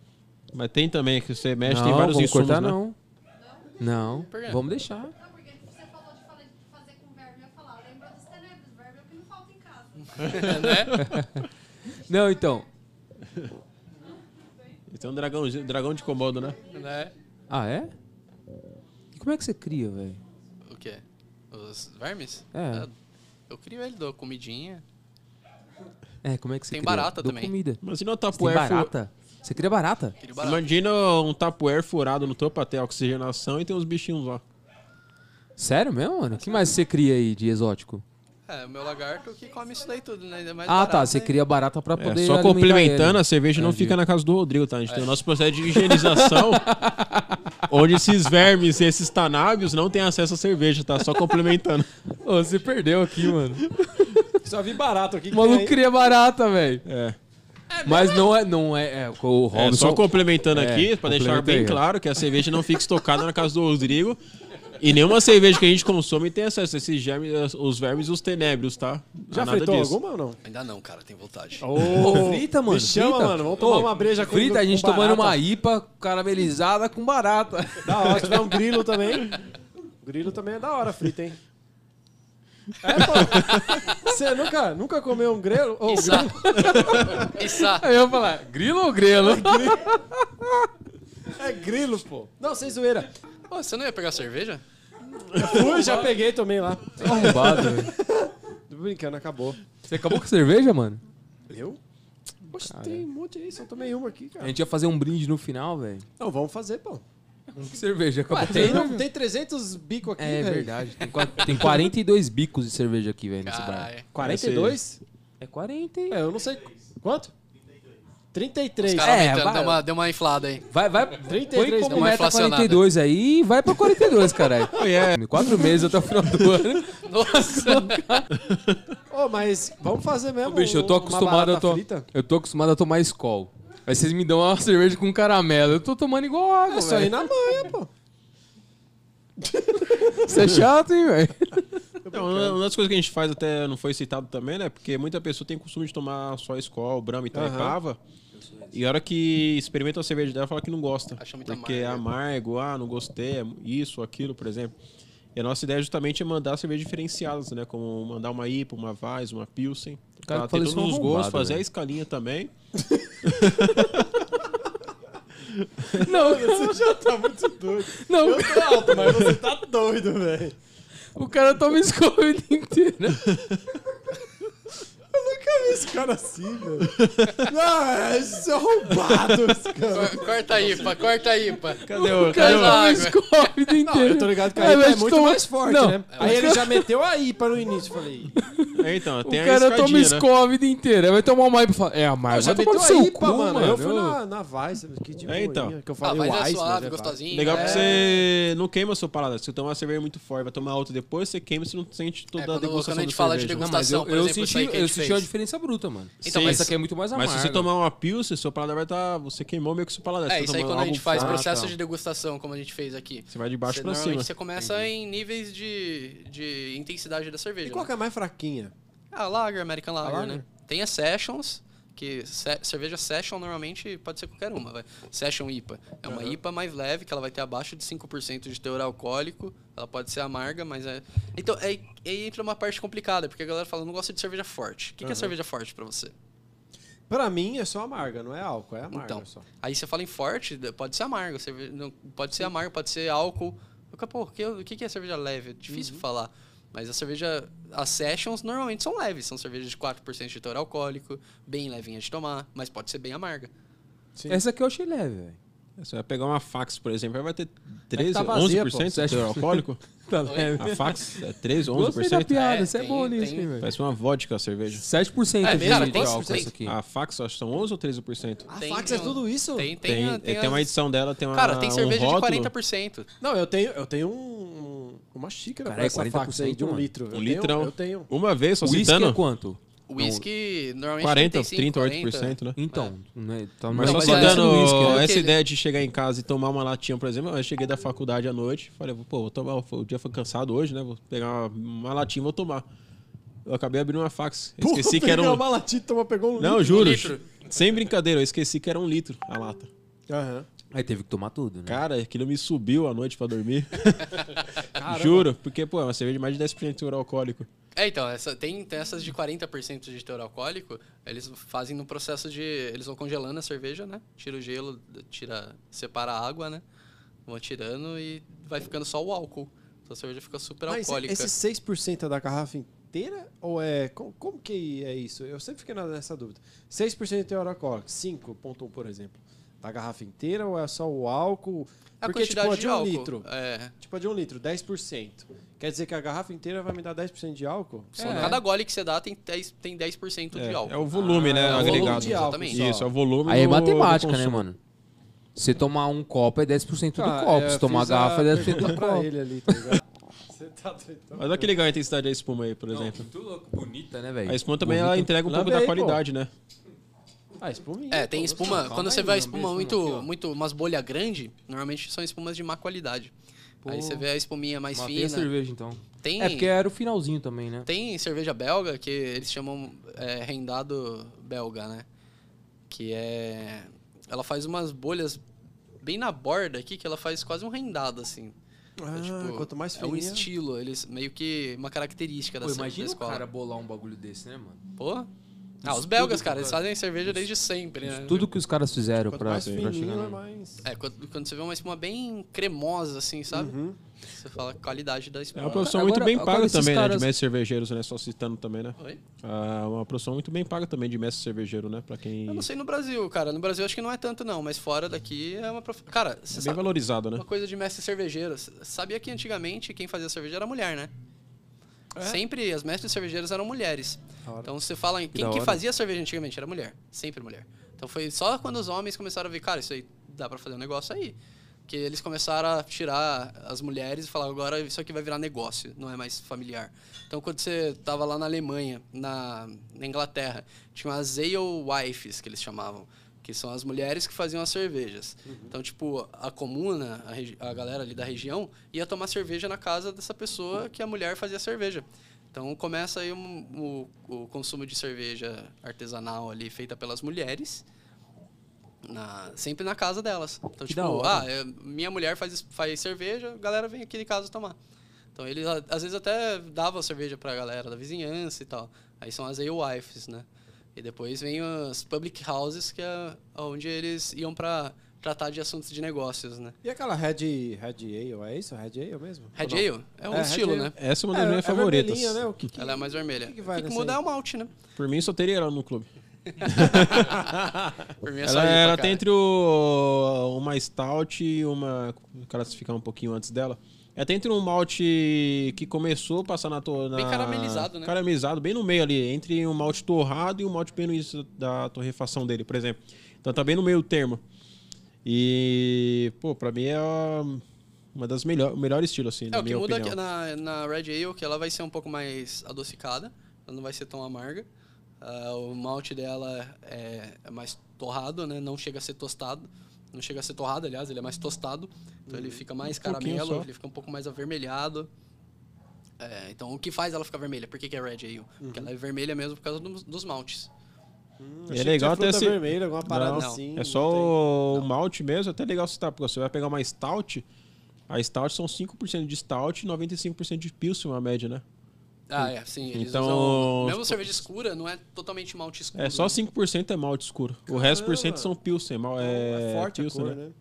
(laughs) Mas tem também, que você mexe, não, tem vários vamos insumos, cortar, né? não. Não, Por quê? vamos deixar. Não, porque você falou de fazer, de fazer com verme, eu ia falar, lembra dos tenebros, verme é o que não falta em casa. Né? Não, então... Tem um dragãozinho- dragão de comodo, né? né? Ah, é? E como é que você cria, velho? O quê? Os vermes? É. Ah, Eu crio ele, dou comidinha. É, como é que você Tem cria? barata Dou também. comida. Imagina um Você tem tapuer barata? Você cria barata? Crio barato. Imagina um tapuer furado no topo até a oxigenação e tem uns bichinhos lá. Sério mesmo, mano? O que mais você cria aí de exótico? É, o meu lagarto que come isso daí tudo, né? É mais ah, barato, tá. Você né? cria barata pra É, poder. só alimentar complementando, ele. É, a cerveja não Entendi. fica na casa do Rodrigo, tá? A gente tem o nosso processo de (laughs) higienização, onde esses vermes e esses tanábios não têm acesso à cerveja, tá? Só (laughs) complementando. Ô, você perdeu aqui, mano. Só vi barato O aqui. que tem maluco aí. cria barata, velho. É. Mas não é. Não é, é o É, Robson. só complementando É, aqui, pra deixar complementa bem aí, ó. claro que a cerveja não fica estocada na casa do Rodrigo. E nenhuma cerveja que a gente consome tem acesso a esses germes, os vermes e os tenébrios, tá? Não Já Ah, há nada fritou disso. alguma ou não? Ainda não, cara, tem (laughs) vontade. Ô, frita, mano. Me chama, frita. mano. Vamos tomar Ô, uma breja com Frita, a gente com tomando uma barata. IPA caramelizada com barata. (laughs) Da hora, se tiver um grilo também. Grilo também é da hora frita, hein? É, pô. Você nunca, nunca comeu um grilo? Ô, (laughs) Isso. grilo? Isso. Aí eu ia falar, grilo ou grelo? É grilo, pô. Não, sem zoeira. Pô, você não ia pegar cerveja? Fui, já peguei, tomei lá. Arrombado, velho. Tô brincando, acabou. Você acabou com a cerveja, mano? Eu? Poxa, tem um monte aí, só tomei uma aqui, A cara. gente ia fazer um brinde no final, velho. Não, vamos fazer, pô. Com que cerveja? Acabou com a Ah, Tem, cerveja? não, tem 300 bico aqui, É velho. verdade. Tem, qua- tem 42 bicos de cerveja aqui, velho, nesse bar. Caralho. 42? É 40 e... É, eu não sei. Quanto? 33. Os caras É, aumentando, vai. deu uma, deu uma inflada aí. Vai, vai. 33, põe dá como uma meta inflacionada. 42 aí e vai pra (laughs) É, 42, caralho. Quatro meses até o final do ano. Nossa! Ô, Ô, mas vamos fazer mesmo. Ô, bicho, eu tô uma acostumado, eu barata tô, frita? eu tô acostumado a tomar Skol. Aí vocês me dão uma (laughs) cerveja com caramelo. Eu tô tomando igual água, É só velho. ir na manha, pô. Isso é chato, hein, velho? Não, uma uma das coisas que a gente faz até não foi citado também, né? Porque muita pessoa tem o costume de tomar só Skol, Brahma e Taipava. E a hora que experimenta uma cerveja dela, fala que não gosta. Acha muito porque é amargo, ah, não gostei, é isso, aquilo, por exemplo. E a nossa ideia justamente é mandar cervejas diferenciadas, né? Como mandar uma IPA, uma Weiss, uma Pilsen. Cara, pra fala ter isso todos é um os arrombado, gostos, fazer velho. a escalinha também. Não, Você já tá muito doido. não. Eu tô alto, mas você tá doido, velho. O cara toma Skol a vida inteira. Eu nunca vi esse cara assim, velho. (laughs) Ah, esse é roubado, esse cara. Cor- Corta a IPA, corta a IPA. Cadê O cara toma água. Skol a vida inteira. eu tô ligado que a Aí IPA vai é muito tomar- mais forte, Não, né? Aí ele já meteu a IPA no início, eu falei. Então, O tem a cara toma escadinha, né? Skol a vida inteira. Aí Vai tomar uma IPA e fala, é amargo. Vai tomar no seu cu, mano. Eu fui na, na Vice, que tipo de É, então. boinha, que eu Ah, falei mas é Weiss, mas suave, é Weiss. gostosinho. Legal é. que você não queima a sua parada. Se você tomar uma cerveja muito forte, vai tomar outra depois, você queima e você não sente toda É, a quando- degustação quando a gente da fala de cerveja. né? Não, mas Degustação, eu, por eu exemplo, isso aí senti, que a eu gente senti fez. uma diferença bruta, mano. Então, Sim, Essa mas, aqui é muito mais Mas amarga. se você tomar uma Pilsen, seu paladar vai estar. você queimou meio que seu paladar. é Você isso tá aí tomando quando a gente algo faz fraco, processo tal. de degustação, como a gente fez aqui. Você vai de baixo Você, pra normalmente, cima. Você começa em níveis de, de intensidade da cerveja. E qual né? que é a mais fraquinha? Ah, Lager, American Lager, Lager? né? Tem as Sessions, que se- cerveja Session normalmente pode ser qualquer uma, vai. Session IPA. É uma IPA mais leve, que ela vai ter abaixo de 5% de teor alcoólico. Ela pode ser amarga, mas é... Então, aí aí entra uma parte complicada, porque a galera fala, não gosto de cerveja forte. O que, que é cerveja forte pra você? Pra mim é só amarga, não é álcool, é amarga Então, só. aí você fala em forte, pode ser amargo, cerve- não- pode ser amargo, pode ser álcool. Fica, Pô, o que, o que que é cerveja leve? É difícil Uhum. falar. Mas a cerveja, as sessions normalmente são leves, são cervejas de 4% de teor alcoólico, bem levinha de tomar, mas pode ser bem amarga. Essa aqui eu achei leve, velho. Você vai pegar uma fax, por exemplo, aí vai ter 13, tá vazia, pô. 11% de teor alcoólico. Tá leve. A fax é 13, Gostei da 11%. piada, É, isso é tem- bom nisso, tem- hein, velho. Parece uma vodka a cerveja. 7% É, de, cara, de tem- álcool tem- essa aqui. A fax, eu acho que são 11 ou 13%? A Tem- um fax é tudo isso? Tem, tem, Tem, é, a- tem, as- uma edição dela, tem uma. Cara, tem um cerveja rótulo, de 40%. Não, eu tenho, eu tenho um, um- uma xícara Caralho, com essa fax aí 40%, de um mano. litro. Um Eu litrão. Tenho, eu tenho. Uma vez, só O uísque é citando. quanto? O whisky normalmente 40, 35, 38%, né? Então, né, tá mais Mas só mas é balanceado citando do assim, uísque, né? né? essa ideia de chegar em casa e tomar uma latinha, por exemplo, eu cheguei da faculdade à noite, falei, pô, vou tomar, o dia foi cansado hoje, né? Vou pegar uma, uma latinha e vou tomar. Eu acabei abrindo uma fax. Eu esqueci (laughs) Pô, que era pegou um. uma latinha, tomou, pegou um Não, litro. juro. litro. Sem brincadeira, eu esqueci que era um litro a lata. Aham. Aí teve que tomar tudo, né? Cara, aquilo me subiu à noite (laughs) pra dormir. Juro, porque, pô, é uma cerveja de mais de 10% de teor alcoólico. É, então, essa, tem, tem essas de 40% de teor alcoólico, eles fazem no processo de. Eles vão congelando a cerveja, né? Tira o gelo, tira, separa a água, né? Vão tirando e vai ficando só o álcool. Então a cerveja fica super Mas alcoólica. esse 6% é da garrafa inteira? Ou é. Como, como que é isso? Eu sempre fiquei na- nessa dúvida. 6% de alcoólico, 5,1, por exemplo. Da garrafa inteira ou é só o álcool? É A Porque, quantidade tipo, a de, de um álcool. litro. É. Tipo, a de um litro, 10%. Quer dizer que a garrafa inteira vai me dar 10% de álcool? Só Cada gole que você dá tem 10%, tem 10 É, de álcool. é o volume, né? é o volume agregado. de álcool só. Isso, é o volume. Aí é do- matemática, do né, consumo. mano? Se tomar um copo é 10% do Ah, copo. é, Se tomar a fiz garrafa é 10% pergunta do pra copo. ele ali, tá ligado? (laughs) Você tá doidão. Mas olha que legal a intensidade da espuma aí, por exemplo. é Muito louco, bonita, né, velho? A espuma também ela entrega um Lá pouco vem, pô. da qualidade, né? Ah, espuminha. É, tem pô, espuma. calma quando aí, você vai não, espuma abre muito, aqui, ó. muito, umas bolhas grandes, normalmente são espumas de má qualidade. Aí você vê a espuminha mais Matei fina. a cerveja, então. Tem, É porque era o finalzinho também, né? Tem cerveja belga que eles chamam é, rendado belga, né? Que é. Ela faz umas bolhas bem na borda aqui que ela faz quase um rendado, assim. Ah, É, tipo, quanto mais É um fininha. estilo, eles meio que uma característica da, Pô, cerveja da imagina o escola. cara bolar um bagulho desse, né, mano? Pô. Ah, os Isso belgas, tudo, cara, eles cara. fazem cerveja desde sempre, né? Tudo que os caras fizeram Quanto pra, pra mais chegar fininho, é no... mais... É, quando, quando você vê uma espuma bem cremosa, assim, sabe? Você fala qualidade da É espuma. uma profissão muito Agora- bem agora paga esses também, né? caras- De mestre cervejeiro, né? Só citando também, né? Oi? Ah, uma profissão muito bem paga também de mestre cervejeiro, né? Pra quem. Eu não sei no Brasil, cara. No Brasil acho que não é tanto, não, mas fora daqui é uma profissão. Cara, É você bem sabe. valorizado, né? Uma coisa de mestre cervejeiro. S- Sabia que antigamente quem fazia cerveja era mulher, né? Sempre as mestres cervejeiras eram mulheres. Então você fala em quem da que hora. fazia cerveja antigamente era mulher, sempre mulher. Então foi só quando os homens começaram a ver, cara, isso aí dá pra fazer um negócio aí. que eles começaram a tirar as mulheres e falar agora isso aqui vai virar negócio, não é mais familiar. Então quando você tava lá na Alemanha, na, na Inglaterra, tinha as ale wives que eles chamavam, que são as mulheres que faziam as cervejas. Uhum. Então tipo a comuna, a, regi- a galera ali da região ia tomar cerveja na casa dessa pessoa que a mulher fazia cerveja. Então começa aí um- o, o consumo de cerveja artesanal ali feita pelas mulheres na- sempre na casa delas. Então, tipo, da hora. ah, é, minha mulher faz, faz cerveja, a galera vem aqui de casa tomar. Então, ele a- às vezes até dava cerveja pra galera da vizinhança e tal. Aí são as ale-wives, né? E depois vem as public houses, que é onde eles iam pra tratar de assuntos de negócios, né? E aquela Red, Red Ale, é isso? Red Ale mesmo? Red Ou não? Ale é um É, estilo, Red né? Ale. Essa é uma É, das minhas é favoritas. vermelhinha, né? O que que- Ela é mais vermelha. que O que que, vai nessa muda aí? é o malte, né? Por mim, só teria ela no clube. Por mim é só Ela, IPA, ela cara. tá entre o, uma stout e uma. classificar um pouquinho antes dela. É até entre um malte que começou a passar na, to- na. Bem caramelizado, né? Caramelizado, bem no meio ali. Entre um malte torrado e um malte pelo início da torrefação dele, por exemplo. Então tá bem no meio termo. E. Pô, pra mim é uma das melhor, o melhor estilo, assim, É, na o que minha muda opinião. aqui na, na Red Ale que ela vai ser um pouco mais adocicada, ela não vai ser tão amarga. Ah, o malte dela é, é mais torrado, né? Não chega a ser tostado. Não chega a ser torrado, aliás, ele é mais tostado. Então ele fica mais Um pouquinho caramelo, só. ele fica um pouco mais avermelhado. É, então o que faz ela ficar vermelha? Por que, que é Red Ale? Porque Uhum. ela é vermelha mesmo por causa dos, dos maltes. Hum, É achei legal que tinha até fruta se- vermelha, alguma parada Não, assim. É só não o o malte mesmo, é até legal citar, porque você vai pegar uma stout, a stout são 5% de stout e 95% de pilsen, a média, né? Ah, é, sim. Eles Então, usam, os mesmo cerveja escura, não é totalmente malte escuro. É, só 5% é malte escuro. O resto por cento são pilsen, mal, tem. é, É forte a pilsen, cor, né? né?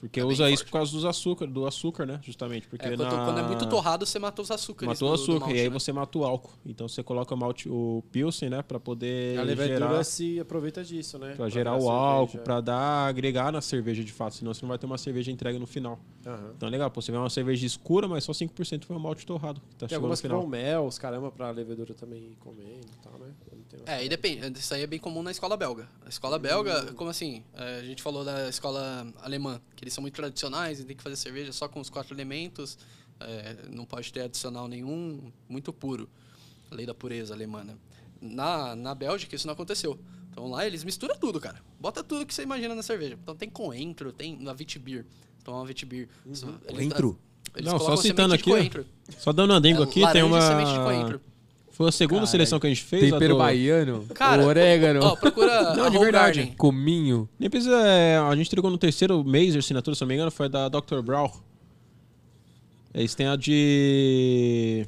Porque É bem usa isso forte. por causa dos açúcar, do açúcar, né? Justamente, porque É, quando, na... quando é muito torrado, você mata os açúcares. Matou o do- do açúcar, malte, e aí né? você mata o álcool. Então você coloca o malte, o pilsen, né? Pra poder A levedura é assim, gerar, se aproveita disso, né? pra gerar virar o álcool, cerveja. pra dar, agregar na cerveja de fato. Senão você não vai ter uma cerveja entregue no final. Aham. Então é legal, pô, você vê uma cerveja escura, mas só 5% foi um malte torrado. Que tá Tem chegando no algumas que final. vão mel, os caramba, pra levedura também comer e tal, né? Não tem umas É, e depende. Isso aí é bem comum na escola belga. A escola belga, como assim? É, a gente falou da escola alemã, que eles são muito tradicionais e tem que fazer cerveja só com os quatro elementos, é, não pode ter adicional nenhum, muito puro. A lei da pureza alemã, né? Na, na Bélgica isso não aconteceu. Então lá eles misturam tudo, cara. Bota tudo que você imagina na cerveja. Então tem coentro, tem a Vitibir. Então a Vitibir. Coentro? Não, só citando aqui, ó. coentro. Só dando um adendo É, aqui, laranja tem e uma. semente de coentro. Foi a segunda seleção que a gente fez. a Tempero do- baiano, Cara, orégano, Ó, procura (laughs) Não, a de Home verdade. Garden. cominho. Nem precisa. é, a gente entregou no terceiro mês de assinatura, se não me engano, foi da Dr. Brown. É, Eles têm a de.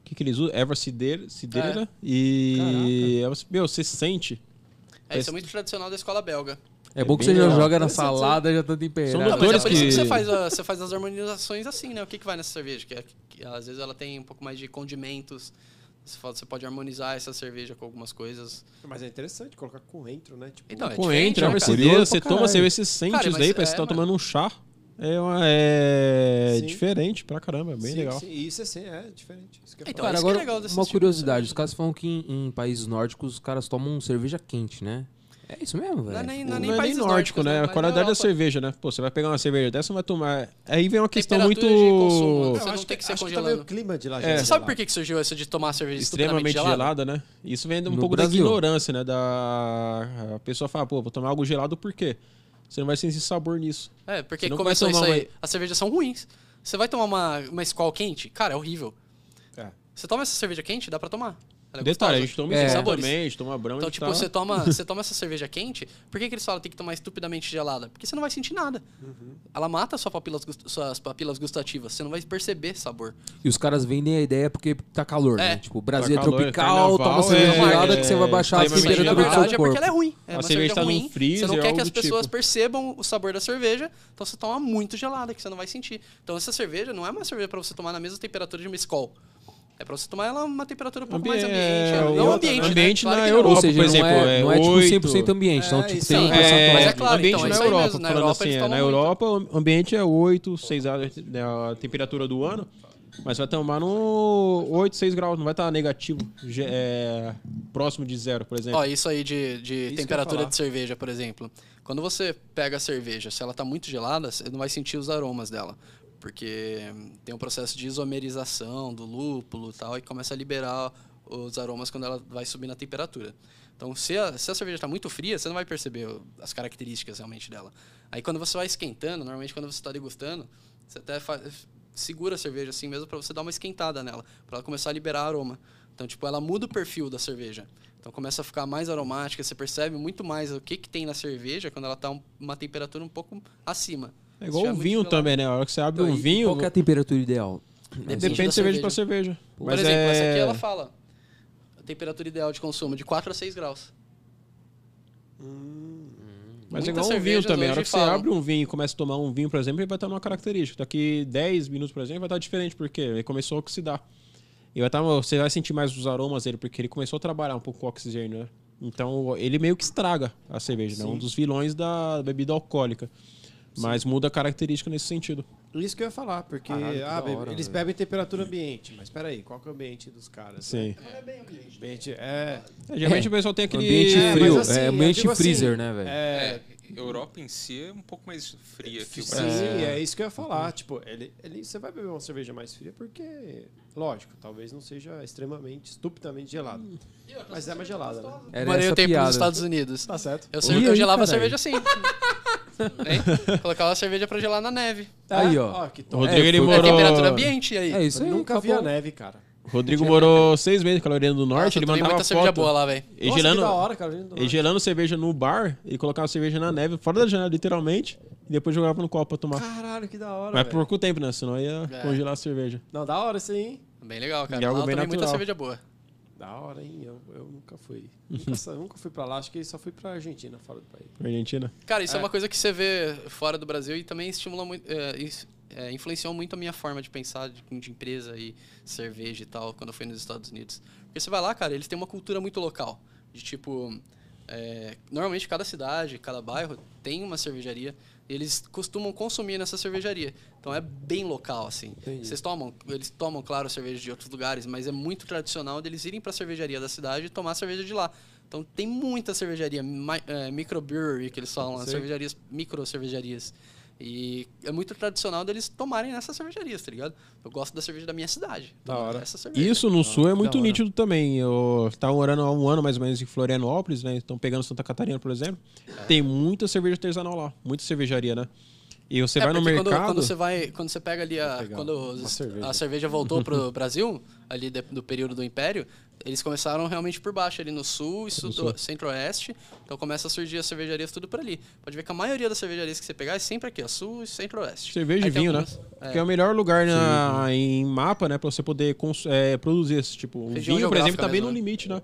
O que, que eles usam? Eva Cideira, Cideira e. Erva- Meu, você sente. É, isso é muito tradicional da escola belga. É bom que bem você já legal. joga na salada já tá São temperado. Não, mas é Jogadores por isso que que- você faz, a- você faz as harmonizações assim, né? O que, que vai nessa cerveja? Que, é- que às vezes ela tem um pouco mais de condimentos. Você fala- você pode harmonizar essa cerveja com algumas coisas. Mas é interessante colocar coentro, né? Tipo, Então, é diferente, Coentro, né, Erva cara? Cideira, Curioso pra você toma a caralho. cerveja, você sente Cara, isso mas daí, parece que é, você tá mano. tomando um chá. É, uma, é Sim. diferente pra caramba, é bem sim, legal. sim, Isso é, sim, é diferente. Isso que eu ia Então, falar. Cara, isso que é agora legal desses uma tipos de curiosidade. Os caras falam que em, em países nórdicos os caras tomam cerveja quente, né? É isso mesmo, velho? Não é nem, não Não é é nem nem países nórdico, nórdicos, né? A mas na qualidade da Europa. cerveja, né? Pô, você vai pegar uma cerveja dessa, vai tomar. Aí vem uma questão muito. Temperatura de consumo, né? Eu Você não acho tem que ser acho também congelando. o clima de lá. É. Você sabe por que que surgiu isso de tomar cerveja extremamente gelada, né? Isso vem de um No pouco Brasil. da ignorância, né? Da a pessoa fala, pô, vou tomar algo gelado por quê? Você não vai sentir sabor nisso. É, porque Você não começou vai isso tomar aí. uma- As cervejas são ruins. Você vai tomar uma, uma Skol quente? Cara, é horrível. É. Você toma essa cerveja quente, dá pra tomar. Ela é Detalhe, a gostosa. gente toma É. é. Sabores. também, a gente toma brama Então, e tipo, tal. você, (laughs) toma, você toma essa cerveja quente, por que, que eles falam que tem que tomar estupidamente gelada? Porque você não vai sentir nada. Ela mata sua papilas gus- suas papilas gustativas, você não vai perceber sabor. E os caras vendem a ideia porque tá calor, É. né? Tipo, o Brasil Tá é calor, tropical, é toma carnaval, cerveja é- gelada que você vai baixar a Tá, Mas, Mas, na temperatura do verdade, seu é porque corpo. ela é ruim. É A uma cerveja tá num ruim, Você freezer, não quer algo que as do pessoas tipo. percebam o sabor da cerveja, então você toma muito gelada, que você não vai sentir. Então, essa cerveja não é uma cerveja pra você tomar na mesma temperatura de uma Skol. É pra você tomar ela uma temperatura um pouco mais Ambi- ambiente. é, não outra- ambiente, né? ambiente Claro na que não. Europa. Ou seja, por exemplo, não é, é não é, tipo oito. 100% ambiente, então É, tipo, isso tem aí. um Mas percentual. é claro, ambiente então, é na isso aí Europa, mesmo, na falando é, Europa assim, eles é, na tomam Europa o ambiente é 8, 6 horas né, a temperatura do ano. Mas vai tomar no 8, 6 graus, não vai estar negativo. ge- é, próximo de zero, por exemplo. Ó, isso aí de, de que eu ia temperatura falar. de cerveja, por exemplo. Quando você pega a cerveja, se ela tá muito gelada, você não vai sentir os aromas dela. Porque hum, tem um processo de isomerização do lúpulo e tal, e começa a liberar os aromas quando ela vai subir na temperatura. Então, se a, se a cerveja está muito fria, você não vai perceber o- as características realmente dela. Aí, quando você vai esquentando, normalmente quando você está degustando, você até fa- segura a cerveja assim mesmo para você dar uma esquentada nela, para ela começar a liberar aroma. Então, tipo, ela muda o perfil da cerveja. Então, começa a ficar mais aromática, você percebe muito mais o que, que tem na cerveja quando ela está uma temperatura um pouco acima. é Se igual tiver o muito vinho gelado- também, né? A hora que você abre Então, um e vinho, Qual que é a temperatura ideal? Depende da depende de cerveja cerveja. para cerveja. Por Mas exemplo, é... essa aqui ela fala a temperatura ideal de consumo de 4 a 6 graus. Mas é Hum. Muitas igual um vinho cervejas também. A hora hoje que você falam. abre um vinho e começa a tomar um vinho, por exemplo, ele vai estar numa característica. Daqui 10 minutos, por exemplo, vai estar diferente, porque ele começou a oxidar. E vai estar, você vai sentir mais os aromas dele, porque ele começou a trabalhar um pouco com o oxigênio, né? Então, ele meio que estraga a cerveja, né? Um dos vilões da bebida alcoólica. Mas muda a característica nesse sentido. Isso que eu ia falar, porque Caralho, que ah, da bebe- hora, eles né? velho. bebem temperatura ambiente. Mas peraí, qual que é o ambiente dos caras? Sim. Ambiente é. É, geralmente o pessoal tem aquele... Ambiente É, mas frio, assim, é eu ambiente digo assim, freezer, né, velho? É, Europa em si é um pouco mais fria que o sim, Brasil. é isso que eu ia falar. Tipo, ele, ele, você vai beber uma cerveja mais fria porque, lógico, talvez não seja extremamente, estupidamente gelada. Mas é mais gelada, né? Era Morei essa o tempo piada. nos Estados Unidos. Tá certo. Eu, Ih, serve- eu aí, gelava a caralho. cerveja (laughs) assim. Hein? Colocava a cerveja pra gelar na neve. Aí, é, Ó, ó. que O top. Rodrigo, É, ele foi- É temperatura morou... ambiente aí. É isso aí. Eu nunca vi acabou. a neve, cara. Rodrigo morou seis meses em Carolina do Norte, Nossa, eu ele tomei mandava muita cerveja foto. boa lá, velho. E Nossa, gelando- que da hora, cara. gente, do E norte. gelando cerveja no bar e colocava cerveja na neve, fora da janela, literalmente, e depois jogava no copo pra tomar. Caralho, que da hora. Mas velho. por pouco tempo, né? Senão ia É. congelar a cerveja. Não, da hora isso aí, hein? Bem legal, cara. E Lá eu algo tomei bem muita natural. cerveja boa. Da hora, hein? Eu, eu nunca fui. Nunca, sa- nunca fui pra lá, acho que só fui pra Argentina, fora do país. Argentina. Cara, isso é. uma coisa que você vê fora do Brasil e também estimula muito. é, isso, é, influenciou muito a minha forma de pensar de, de empresa e cerveja e tal, quando eu fui nos Estados Unidos. Porque você vai lá, cara, eles têm uma cultura muito local. De tipo. é, normalmente cada cidade, cada bairro tem uma cervejaria. E eles costumam consumir nessa cervejaria. Então é bem local, assim. Vocês tomam, eles tomam, claro, cerveja de outros lugares, mas é muito tradicional deles irem pra cervejaria da cidade e tomar a cerveja de lá. Então tem muita cervejaria, mi- é, microbrewery que eles falam, Sei. cervejarias, micro cervejarias. E é muito tradicional deles tomarem nessas cervejarias, tá ligado? Eu gosto da cerveja da minha cidade. Da tomo hora. Essa cerveja. Isso no sul é muito hora. nítido também. Eu tava morando há um ano mais ou menos em Florianópolis, né? Então pegando Santa Catarina, por exemplo. É. Tem muita cerveja artesanal lá, muita cervejaria, né? E você É, vai no porque mercado. Quando, quando você vai, quando você pega ali a, pegar quando os- uma cerveja. a cerveja voltou pro (laughs) Brasil, ali de- do período do Império, eles começaram realmente por baixo, ali no sul e sul- centro-oeste. Então começa a surgir as cervejarias tudo por ali. Pode ver que a maioria das cervejarias que você pegar é sempre aqui, ó, sul e centro-oeste. Cerveja e Aí tem vinho, algumas- né? Que é o melhor lugar na- em mapa, né? Pra você poder cons- é, produzir esse tipo. O Região vinho, por exemplo, tá geográfica bem mesmo, no né? limite, né?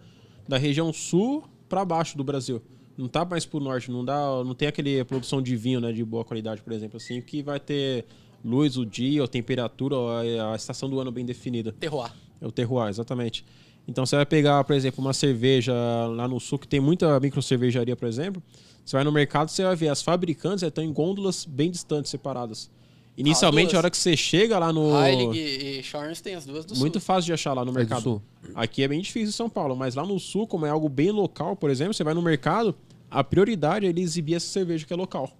Da região sul pra baixo do Brasil. Não tá mais pro norte, não dá, não tem aquele produção de vinho, né, de boa qualidade, por exemplo, assim, que vai ter luz o dia, ou temperatura, ou a- a estação do ano bem definida. Terroir. É o terroir, exatamente. Então você vai pegar, por exemplo, uma cerveja lá no sul, que tem muita micro cervejaria, por exemplo. Você vai no mercado, você vai ver as fabricantes estão em gôndolas bem distantes, separadas. Ah, Inicialmente, duas. a hora que você chega lá no. Heilig e, e Shorns tem as duas do Muito sul. fácil de achar lá no mercado. sul. Aqui é bem difícil em São Paulo, mas lá no sul, como é algo bem local, por exemplo, você vai no mercado, a prioridade é ele exibir essa cerveja que é local.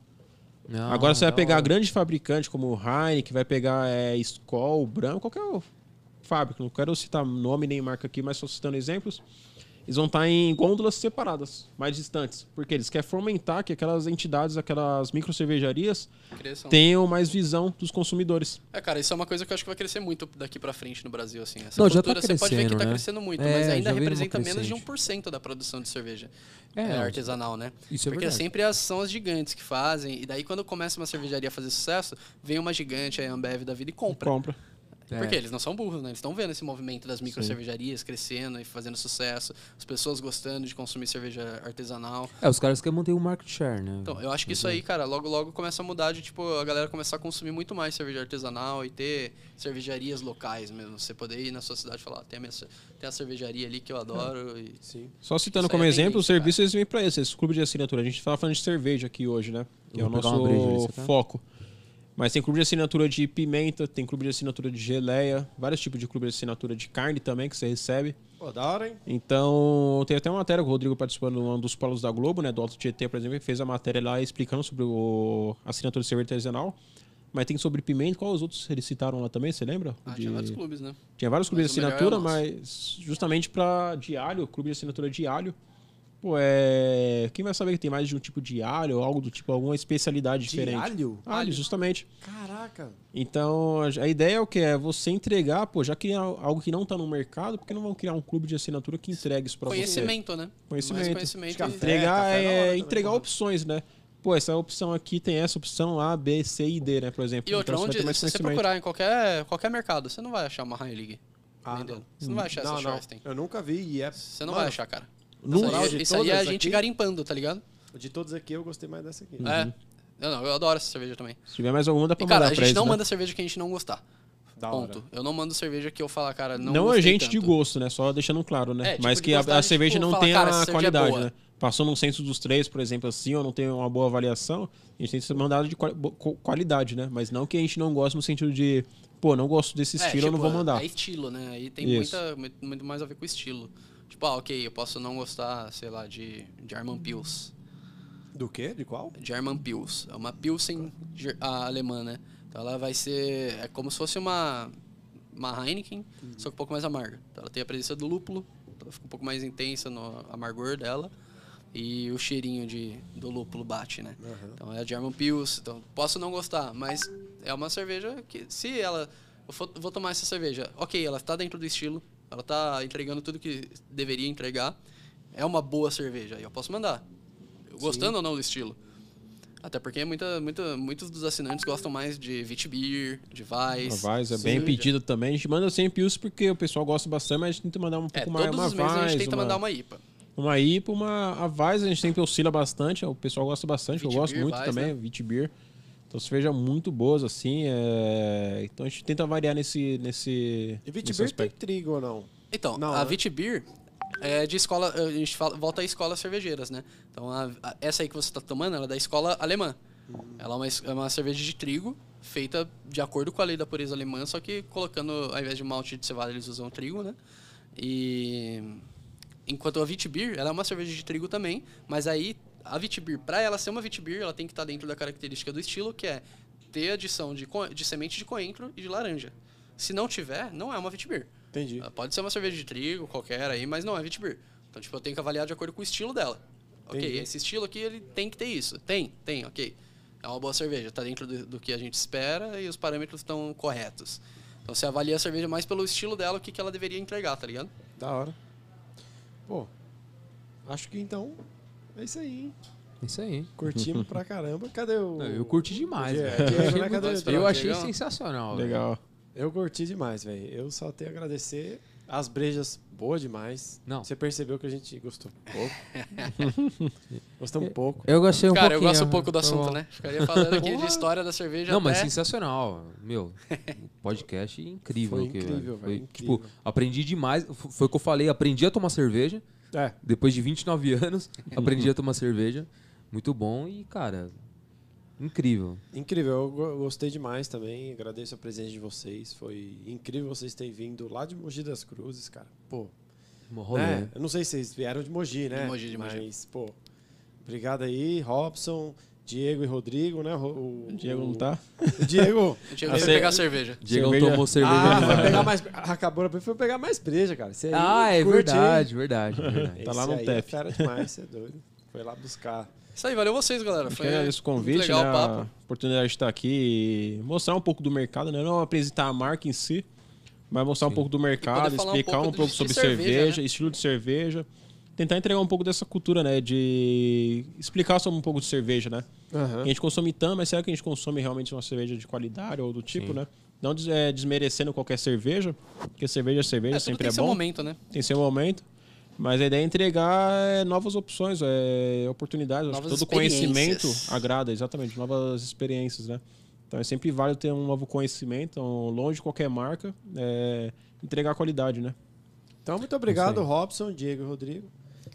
Ah, Agora você vai da pegar hora. grande fabricante como Heineken, que vai pegar é, Skol, Brahma, qualquer fábrica. Não quero citar nome nem marca aqui, mas só citando exemplos. Eles vão estar em gôndolas separadas, mais distantes. Porque eles querem fomentar que aquelas entidades, aquelas micro cervejarias Então. Cresçam. tenham mais visão dos consumidores. É, cara, isso é uma coisa que eu acho que vai crescer muito daqui pra frente no Brasil, assim. Essa Não, já tá cultura, você pode ver que crescendo, tá né? crescendo muito, É, mas já ainda veio numa representa menos de crescente. 1% da produção de cerveja É, é, artesanal, né? isso é Porque verdade. sempre as, são as gigantes que fazem, e daí quando começa uma cervejaria a fazer sucesso, vem uma gigante, a Ambev da vida e compra. Compra. É. Porque eles não são burros, né? Eles estão vendo esse movimento das micro cervejarias crescendo e fazendo sucesso, as pessoas gostando de consumir cerveja artesanal. É, os caras querem manter o market share, né? Então, eu acho que isso Uhum. aí, cara, logo logo começa a mudar de tipo a galera começar a consumir muito mais cerveja artesanal e ter cervejarias locais mesmo. Você poder ir na sua cidade e falar, "Ah, tem a, minha ce- tem a cervejaria ali que eu adoro. É. E... Sim. Só citando Isso como aí é exemplo, os tendência, serviços eles vêm para esse, esse clube de assinatura. A gente estava falando de cerveja aqui hoje, né? Que é Eu o vou pegar uma breja ali, nosso você tá? quer? foco. Mas tem clube de assinatura de pimenta, tem clube de assinatura de geleia, vários tipos de clube de assinatura de carne também que você recebe. Pô, da hora, hein? Então, tem até uma matéria, o Rodrigo participando de um dos polos da Globo, né? Do Alto Tietê, por exemplo, ele fez a matéria lá explicando sobre o a assinatura de cerveja artesanal. Mas tem sobre pimenta, qual os outros eles citaram lá também, você lembra? Ah, De- tinha vários clubes, né? tinha vários clubes Mas de o melhor assinatura, é o nosso. mas justamente para diário, clube de assinatura diário, pô, é... Quem vai saber que tem mais de um tipo de alho ou algo do tipo, alguma especialidade diferente? Alho? Alho, justamente. Caraca. Então, a- a ideia é o que? É você entregar, pô, já que é algo que não tá no mercado, porque não vão criar um clube de assinatura que entregue isso pra Conhecimento, né? você? Conhecimento. Mais De conhecimento. café. e- Entregar café É, tá, na hora é também, entregar porra. opções, né? Pô, essa opção aqui tem essa opção A, B, C e D, né, por exemplo. E outra, Então, vai onde, ter mais se você conhecimento. procurar em qualquer, qualquer mercado, você não vai achar uma High League. Ah, vendendo. não. Você não vai achar Não, essa não. Charleston. Eu nunca vi e é... Você não Mano, vai achar, cara. No Isso aí- geral, de isso aí é a todas gente aqui- garimpando, tá ligado? De todos aqui, eu gostei mais dessa aqui. É. Não, não, eu adoro essa cerveja também. Se tiver mais alguma, dá E, pra cara, Uhum. mandar a pra gente eles, não né? manda cerveja que a gente não gostar. Da hora. Ponto. Eu não mando cerveja que eu falar, cara, não Não, a gostei gente de tanto. gosto, né? Só deixando claro, É, né? tipo, Mas de que a, gostar, a de, tipo, cerveja não falar, tem "Cara, a essa cerveja é qualidade, boa." né? Passou num censo dos três, por exemplo, assim, ou não tem uma boa avaliação, a gente tem que ser mandado de quali- bo- co- qualidade, né? Mas não que a gente não goste no sentido de, pô, não gosto desse É, estilo, eu não tipo, vou mandar. É estilo, né? Aí tem Isso. muita, muito- muito mais a ver com estilo. Tipo, ah, ok, eu posso não gostar, sei lá, de, de Arman Pils. Do quê? De qual? German Pils. É uma Pilsen ger- a- alemã, né? Então ela vai ser. É como se fosse uma, uma Heineken, só que um pouco mais amarga. Então ela tem a presença do lúpulo, então fica um pouco mais intensa no amargor dela. E o cheirinho de, do lúpulo bate, né? Então é a German Pils. Então posso não gostar, mas é uma cerveja que, se ela. Eu for- vou tomar essa cerveja. Ok, ela está dentro do estilo, ela está entregando tudo que deveria entregar. É uma boa cerveja, aí eu posso mandar. Eu Gostando ou não do estilo. Até porque muita, muita, muitos dos assinantes gostam mais de Vitbeer, de Vice. A Vice é bem pedida também. A gente manda sempre isso porque o pessoal gosta bastante, mas a gente tenta mandar um É, pouco mais todos uma os meses a gente Vice, tenta mandar uma, uma IPA. uma IPA, uma a Vice a gente sempre oscila bastante, o pessoal gosta bastante, eu Vitbeer, gosto muito Weiss, também, Vitbeer. Então cerveja muito boas assim, é... então a gente tenta variar nesse nesse E nesse Vitbeer tem aspecto. trigo ou não? Então, Não, a né? Vitbeer é de escola. A gente fala- volta à escola cervejeiras, né? Então, a- a- essa aí que você está tomando, ela é da escola alemã. Uhum. Ela é uma, es- é uma cerveja de trigo feita de acordo com a lei da pureza alemã, só que colocando, ao invés de malte de cevada, eles usam trigo, né? E. Enquanto a Vitbeer, ela é uma cerveja de trigo também, mas aí a Vitbeer, para ela ser uma Vitbeer, ela tem que estar dentro da característica do estilo, que é ter adição de, co- de semente de coentro e de laranja. Se não tiver, não é uma Vitbeer. Entendi. Ah, Pode ser uma cerveja de trigo, qualquer aí, mas não é Vitbeer. Então, tipo, eu tenho que avaliar de acordo com o estilo dela. Entendi. Ok, esse estilo aqui, ele tem que ter isso. Tem, tem, ok. É uma boa cerveja, tá dentro do, do que a gente espera e os parâmetros estão corretos. Então, você avalia a cerveja mais pelo estilo dela, o que, que ela deveria entregar, tá ligado? Da hora. Pô, acho que então é isso aí, hein? É isso aí. Curtimos pra caramba. Cadê o... Não, eu curti demais, É, velho. (laughs) Eu achei Diego, né? Cadê muito- o Eu achei Diego? sensacional. velho. Legal. Eu curti demais, velho. Eu só tenho a agradecer. As brejas, boa demais. Não. Você percebeu que a gente gostou pouco. (laughs) Gostamos pouco. Eu gostei um Cara, eu pouquinho. gosto um pouco do Foi assunto, bom. né? Ficaria falando (laughs) aqui de história da cerveja Não, até... mas sensacional. (laughs) Meu, um podcast incrível. Foi aqui, incrível, Foi, velho, Tipo, incrível. aprendi demais. F- Foi o que eu falei, aprendi a tomar cerveja. É, Depois de 29 (laughs) anos, aprendi a tomar cerveja. Muito bom e, cara, incrível. incrível. Eu go- gostei demais também. Agradeço a presença de vocês. Foi incrível vocês terem vindo lá de Mogi das Cruzes, cara. Pô, Mó rolê. né? Eu não sei se vocês vieram de Mogi, né? De Mogi, de Mogi. Mas, pô, obrigado aí, Robson, Diego e Rodrigo, né? Ro- O, (laughs) Diego o- não tá? Diego... A gente Ah, veio você- pegar cerveja. Diego cerveja- tomou cerveja. Ah, (laughs) demais. foi pegar mais. Acabou a foi pegar mais breja, cara. Você aí Ah, é curte, hein? verdade, verdade, verdade. Tá lá Esse no aí TEP. É fera demais, você é doido. Foi lá buscar. Isso aí, valeu vocês, galera. Acho Foi que é esse muito convite, legal né? o papo. A oportunidade de estar aqui e mostrar um pouco do mercado, né? Não apresentar a marca em si, mas mostrar um pouco do mercado, poder falar um explicar um pouco pouco, do- de sobre cerveja, cerveja, né? estilo de cerveja. Tentar entregar um pouco dessa cultura, né? De explicar sobre um pouco de cerveja, né? A gente consome tanto, mas será que a gente consome realmente uma cerveja de qualidade ou do tipo, né? Não des- é, desmerecendo qualquer cerveja, porque cerveja é cerveja, É, tudo sempre tem é seu bom momento, né? tem seu momento. Mas a ideia é entregar é, novas opções, é, oportunidades. Acho que Novas todo conhecimento experiências. agrada, exatamente, novas experiências, né? Então é sempre válido ter um novo conhecimento, então, longe de qualquer marca, é, entregar qualidade, né? Então, muito obrigado, É isso Robson, Diego e Rodrigo.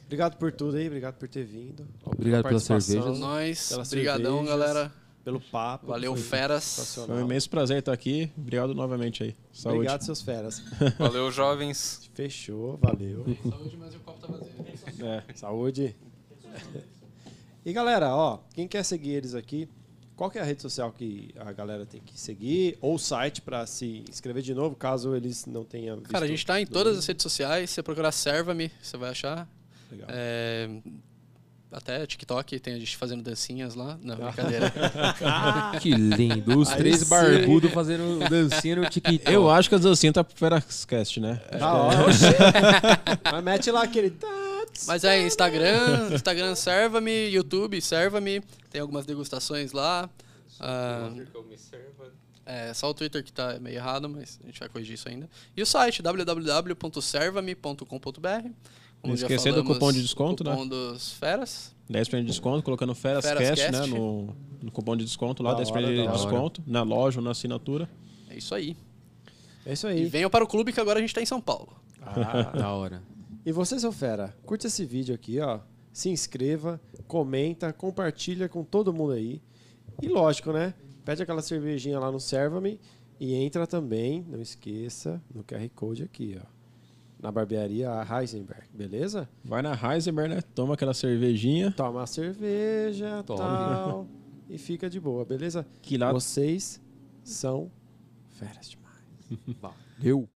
Obrigado por tudo aí, obrigado por ter vindo. Obrigado pela participação. cerveja. Nós, Pelas brigadão, cervejas. galera. pelo papo. Valeu, Foi feras. sensacional. Foi um imenso prazer estar aqui. Obrigado novamente aí. Saúde. Obrigado, seus feras. Valeu, jovens. Fechou, valeu. Saúde, mas o copo tá vazio. É. Saúde. E galera, ó, quem quer seguir eles aqui, qual que é a rede social que a galera tem que seguir? Ou o site para se inscrever de novo, caso eles não tenham visto. Cara, a gente tá em todas as redes sociais. Se você procurar Serva-me, você vai achar. Legal. É, até TikTok tem a gente fazendo dancinhas lá. Não, Ah. brincadeira. (laughs) Ah. Que lindo. Os Aí três sim. barbudos fazendo dancinha no TikTok. Ah, Eu acho que a dancinha tá pro Ferascast, né? É. (laughs) Da hora. Mas mete lá aquele... Mas é Instagram, Instagram Serva-me, YouTube Serva-me. Tem algumas degustações lá. Ah, é só o Twitter que tá meio errado, mas a gente vai corrigir isso ainda. E o site www.servame.com.br. Não esquecer do cupom de desconto, né? cupom dos feras. 10% de desconto, colocando Ferascast, Ferascast. né? No, no cupom de desconto lá, Da 10% hora, de da hora. desconto. Na loja ou na assinatura. É isso aí. É isso E aí. venham para o clube que agora a gente tá em São Paulo. Da hora. E você, seu fera, curte esse vídeo aqui, ó. Se inscreva, comenta, compartilha com todo mundo aí. E lógico, né? Pede aquela cervejinha lá no Serva-me e entra também, não esqueça, no QR Code aqui, ó. Na barbearia Heisenberg, beleza? Vai na Heisenberg, né? Toma aquela cervejinha. Toma a cerveja, Tome. tal, e fica de boa, beleza? Que lá Vocês são feras demais. Eu.